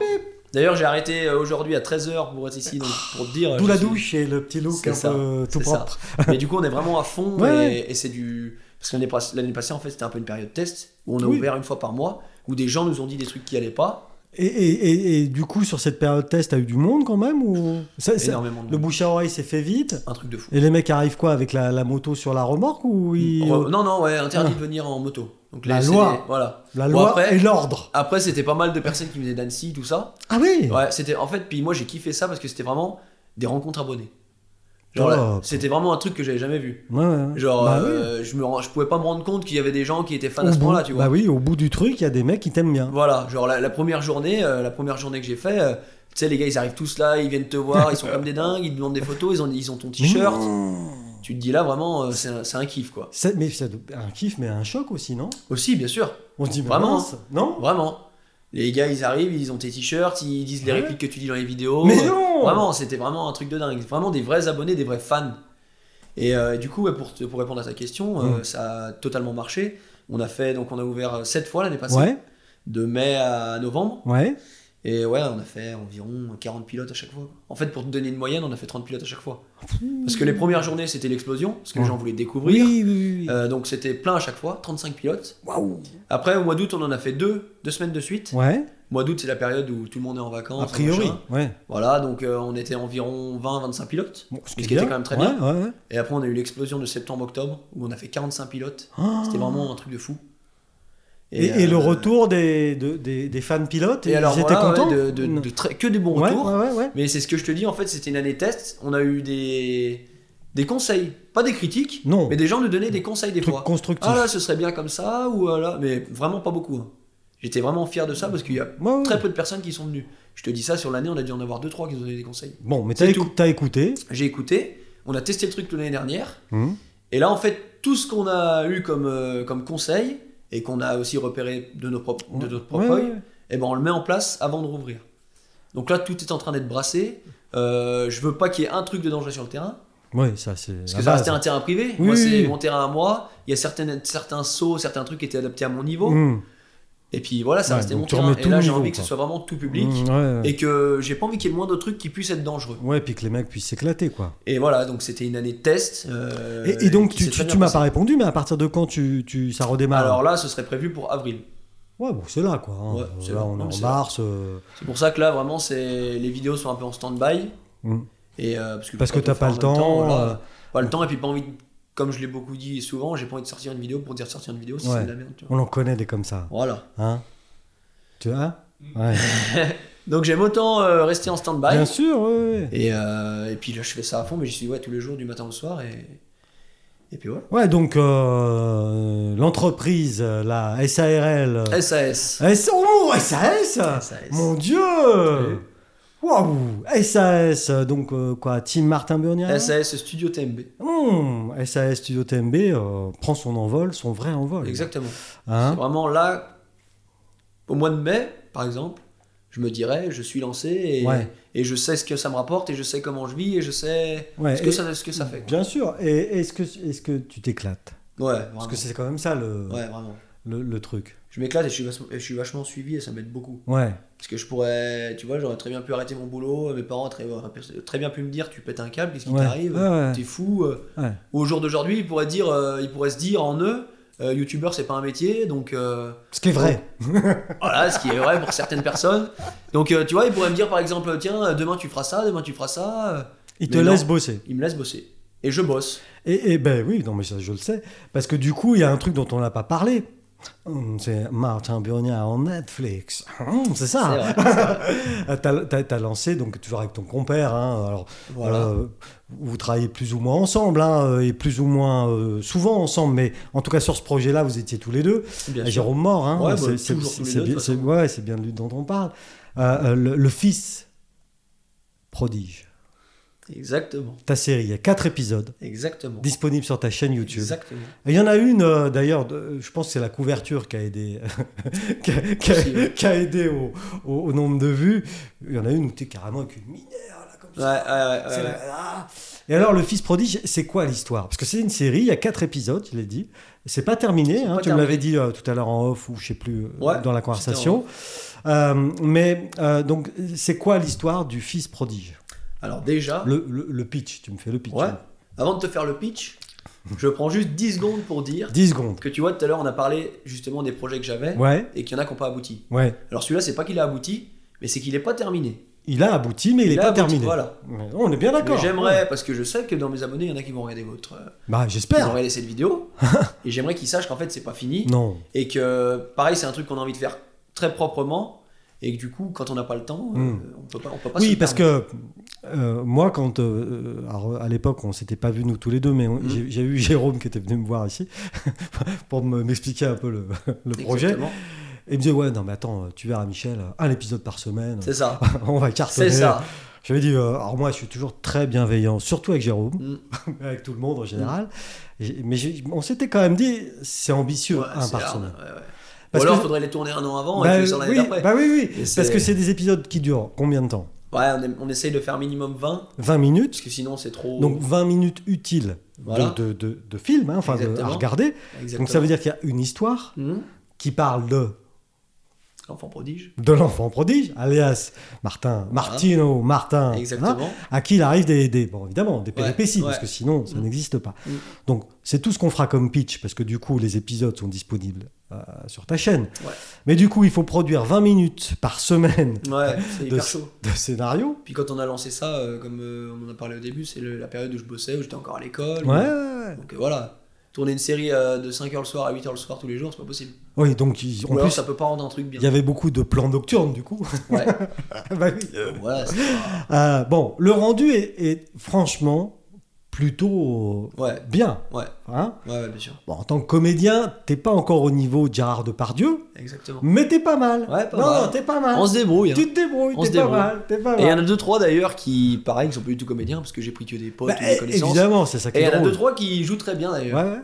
Speaker 1: D'ailleurs, j'ai arrêté euh, aujourd'hui à 13h pour être ici donc pour te dire.
Speaker 2: D'où
Speaker 1: je
Speaker 2: la
Speaker 1: suis-
Speaker 2: douche et le petit look
Speaker 1: C'est
Speaker 2: un
Speaker 1: ça,
Speaker 2: peu euh, tout
Speaker 1: c'est
Speaker 2: propre.
Speaker 1: Mais du coup, on est vraiment à fond
Speaker 2: Ouais.
Speaker 1: et, et c'est du. Parce que l'année pas- l'année passée, en fait, c'était un peu une période test où on a
Speaker 2: Oui.
Speaker 1: ouvert une fois par mois, où des gens nous ont dit des trucs qui allaient pas.
Speaker 2: Et, et- et- et du coup sur cette période test t'as eu du monde quand même ou Ça- ça-
Speaker 1: Énormément de
Speaker 2: Le
Speaker 1: monde.
Speaker 2: bouche à oreille s'est fait vite.
Speaker 1: Un truc de fou.
Speaker 2: Et les mecs arrivent quoi avec la, la moto sur la remorque ou ils-
Speaker 1: Mm, Re- Non, non, ouais, interdit de
Speaker 2: Ah.
Speaker 1: venir en moto. Donc,
Speaker 2: La
Speaker 1: les- c'est
Speaker 2: loi.
Speaker 1: des- Voilà.
Speaker 2: la
Speaker 1: Bon,
Speaker 2: loi
Speaker 1: après-
Speaker 2: et l'ordre
Speaker 1: Après, c'était pas mal de personnes qui venaient d'Annecy, tout ça.
Speaker 2: Ah oui.
Speaker 1: Ouais, c'était. En fait, puis moi, j'ai kiffé ça parce que c'était vraiment des rencontres abonnées. Genre,
Speaker 2: Top.
Speaker 1: là, c'était vraiment un truc que j'avais jamais vu.
Speaker 2: Ouais, ouais.
Speaker 1: Genre,
Speaker 2: Oh, Bah oui.
Speaker 1: euh, je, me rends- je pouvais pas me rendre compte qu'il y avait des gens qui étaient fans
Speaker 2: Au
Speaker 1: à ce
Speaker 2: bout-
Speaker 1: point-là, tu vois.
Speaker 2: Bah oui, au bout du truc, il y a des mecs qui t'aiment bien.
Speaker 1: Voilà, genre la, la première journée, euh, la première journée que j'ai fait, euh, tu sais les gars ils arrivent tous là, ils viennent te voir, ils sont comme des dingues, ils te demandent des photos, ils ont, ils ont ton t-shirt.
Speaker 2: Mm.
Speaker 1: Tu te dis là vraiment euh, c'est un, c'est un kiff quoi.
Speaker 2: Ça- mais ça, doit- un kiff, mais un choc aussi, non
Speaker 1: Aussi bien sûr,
Speaker 2: On se dit, mais
Speaker 1: Vraiment
Speaker 2: mince, Non
Speaker 1: vraiment. Les gars ils arrivent, ils ont tes t-shirts, ils disent les
Speaker 2: Ouais.
Speaker 1: répliques que tu dis dans les vidéos.
Speaker 2: Mais
Speaker 1: Euh,
Speaker 2: non
Speaker 1: Vraiment, c'était vraiment un truc de dingue. Vraiment des vrais abonnés, des vrais fans. Et euh, du coup, ouais, pour, te- pour répondre à ta question, euh,
Speaker 2: Mm.
Speaker 1: ça a totalement marché. On a fait, donc on a ouvert 7 fois l'année passée,
Speaker 2: Ouais,
Speaker 1: de mai à novembre.
Speaker 2: ouais.
Speaker 1: Et ouais, on a fait environ 40 pilotes à chaque fois. En fait, pour te donner une moyenne, on a fait 30 pilotes à chaque fois. Parce que les premières journées, c'était l'explosion, parce que
Speaker 2: Ouais.
Speaker 1: les gens voulaient
Speaker 2: Oui,
Speaker 1: découvrir.
Speaker 2: Mm. oui, oui. oui.
Speaker 1: Euh, donc c'était plein à chaque fois, 35 pilotes.
Speaker 2: Waouh.
Speaker 1: Après, au mois d'août, on en a fait deux, deux semaines de suite.
Speaker 2: Ouais,
Speaker 1: mois d'août, c'est la période où tout le monde est en vacances.
Speaker 2: A priori,
Speaker 1: machin.
Speaker 2: ouais.
Speaker 1: Voilà, donc euh, on était environ 20-25 pilotes.
Speaker 2: Bon, ce
Speaker 1: qui était quand même très
Speaker 2: Ouais,
Speaker 1: bien.
Speaker 2: ouais, ouais.
Speaker 1: Et après, on a eu l'explosion de septembre-octobre où on a fait 45 pilotes.
Speaker 2: Ah.
Speaker 1: C'était vraiment un truc de fou.
Speaker 2: Et, et le
Speaker 1: euh,
Speaker 2: retour des, de- des, des fans pilotes,
Speaker 1: Et alors,
Speaker 2: ils étaient
Speaker 1: voilà, ouais,
Speaker 2: contents
Speaker 1: de- de- de très- que des bons
Speaker 2: Ouais,
Speaker 1: retours.
Speaker 2: ouais, ouais, ouais.
Speaker 1: Mais c'est ce que je te dis, en fait, c'était une année test. On a eu des, des conseils, pas des critiques,
Speaker 2: Non,
Speaker 1: mais des gens nous donnaient des conseils des
Speaker 2: truc
Speaker 1: fois.
Speaker 2: constructif.
Speaker 1: Ah là, ce serait bien comme ça, ou ah là, mais vraiment pas beaucoup. hein. J'étais vraiment fier de ça parce qu'il y a
Speaker 2: Ouais, ouais.
Speaker 1: très peu de personnes qui sont venues. Je te dis ça, sur l'année, on a dû en avoir 2-3 qui nous donnaient des conseils.
Speaker 2: Bon, mais
Speaker 1: C'est
Speaker 2: t'as
Speaker 1: tout.
Speaker 2: écou- t'as écouté.
Speaker 1: J'ai écouté, on a testé le truc toute l'année dernière,
Speaker 2: Hum.
Speaker 1: et là, en fait, tout ce qu'on a eu comme, euh, comme conseil, et qu'on a aussi repéré de, nos propres, de notre propre
Speaker 2: Ouais,
Speaker 1: œil,
Speaker 2: ouais.
Speaker 1: eh ben on le met en place avant de rouvrir. Donc là, tout est en train d'être brassé. Euh, je veux pas qu'il y ait un truc de danger sur le terrain,
Speaker 2: Ouais, ça c'est.
Speaker 1: parce
Speaker 2: la
Speaker 1: que ça
Speaker 2: base.
Speaker 1: restait un terrain privé.
Speaker 2: Oui,
Speaker 1: moi,
Speaker 2: oui,
Speaker 1: c'est
Speaker 2: oui.
Speaker 1: mon terrain à moi. Il y a certaines, certains sauts, certains trucs qui étaient adaptés à mon niveau.
Speaker 2: Hum.
Speaker 1: Et puis voilà, ça
Speaker 2: Ouais,
Speaker 1: restait
Speaker 2: donc
Speaker 1: mon
Speaker 2: tu
Speaker 1: terrain.
Speaker 2: remets
Speaker 1: Et
Speaker 2: tout
Speaker 1: là,
Speaker 2: au
Speaker 1: j'ai
Speaker 2: niveau,
Speaker 1: envie que ce
Speaker 2: quoi.
Speaker 1: soit vraiment tout public.
Speaker 2: Hum, ouais, ouais.
Speaker 1: Et que j'ai pas envie qu'il y ait le moindre truc qui puisse être dangereux.
Speaker 2: Ouais, puis que les mecs puissent s'éclater, quoi.
Speaker 1: Et voilà, donc c'était une année de test. euh,
Speaker 2: Et, et donc,
Speaker 1: qui
Speaker 2: tu,
Speaker 1: s'est très
Speaker 2: tu,
Speaker 1: bien
Speaker 2: tu m'as
Speaker 1: passée.
Speaker 2: pas répondu, mais à partir de quand tu, tu, ça redémarre
Speaker 1: Alors là, ce serait prévu pour avril.
Speaker 2: Ouais, bon, c'est là, quoi. hein.
Speaker 1: Ouais, c'est
Speaker 2: là,
Speaker 1: là.
Speaker 2: on
Speaker 1: Non,
Speaker 2: est
Speaker 1: mais
Speaker 2: en
Speaker 1: c'est
Speaker 2: mars. euh,
Speaker 1: C'est pour ça que là, vraiment, c'est les vidéos sont un peu en stand-by.
Speaker 2: Hum.
Speaker 1: Et euh, parce que,
Speaker 2: Parce que
Speaker 1: quand on
Speaker 2: t'as
Speaker 1: fait
Speaker 2: pas
Speaker 1: en
Speaker 2: le
Speaker 1: même
Speaker 2: temps.
Speaker 1: voilà,
Speaker 2: euh,
Speaker 1: pas le temps et puis pas envie de- comme je l'ai beaucoup dit souvent j'ai pas envie de sortir une vidéo pour dire sortir une vidéo si
Speaker 2: Ouais.
Speaker 1: c'est de la merde tu vois.
Speaker 2: On en connaît des comme ça.
Speaker 1: voilà
Speaker 2: Hein Tu vois hein Ouais.
Speaker 1: donc j'aime autant euh, rester en
Speaker 2: Bien
Speaker 1: stand-by
Speaker 2: sûr, ouais, ouais.
Speaker 1: et, euh, et puis là je fais ça à fond mais j'y suis ouais, tous les jours du matin au soir et et puis voilà
Speaker 2: Ouais, donc euh, l'entreprise, euh, la SARL. euh,
Speaker 1: SAS
Speaker 2: S- oh, SAS
Speaker 1: SAS.
Speaker 2: Mon Dieu Waouh SAS, euh, donc euh, quoi, Team Martin Burnier
Speaker 1: SAS Studio
Speaker 2: Oh
Speaker 1: TMB
Speaker 2: Hmm, SAS Studio TMB euh, prend son envol, son vrai envol.
Speaker 1: exactement
Speaker 2: Hein
Speaker 1: C'est vraiment là au mois de mai par exemple je me dirais je suis lancé et,
Speaker 2: Ouais.
Speaker 1: et je sais ce que ça me rapporte et je sais comment je vis et je sais
Speaker 2: Ouais,
Speaker 1: ce, que
Speaker 2: et-
Speaker 1: ça, ce que ça fait
Speaker 2: Bien sûr. Et est-ce que, est que tu t'éclates
Speaker 1: ouais vraiment.
Speaker 2: Parce que c'est quand même ça le,
Speaker 1: ouais vraiment
Speaker 2: le, le truc.
Speaker 1: je m'éclate et je suis vachement- je suis vachement suivi et ça m'aide beaucoup
Speaker 2: Ouais.
Speaker 1: Parce que je pourrais, tu vois, j'aurais très bien pu arrêter mon boulot, mes parents auraient très, très bien pu me dire tu pètes un câble, qu'est-ce qui
Speaker 2: Ouais.
Speaker 1: t'arrive,
Speaker 2: Ouais, ouais.
Speaker 1: t'es fou. euh.
Speaker 2: Ouais.
Speaker 1: Ou au jour d'aujourd'hui, ils pourraient, dire, euh, ils pourraient se dire en eux, euh, youtubeur c'est pas un métier, donc euh,
Speaker 2: Ce qui est vrai.
Speaker 1: voilà, ce qui est vrai pour certaines personnes. Donc euh, tu vois, ils pourraient me dire par exemple, tiens, demain tu feras ça, demain tu feras ça. euh,
Speaker 2: Il te
Speaker 1: Mais non.
Speaker 2: laisse bosser.
Speaker 1: Ils me laissent bosser. Et je bosse.
Speaker 2: Et, et ben oui, non mais ça je le sais. Parce que du coup, il y a un truc dont on n'a pas parlé. Hum, C'est Martin Burnier en Netflix. Hum, C'est
Speaker 1: C'est
Speaker 2: ça.
Speaker 1: vrai, c'est vrai.
Speaker 2: Euh, T'as t'as- t'as lancé, donc toujours avec ton compère. hein, alors,
Speaker 1: Voilà.
Speaker 2: euh, vous travaillez plus ou moins ensemble, hein, euh, et plus ou moins euh, souvent ensemble. Mais en tout cas, sur ce projet-là, vous étiez tous les deux.
Speaker 1: Bien
Speaker 2: Ah,
Speaker 1: sûr.
Speaker 2: Jérôme Mort, hein,
Speaker 1: Ouais,
Speaker 2: c'est-
Speaker 1: bah,
Speaker 2: c'est
Speaker 1: toujours tous les
Speaker 2: c'est
Speaker 1: deux, de
Speaker 2: bien,
Speaker 1: toute
Speaker 2: c'est-
Speaker 1: façon.
Speaker 2: ouais, c'est bien de lui dont on parle. Euh, euh, le, le fils prodige.
Speaker 1: Exactement.
Speaker 2: Ta série, il y a quatre épisodes
Speaker 1: Exactement.
Speaker 2: disponibles sur ta chaîne YouTube.
Speaker 1: Exactement.
Speaker 2: Et Il y en a une, euh, d'ailleurs, de- je pense que c'est la couverture qui a aidé, qui a, qui a-
Speaker 1: Possible.
Speaker 2: qui a aidé au, au- au nombre de vues. Il y en a une où tu es carrément avec une minière, là, comme
Speaker 1: Ouais, ouais,
Speaker 2: ça.
Speaker 1: ouais,
Speaker 2: C'est
Speaker 1: ouais.
Speaker 2: la- ah. Et alors, Le Fils prodige, c'est quoi l'histoire Parce que c'est une série, il y a quatre épisodes, je l'ai dit. C'est pas terminé,
Speaker 1: C'est
Speaker 2: hein,
Speaker 1: pas
Speaker 2: tu me l'avais dit euh, tout à l'heure en off ou je sais plus euh,
Speaker 1: Ouais,
Speaker 2: dans la conversation. Euh, mais euh, donc, c'est quoi l'histoire du Fils prodige
Speaker 1: Alors déjà,
Speaker 2: le, le- le pitch, tu me fais le pitch.
Speaker 1: ouais,
Speaker 2: hein.
Speaker 1: avant de te faire le pitch, je prends juste 10 secondes pour dire
Speaker 2: 10 secondes.
Speaker 1: que tu vois, tout à l'heure, on a parlé justement des projets que j'avais
Speaker 2: Ouais,
Speaker 1: et qu'il y en a qui n'ont pas abouti.
Speaker 2: ouais.
Speaker 1: Alors celui-là, c'est pas qu'il a abouti, mais c'est qu'il n'est pas terminé.
Speaker 2: Il a abouti, mais il n'est
Speaker 1: a
Speaker 2: pas
Speaker 1: abouti,
Speaker 2: terminé.
Speaker 1: Voilà.
Speaker 2: Mais On est bien
Speaker 1: Mais
Speaker 2: d'accord.
Speaker 1: j'aimerais,
Speaker 2: Ouais.
Speaker 1: parce que je sais que dans mes abonnés, il y en a qui vont regarder votre. euh,
Speaker 2: Bah,
Speaker 1: qui vont
Speaker 2: j'espère.
Speaker 1: regarder cette vidéo. et j'aimerais qu'ils sachent qu'en fait, c'est pas fini.
Speaker 2: Non.
Speaker 1: Et que, pareil, c'est un truc qu'on a envie de faire très proprement. Et que du coup, quand on n'a pas le temps, euh,
Speaker 2: Mm.
Speaker 1: on peut pas, on peut pas se
Speaker 2: Oui,
Speaker 1: le
Speaker 2: parce
Speaker 1: permettre.
Speaker 2: que euh, moi, quand euh, alors, à l'époque, on s'était pas vus nous tous les deux, mais on-
Speaker 1: Mhm.
Speaker 2: j'ai j'ai eu Jérôme qui était venu me voir ici pour me- m'expliquer un peu le, le projet.
Speaker 1: Exactement.
Speaker 2: Et il me disait ouais, non mais attends, tu verras Michel, un épisode par semaine,
Speaker 1: C'est ça.
Speaker 2: on va
Speaker 1: C'est
Speaker 2: cartonner.
Speaker 1: ça.
Speaker 2: J'avais dit, euh, alors moi, je suis toujours très bienveillant, surtout avec Jérôme,
Speaker 1: Mm.
Speaker 2: mais avec tout le monde en général. Et- Mais j'ai- on s'était quand même dit, c'est ambitieux,
Speaker 1: Ouais,
Speaker 2: un
Speaker 1: c'est
Speaker 2: par
Speaker 1: hard,
Speaker 2: semaine.
Speaker 1: ouais, ouais. Ou
Speaker 2: Parce
Speaker 1: alors,
Speaker 2: que-
Speaker 1: il faudrait les tourner un an avant et
Speaker 2: Bah,
Speaker 1: puis les sortir l'année
Speaker 2: oui,
Speaker 1: d'après.
Speaker 2: bah oui, oui,
Speaker 1: Et
Speaker 2: parce
Speaker 1: c'est-
Speaker 2: que c'est des épisodes qui durent combien de temps
Speaker 1: Ouais, on, est- on essaye de faire minimum 20,
Speaker 2: 20 minutes
Speaker 1: parce que sinon c'est trop.
Speaker 2: Donc 20 minutes utiles de-
Speaker 1: Voilà.
Speaker 2: de, de- de film, hein, enfin de- à
Speaker 1: Exactement.
Speaker 2: regarder. Donc ça veut dire qu'il y a une histoire
Speaker 1: Exactement. Mhm.
Speaker 2: qui parle de,
Speaker 1: L'enfant prodige.
Speaker 2: de l'enfant prodige, alias Martin, Martino, Martin, hein,
Speaker 1: Exactement.
Speaker 2: à qui il arrive des, des- bon, évidemment, des péripéties,
Speaker 1: ouais.
Speaker 2: parce que sinon ça
Speaker 1: Mm.
Speaker 2: n'existe pas.
Speaker 1: Mm.
Speaker 2: Donc c'est tout ce qu'on fera comme pitch, parce que du coup les épisodes sont disponibles euh, sur ta chaîne.
Speaker 1: Ouais.
Speaker 2: Mais du coup, il faut produire 20 minutes par semaine
Speaker 1: Ouais, c'est hyper
Speaker 2: ce-
Speaker 1: chaud.
Speaker 2: Ah. de scénario.
Speaker 1: Puis quand on a lancé ça, euh, comme euh, on en a parlé au début, c'est le- la période où je bossais, où j'étais encore à l'école.
Speaker 2: Ouais. ouais, ouais.
Speaker 1: Donc euh, voilà, tourner une série euh, de 5h le soir à 8h le soir tous les jours, c'est pas possible.
Speaker 2: Oui, donc il-
Speaker 1: Ou
Speaker 2: en
Speaker 1: alors
Speaker 2: plus,
Speaker 1: ça peut pas rendre un truc bien.
Speaker 2: il y avait beaucoup de plans nocturnes du coup.
Speaker 1: Ouais.
Speaker 2: Bah oui.
Speaker 1: Donc, voilà, c'est pas-
Speaker 2: Euh, bon, le rendu est, est franchement plutôt euh,
Speaker 1: Ouais,
Speaker 2: bien.
Speaker 1: ouais,
Speaker 2: hein.
Speaker 1: ouais, ouais, bien sûr.
Speaker 2: Bon, en tant que comédien, t'es pas encore au niveau de Gérard Depardieu,
Speaker 1: Exactement.
Speaker 2: mais t'es pas mal.
Speaker 1: Ouais, pas
Speaker 2: non,
Speaker 1: mal.
Speaker 2: non, t'es pas mal.
Speaker 1: On se débrouille. hein.
Speaker 2: Tu te débrouilles,
Speaker 1: On
Speaker 2: t'es
Speaker 1: se
Speaker 2: pas
Speaker 1: débrouille.
Speaker 2: mal, t'es pas
Speaker 1: Et il y en
Speaker 2: mal.
Speaker 1: a deux trois d'ailleurs qui, pareil, qui sont pas du tout comédiens parce que j'ai pris que des potes
Speaker 2: Bah,
Speaker 1: ou des
Speaker 2: eh,
Speaker 1: connaissances.
Speaker 2: évidemment, c'est ça qui
Speaker 1: Et il y
Speaker 2: est
Speaker 1: en a
Speaker 2: drôle.
Speaker 1: deux trois qui jouent très bien d'ailleurs.
Speaker 2: Ouais, ouais.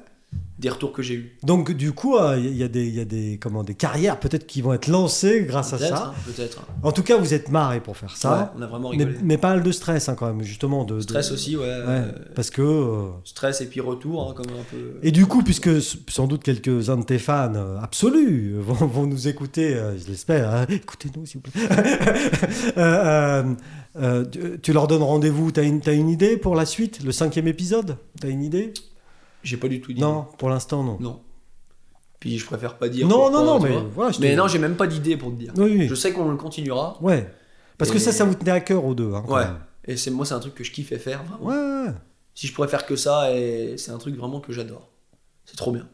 Speaker 1: Des retours que j'ai eu.
Speaker 2: Donc du coup, euh, il y a des, il y a des, comment, des carrières peut-être qui vont être lancées grâce à
Speaker 1: Peut-être,
Speaker 2: ça.
Speaker 1: hein, peut-être.
Speaker 2: En tout cas, vous êtes marrés pour faire
Speaker 1: Ouais,
Speaker 2: ça.
Speaker 1: on a vraiment
Speaker 2: mais,
Speaker 1: rigolé.
Speaker 2: mais pas mal de stress hein, quand même, justement. De, de-
Speaker 1: Stress aussi, ouais.
Speaker 2: Ouais,
Speaker 1: euh,
Speaker 2: parce que. euh,
Speaker 1: Stress et puis retour, hein, comme un peu.
Speaker 2: Et du coup, puisque s- sans doute quelques-uns de tes fans euh, absolus euh, vont, vont nous écouter, euh, je l'espère, hein. écoutez-nous s'il vous plaît, Euh, euh, euh, tu, tu leur donnes rendez-vous, t'as une, t'as une idée pour la suite, le cinquième épisode T'as une idée
Speaker 1: J'ai pas du tout dit.
Speaker 2: Non, pour l'instant non.
Speaker 1: Non. Puis je préfère pas dire.
Speaker 2: Non,
Speaker 1: pourquoi,
Speaker 2: non, non,
Speaker 1: tu
Speaker 2: mais
Speaker 1: vois.
Speaker 2: voilà, je te-
Speaker 1: Mais non, j'ai même pas d'idée pour te dire.
Speaker 2: Oui, oui.
Speaker 1: Je sais qu'on le continuera.
Speaker 2: Ouais. Parce que
Speaker 1: Et-
Speaker 2: ça, ça vous tenait à cœur aux deux. hein, quand
Speaker 1: Ouais.
Speaker 2: même.
Speaker 1: Et c'est moi, c'est un truc que je kiffe et faire. vraiment.
Speaker 2: Ouais, ouais, ouais.
Speaker 1: Si je pourrais faire que ça, et c'est un truc vraiment que j'adore. C'est trop bien.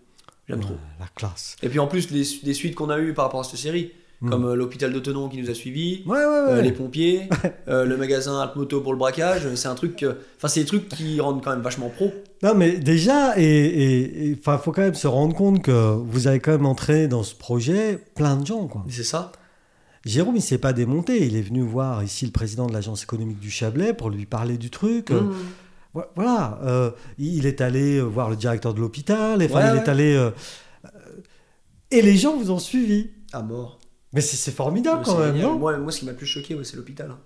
Speaker 1: J'aime
Speaker 2: Ouais,
Speaker 1: trop.
Speaker 2: La classe.
Speaker 1: Et puis en plus, les, les suites qu'on a eues par rapport à cette série,
Speaker 2: Mm.
Speaker 1: comme euh, l'hôpital de Tenon qui nous a suivis,
Speaker 2: Ouais, ouais, ouais.
Speaker 1: euh, les pompiers, euh, le magasin Alpmoto pour le braquage, c'est un truc. que- Enfin, c'est des trucs qui rendent quand même vachement pro.
Speaker 2: Non, mais déjà, et, et, et, 'fin, faut quand même se rendre compte que vous avez quand même entraîné dans ce projet plein de gens, quoi.
Speaker 1: Mais C'est ça
Speaker 2: Jérôme, il s'est pas démonté. Il est venu voir ici le président de l'agence économique du Chablais pour lui parler du truc. Euh,
Speaker 1: Mm.
Speaker 2: vo- Voilà, euh, il il est allé euh, voir le directeur de l'hôpital. Enfin,
Speaker 1: Ouais,
Speaker 2: il
Speaker 1: ouais.
Speaker 2: est allé. euh, euh, et les gens vous ont suivi.
Speaker 1: À mort.
Speaker 2: Mais c'est c'est formidable
Speaker 1: Mais
Speaker 2: Ah, quand
Speaker 1: c'est
Speaker 2: même,
Speaker 1: génial.
Speaker 2: non
Speaker 1: moi, moi, ce qui m'a le plus choqué, ouais, c'est l'hôpital. hein.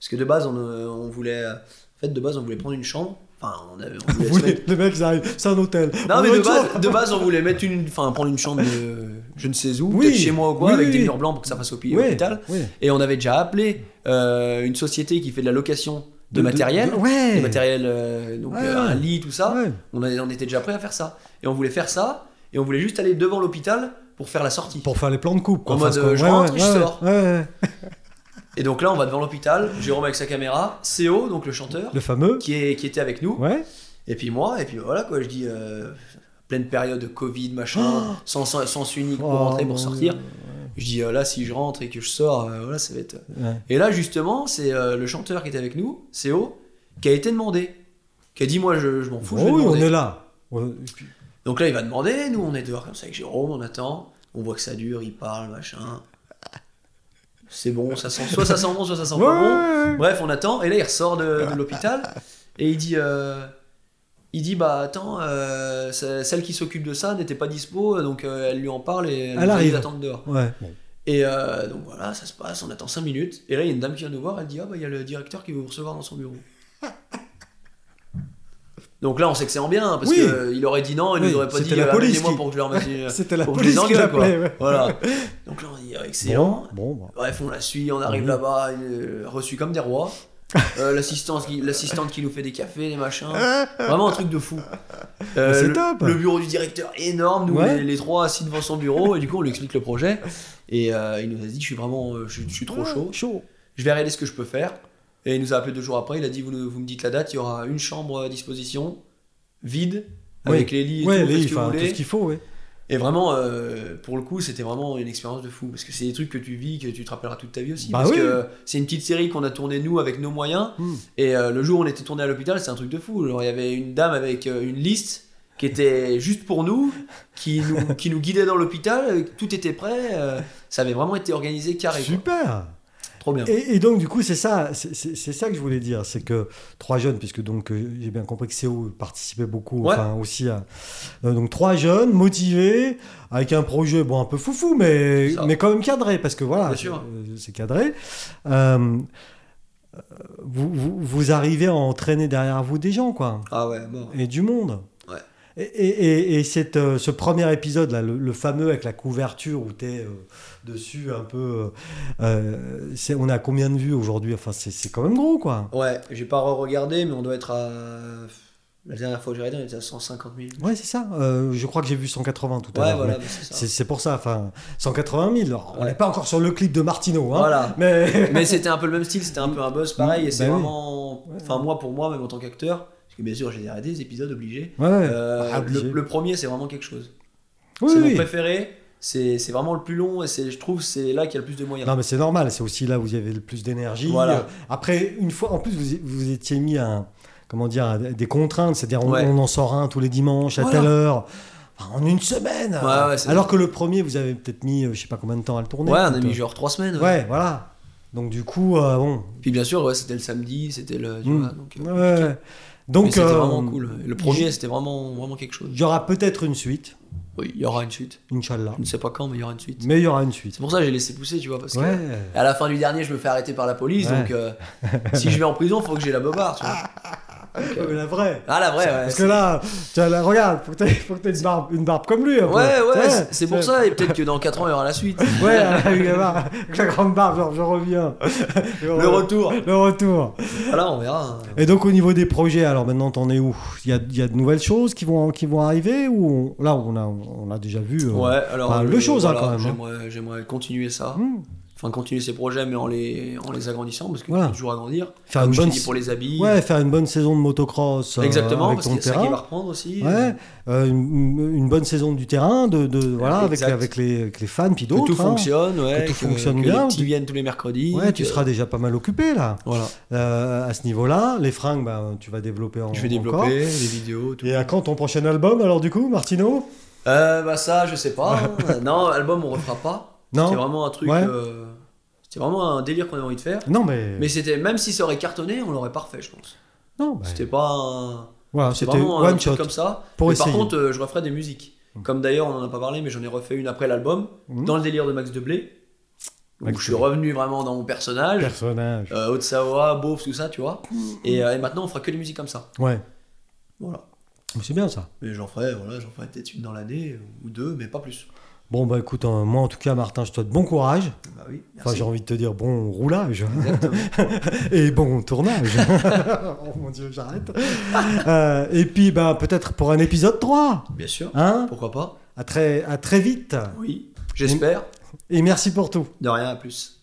Speaker 1: Parce que de base, on, euh, on voulait. En fait, de base, on voulait prendre une chambre. Enfin, on, avait, on voulait
Speaker 2: Vous
Speaker 1: se mettre-
Speaker 2: voulez- Le mec, il arrive, c'est un hôtel.
Speaker 1: Non
Speaker 2: On
Speaker 1: mais
Speaker 2: veut
Speaker 1: de
Speaker 2: une
Speaker 1: base,
Speaker 2: chambre.
Speaker 1: de base, on voulait mettre une, enfin prendre une chambre, de, je ne sais où,
Speaker 2: Oui.
Speaker 1: peut-être chez moi ou quoi,
Speaker 2: Oui,
Speaker 1: avec
Speaker 2: oui,
Speaker 1: des
Speaker 2: oui.
Speaker 1: murs blancs pour que ça fasse au pied
Speaker 2: Ouais,
Speaker 1: hôpital.
Speaker 2: ouais.
Speaker 1: Et on avait déjà appelé euh, une société qui fait de la location de, matériel,
Speaker 2: de- ouais.
Speaker 1: des matériels, euh, donc
Speaker 2: Ouais.
Speaker 1: euh, un lit, tout ça.
Speaker 2: Ouais.
Speaker 1: On, a- on était déjà prêt à faire ça. Et on voulait faire ça. Et on voulait juste aller devant l'hôpital pour faire la sortie.
Speaker 2: Pour faire les plans de coupe. quoi.
Speaker 1: En
Speaker 2: Enfin,
Speaker 1: mode, euh,
Speaker 2: ce qu'on-
Speaker 1: je
Speaker 2: ouais,
Speaker 1: rentre,
Speaker 2: ouais,
Speaker 1: je
Speaker 2: ouais,
Speaker 1: sors.
Speaker 2: ouais, ouais.
Speaker 1: Et donc là, on va devant l'hôpital. Jérôme avec sa caméra, Co, donc le chanteur,
Speaker 2: Le fameux.
Speaker 1: qui, est, qui était avec nous.
Speaker 2: Ouais.
Speaker 1: Et puis moi, et puis voilà quoi, je dis euh, pleine période de Covid, machin,
Speaker 2: Oh
Speaker 1: sans, sans- sens unique pour
Speaker 2: Oh,
Speaker 1: rentrer,
Speaker 2: mon
Speaker 1: pour sortir. Je dis euh, là, si je rentre et que je sors, euh, voilà, ça va être.
Speaker 2: Ouais.
Speaker 1: Et là, justement, c'est euh, le chanteur qui était avec nous, CO, qui a été demandé. Qui a dit, moi, je, je m'en fous, je vais
Speaker 2: Oh oui, on
Speaker 1: demander.
Speaker 2: est là. Ouais.
Speaker 1: Donc là, il va demander, nous, on est dehors comme ça avec Jérôme, on attend, on voit que ça dure, il parle, machin. C'est bon, ça sent, soit ça sent bon, soit ça sent
Speaker 2: Ouais,
Speaker 1: pas bon.
Speaker 2: ouais, ouais.
Speaker 1: Bref, on attend, et là il ressort de, de l'hôpital et il dit, euh, il dit bah attends, euh, c'est- celle qui s'occupe de ça n'était pas dispo, donc euh, elle lui en parle et elle,
Speaker 2: Elle
Speaker 1: nous a dit
Speaker 2: arrive.
Speaker 1: d'attendre dehors.
Speaker 2: Ouais.
Speaker 1: Et euh, donc voilà, ça se passe, on attend 5 minutes, et là il y a une dame qui vient nous voir, elle dit ah bah il y a le directeur qui veut vous recevoir dans son bureau. Donc là on sait que c'est en bien, parce
Speaker 2: Oui.
Speaker 1: que euh, il aurait dit non, il
Speaker 2: Oui,
Speaker 1: nous aurait pas dit
Speaker 2: c'était la
Speaker 1: euh,
Speaker 2: police
Speaker 1: amenez-moi
Speaker 2: qui-
Speaker 1: pour que je leur mette une-
Speaker 2: C'était la
Speaker 1: pour que je
Speaker 2: police
Speaker 1: les
Speaker 2: qui
Speaker 1: engueule, quoi.
Speaker 2: l'appelait. ouais.
Speaker 1: Voilà. Donc là on dit ah, excellent,
Speaker 2: Bon, bon, bah.
Speaker 1: Bref, on la suit, on arrive
Speaker 2: Mhm.
Speaker 1: là-bas, euh, reçu comme des rois. Euh, l'assistante qui- L'assistante qui nous fait des cafés, des machins. Vraiment un truc de fou. Euh,
Speaker 2: Mais c'est
Speaker 1: le,
Speaker 2: top.
Speaker 1: le bureau du directeur énorme, nous
Speaker 2: Ouais.
Speaker 1: les, les trois assis devant son bureau, et du coup on lui explique le projet. Et euh, il nous a dit Je suis vraiment euh, je, je suis trop chaud,
Speaker 2: Chaud.
Speaker 1: je vais regarder ce que je peux faire. Et il nous a appelé deux jours après, il a dit Vous, nous- vous me dites la date, il y aura une chambre à disposition, vide,
Speaker 2: Oui.
Speaker 1: avec les lits et
Speaker 2: Ouais,
Speaker 1: tout, faites
Speaker 2: les
Speaker 1: ce que vous
Speaker 2: enfin, tout
Speaker 1: voulez.
Speaker 2: ce qu'il faut, ouais.
Speaker 1: Et vraiment, euh, pour le coup, c'était vraiment une expérience de fou. Parce que c'est des trucs que tu vis, que tu te rappelleras toute ta vie aussi.
Speaker 2: Bah
Speaker 1: parce
Speaker 2: oui.
Speaker 1: que c'est une petite série qu'on a tournée, nous, avec nos moyens.
Speaker 2: Hmm.
Speaker 1: Et euh, le jour où on était tourné à l'hôpital, c'est un truc de fou. Genre, il y avait une dame avec euh, une liste qui était juste pour nous, qui nous, qui nous guidait dans l'hôpital. euh, Tout était prêt. euh, ça avait vraiment été organisé carré. quoi. Mmh.
Speaker 2: Super.
Speaker 1: Trop bien.
Speaker 2: Et, et donc, du coup, c'est ça, c'est- c'est c'est ça que je voulais dire. C'est que trois jeunes, puisque donc euh, j'ai bien compris que CO participait beaucoup,
Speaker 1: Ouais.
Speaker 2: enfin aussi à. euh, donc, trois jeunes motivés, avec un projet, bon, un peu foufou, mais,
Speaker 1: C'est ça.
Speaker 2: mais quand même cadré, parce que voilà,
Speaker 1: Bien sûr.
Speaker 2: euh, c'est cadré. Euh, euh, vous, vous, vous arrivez à entraîner derrière vous des gens, quoi.
Speaker 1: Ah ouais, mort.
Speaker 2: Et du monde.
Speaker 1: Ouais.
Speaker 2: Et, et, et, et cette, euh, ce premier épisode, là, le, le fameux avec la couverture où tu es dessus un peu. euh, euh, c'est- on a combien de vues aujourd'hui Enfin, c'est c'est quand même gros, quoi.
Speaker 1: Ouais, j'ai pas re-regardé, mais on doit être à La dernière fois que j'ai regardé, on était à 150 000.
Speaker 2: Ouais, c'est ça. Euh, je crois que j'ai vu 180 tout à
Speaker 1: Ouais,
Speaker 2: l'heure.
Speaker 1: voilà,
Speaker 2: mais
Speaker 1: bah, c'est ça.
Speaker 2: C'est c'est pour ça, enfin, 180 000. Alors, On
Speaker 1: Ouais.
Speaker 2: n'est pas encore sur le clip de Martino, hein,
Speaker 1: Voilà.
Speaker 2: mais
Speaker 1: Mais c'était un peu le même style, c'était un peu un buzz pareil, et c'est
Speaker 2: Bah oui.
Speaker 1: vraiment. Enfin, moi, pour moi, même en tant qu'acteur, parce que bien sûr, j'ai regardé des épisodes obligés.
Speaker 2: Ouais,
Speaker 1: Euh,
Speaker 2: ah, obligé.
Speaker 1: le, le premier, c'est vraiment quelque chose.
Speaker 2: Oui,
Speaker 1: c'est
Speaker 2: oui.
Speaker 1: mon préféré, c'est c'est vraiment le plus long, et c'est- je trouve c'est là qu'il y a le plus de moyens.
Speaker 2: Non, mais c'est normal, c'est aussi là où vous avez le plus d'énergie.
Speaker 1: Voilà.
Speaker 2: Euh, Après, une fois, en plus, vous vous étiez mis à, un- comment dire, à des contraintes, c'est-à-dire on,
Speaker 1: Ouais.
Speaker 2: on en sort un tous les dimanches à
Speaker 1: Voilà.
Speaker 2: telle heure, Enfin, en une semaine.
Speaker 1: ouais, c'est-
Speaker 2: Alors que le premier, vous avez peut-être mis, euh, je sais pas combien de temps à le tourner.
Speaker 1: ouais, on a
Speaker 2: plutôt.
Speaker 1: mis genre 3 semaines. ouais.
Speaker 2: euh, Ouais, voilà. Donc du coup, euh, bon.
Speaker 1: Puis bien sûr, ouais, c'était le samedi, c'était le. tu
Speaker 2: Mm.
Speaker 1: vois, donc, euh,
Speaker 2: Ouais.
Speaker 1: mais
Speaker 2: Donc,
Speaker 1: c'était
Speaker 2: euh,
Speaker 1: vraiment cool. Le premier, c'était vraiment, vraiment quelque chose.
Speaker 2: il y aura peut-être une suite,
Speaker 1: Oui, il y aura une suite.
Speaker 2: Inch'Allah.
Speaker 1: Je ne sais pas quand, mais il y aura une suite.
Speaker 2: Mais il y aura une suite.
Speaker 1: C'est pour ça que j'ai laissé pousser, tu vois, parce que.
Speaker 2: Ouais.
Speaker 1: À la fin du dernier, je me fais arrêter par la police,
Speaker 2: Ouais.
Speaker 1: donc euh, si je vais en prison, faut que j'ai la bobarde. Tu vois. Donc, euh,
Speaker 2: Mais la vraie.
Speaker 1: ah la vraie, ouais.
Speaker 2: Parce que là, tu as la- regarde, faut que t'aies- faut que t'aies une barbe, une barbe comme lui. un peu.
Speaker 1: ouais, ouais,
Speaker 2: Tu sais,
Speaker 1: c'est- c'est pour
Speaker 2: tu sais.
Speaker 1: ça, et peut-être que dans 4 ans, il y aura la suite.
Speaker 2: Ouais, avec la barbe, avec la grande barbe, genre je reviens.
Speaker 1: Le retour.
Speaker 2: Le retour.
Speaker 1: Voilà, on verra. hein.
Speaker 2: Et donc au niveau des projets, alors maintenant t'en es où Il y a, il y a de nouvelles choses qui vont, qui vont arriver ou on- là on a, on a déjà vu euh,
Speaker 1: Ouais, alors.
Speaker 2: pas mal de
Speaker 1: euh,
Speaker 2: choses, hein, quand même, hein.
Speaker 1: J'aimerais, j'aimerais continuer ça.
Speaker 2: hmm,
Speaker 1: Enfin, continuer ces projets, mais en les, en les agrandissant, parce qu'il
Speaker 2: Voilà.
Speaker 1: faut toujours agrandir.
Speaker 2: faire
Speaker 1: Comme
Speaker 2: une
Speaker 1: je t'ai
Speaker 2: bonne
Speaker 1: dit pour les habits.
Speaker 2: ouais faire une bonne saison de motocross euh,
Speaker 1: Exactement,
Speaker 2: avec
Speaker 1: parce qu'il
Speaker 2: ton
Speaker 1: y a ça qui va
Speaker 2: terrain.
Speaker 1: reprendre aussi.
Speaker 2: Ouais, euh, une, une bonne saison du terrain de, de voilà avec,
Speaker 1: Exact.
Speaker 2: avec les avec les fans puis
Speaker 1: Que
Speaker 2: d'autres.
Speaker 1: tout
Speaker 2: hein.
Speaker 1: fonctionne, ouais,
Speaker 2: Que tout fonctionne
Speaker 1: que
Speaker 2: bien,
Speaker 1: Les petits
Speaker 2: tu-
Speaker 1: viennent tous les mercredis.
Speaker 2: Ouais, tu
Speaker 1: que-
Speaker 2: seras déjà pas mal occupé là
Speaker 1: Voilà.
Speaker 2: Euh, à ce niveau-là. Les fringues, ben, tu vas développer en,
Speaker 1: Je vais
Speaker 2: encore.
Speaker 1: développer les vidéos, tout.
Speaker 2: Et à quand ton prochain album alors du coup, Martino
Speaker 1: Euh, bah ça, je sais pas. hein. non, album, on refera pas. C'était
Speaker 2: Non,
Speaker 1: vraiment un truc.
Speaker 2: Ouais.
Speaker 1: euh, C'était vraiment un délire qu'on avait envie de faire.
Speaker 2: non mais,
Speaker 1: Mais c'était même si ça aurait cartonné, on l'aurait pas refait, je pense.
Speaker 2: non, bah,
Speaker 1: C'était pas un.
Speaker 2: voilà,
Speaker 1: C'était
Speaker 2: c'était
Speaker 1: vraiment un
Speaker 2: one
Speaker 1: truc
Speaker 2: shot.
Speaker 1: comme ça.
Speaker 2: Pour
Speaker 1: mais
Speaker 2: essayer.
Speaker 1: par contre, euh, je referais des musiques.
Speaker 2: Mm.
Speaker 1: Comme d'ailleurs, on en a pas parlé, mais j'en ai refait une après l'album,
Speaker 2: Mm.
Speaker 1: dans le délire de Max Deblé. où
Speaker 2: Max
Speaker 1: je suis
Speaker 2: Deblé.
Speaker 1: revenu vraiment dans mon personnage.
Speaker 2: personnage.
Speaker 1: Euh, Haute-Savoie, Beauf, tout ça, tu vois.
Speaker 2: Mm.
Speaker 1: Et, euh, et maintenant, on fera que des musiques comme ça.
Speaker 2: Ouais,
Speaker 1: Voilà.
Speaker 2: Mais c'est bien ça.
Speaker 1: Mais j'en ferai, voilà, j'en ferai peut-être une dans l'année euh, ou deux, mais pas plus.
Speaker 2: Bon bah écoute, euh, moi en tout cas Martin, je te souhaite bon courage.
Speaker 1: Bah oui,
Speaker 2: Enfin
Speaker 1: merci.
Speaker 2: j'ai envie de te dire bon roulage
Speaker 1: Exactement.
Speaker 2: et bon tournage. oh mon dieu, j'arrête. Euh, et puis bah peut-être pour un épisode 3.
Speaker 1: Bien sûr.
Speaker 2: Hein
Speaker 1: Pourquoi pas
Speaker 2: à très, à très vite.
Speaker 1: Oui, j'espère.
Speaker 2: Et merci pour tout.
Speaker 1: De rien, à plus.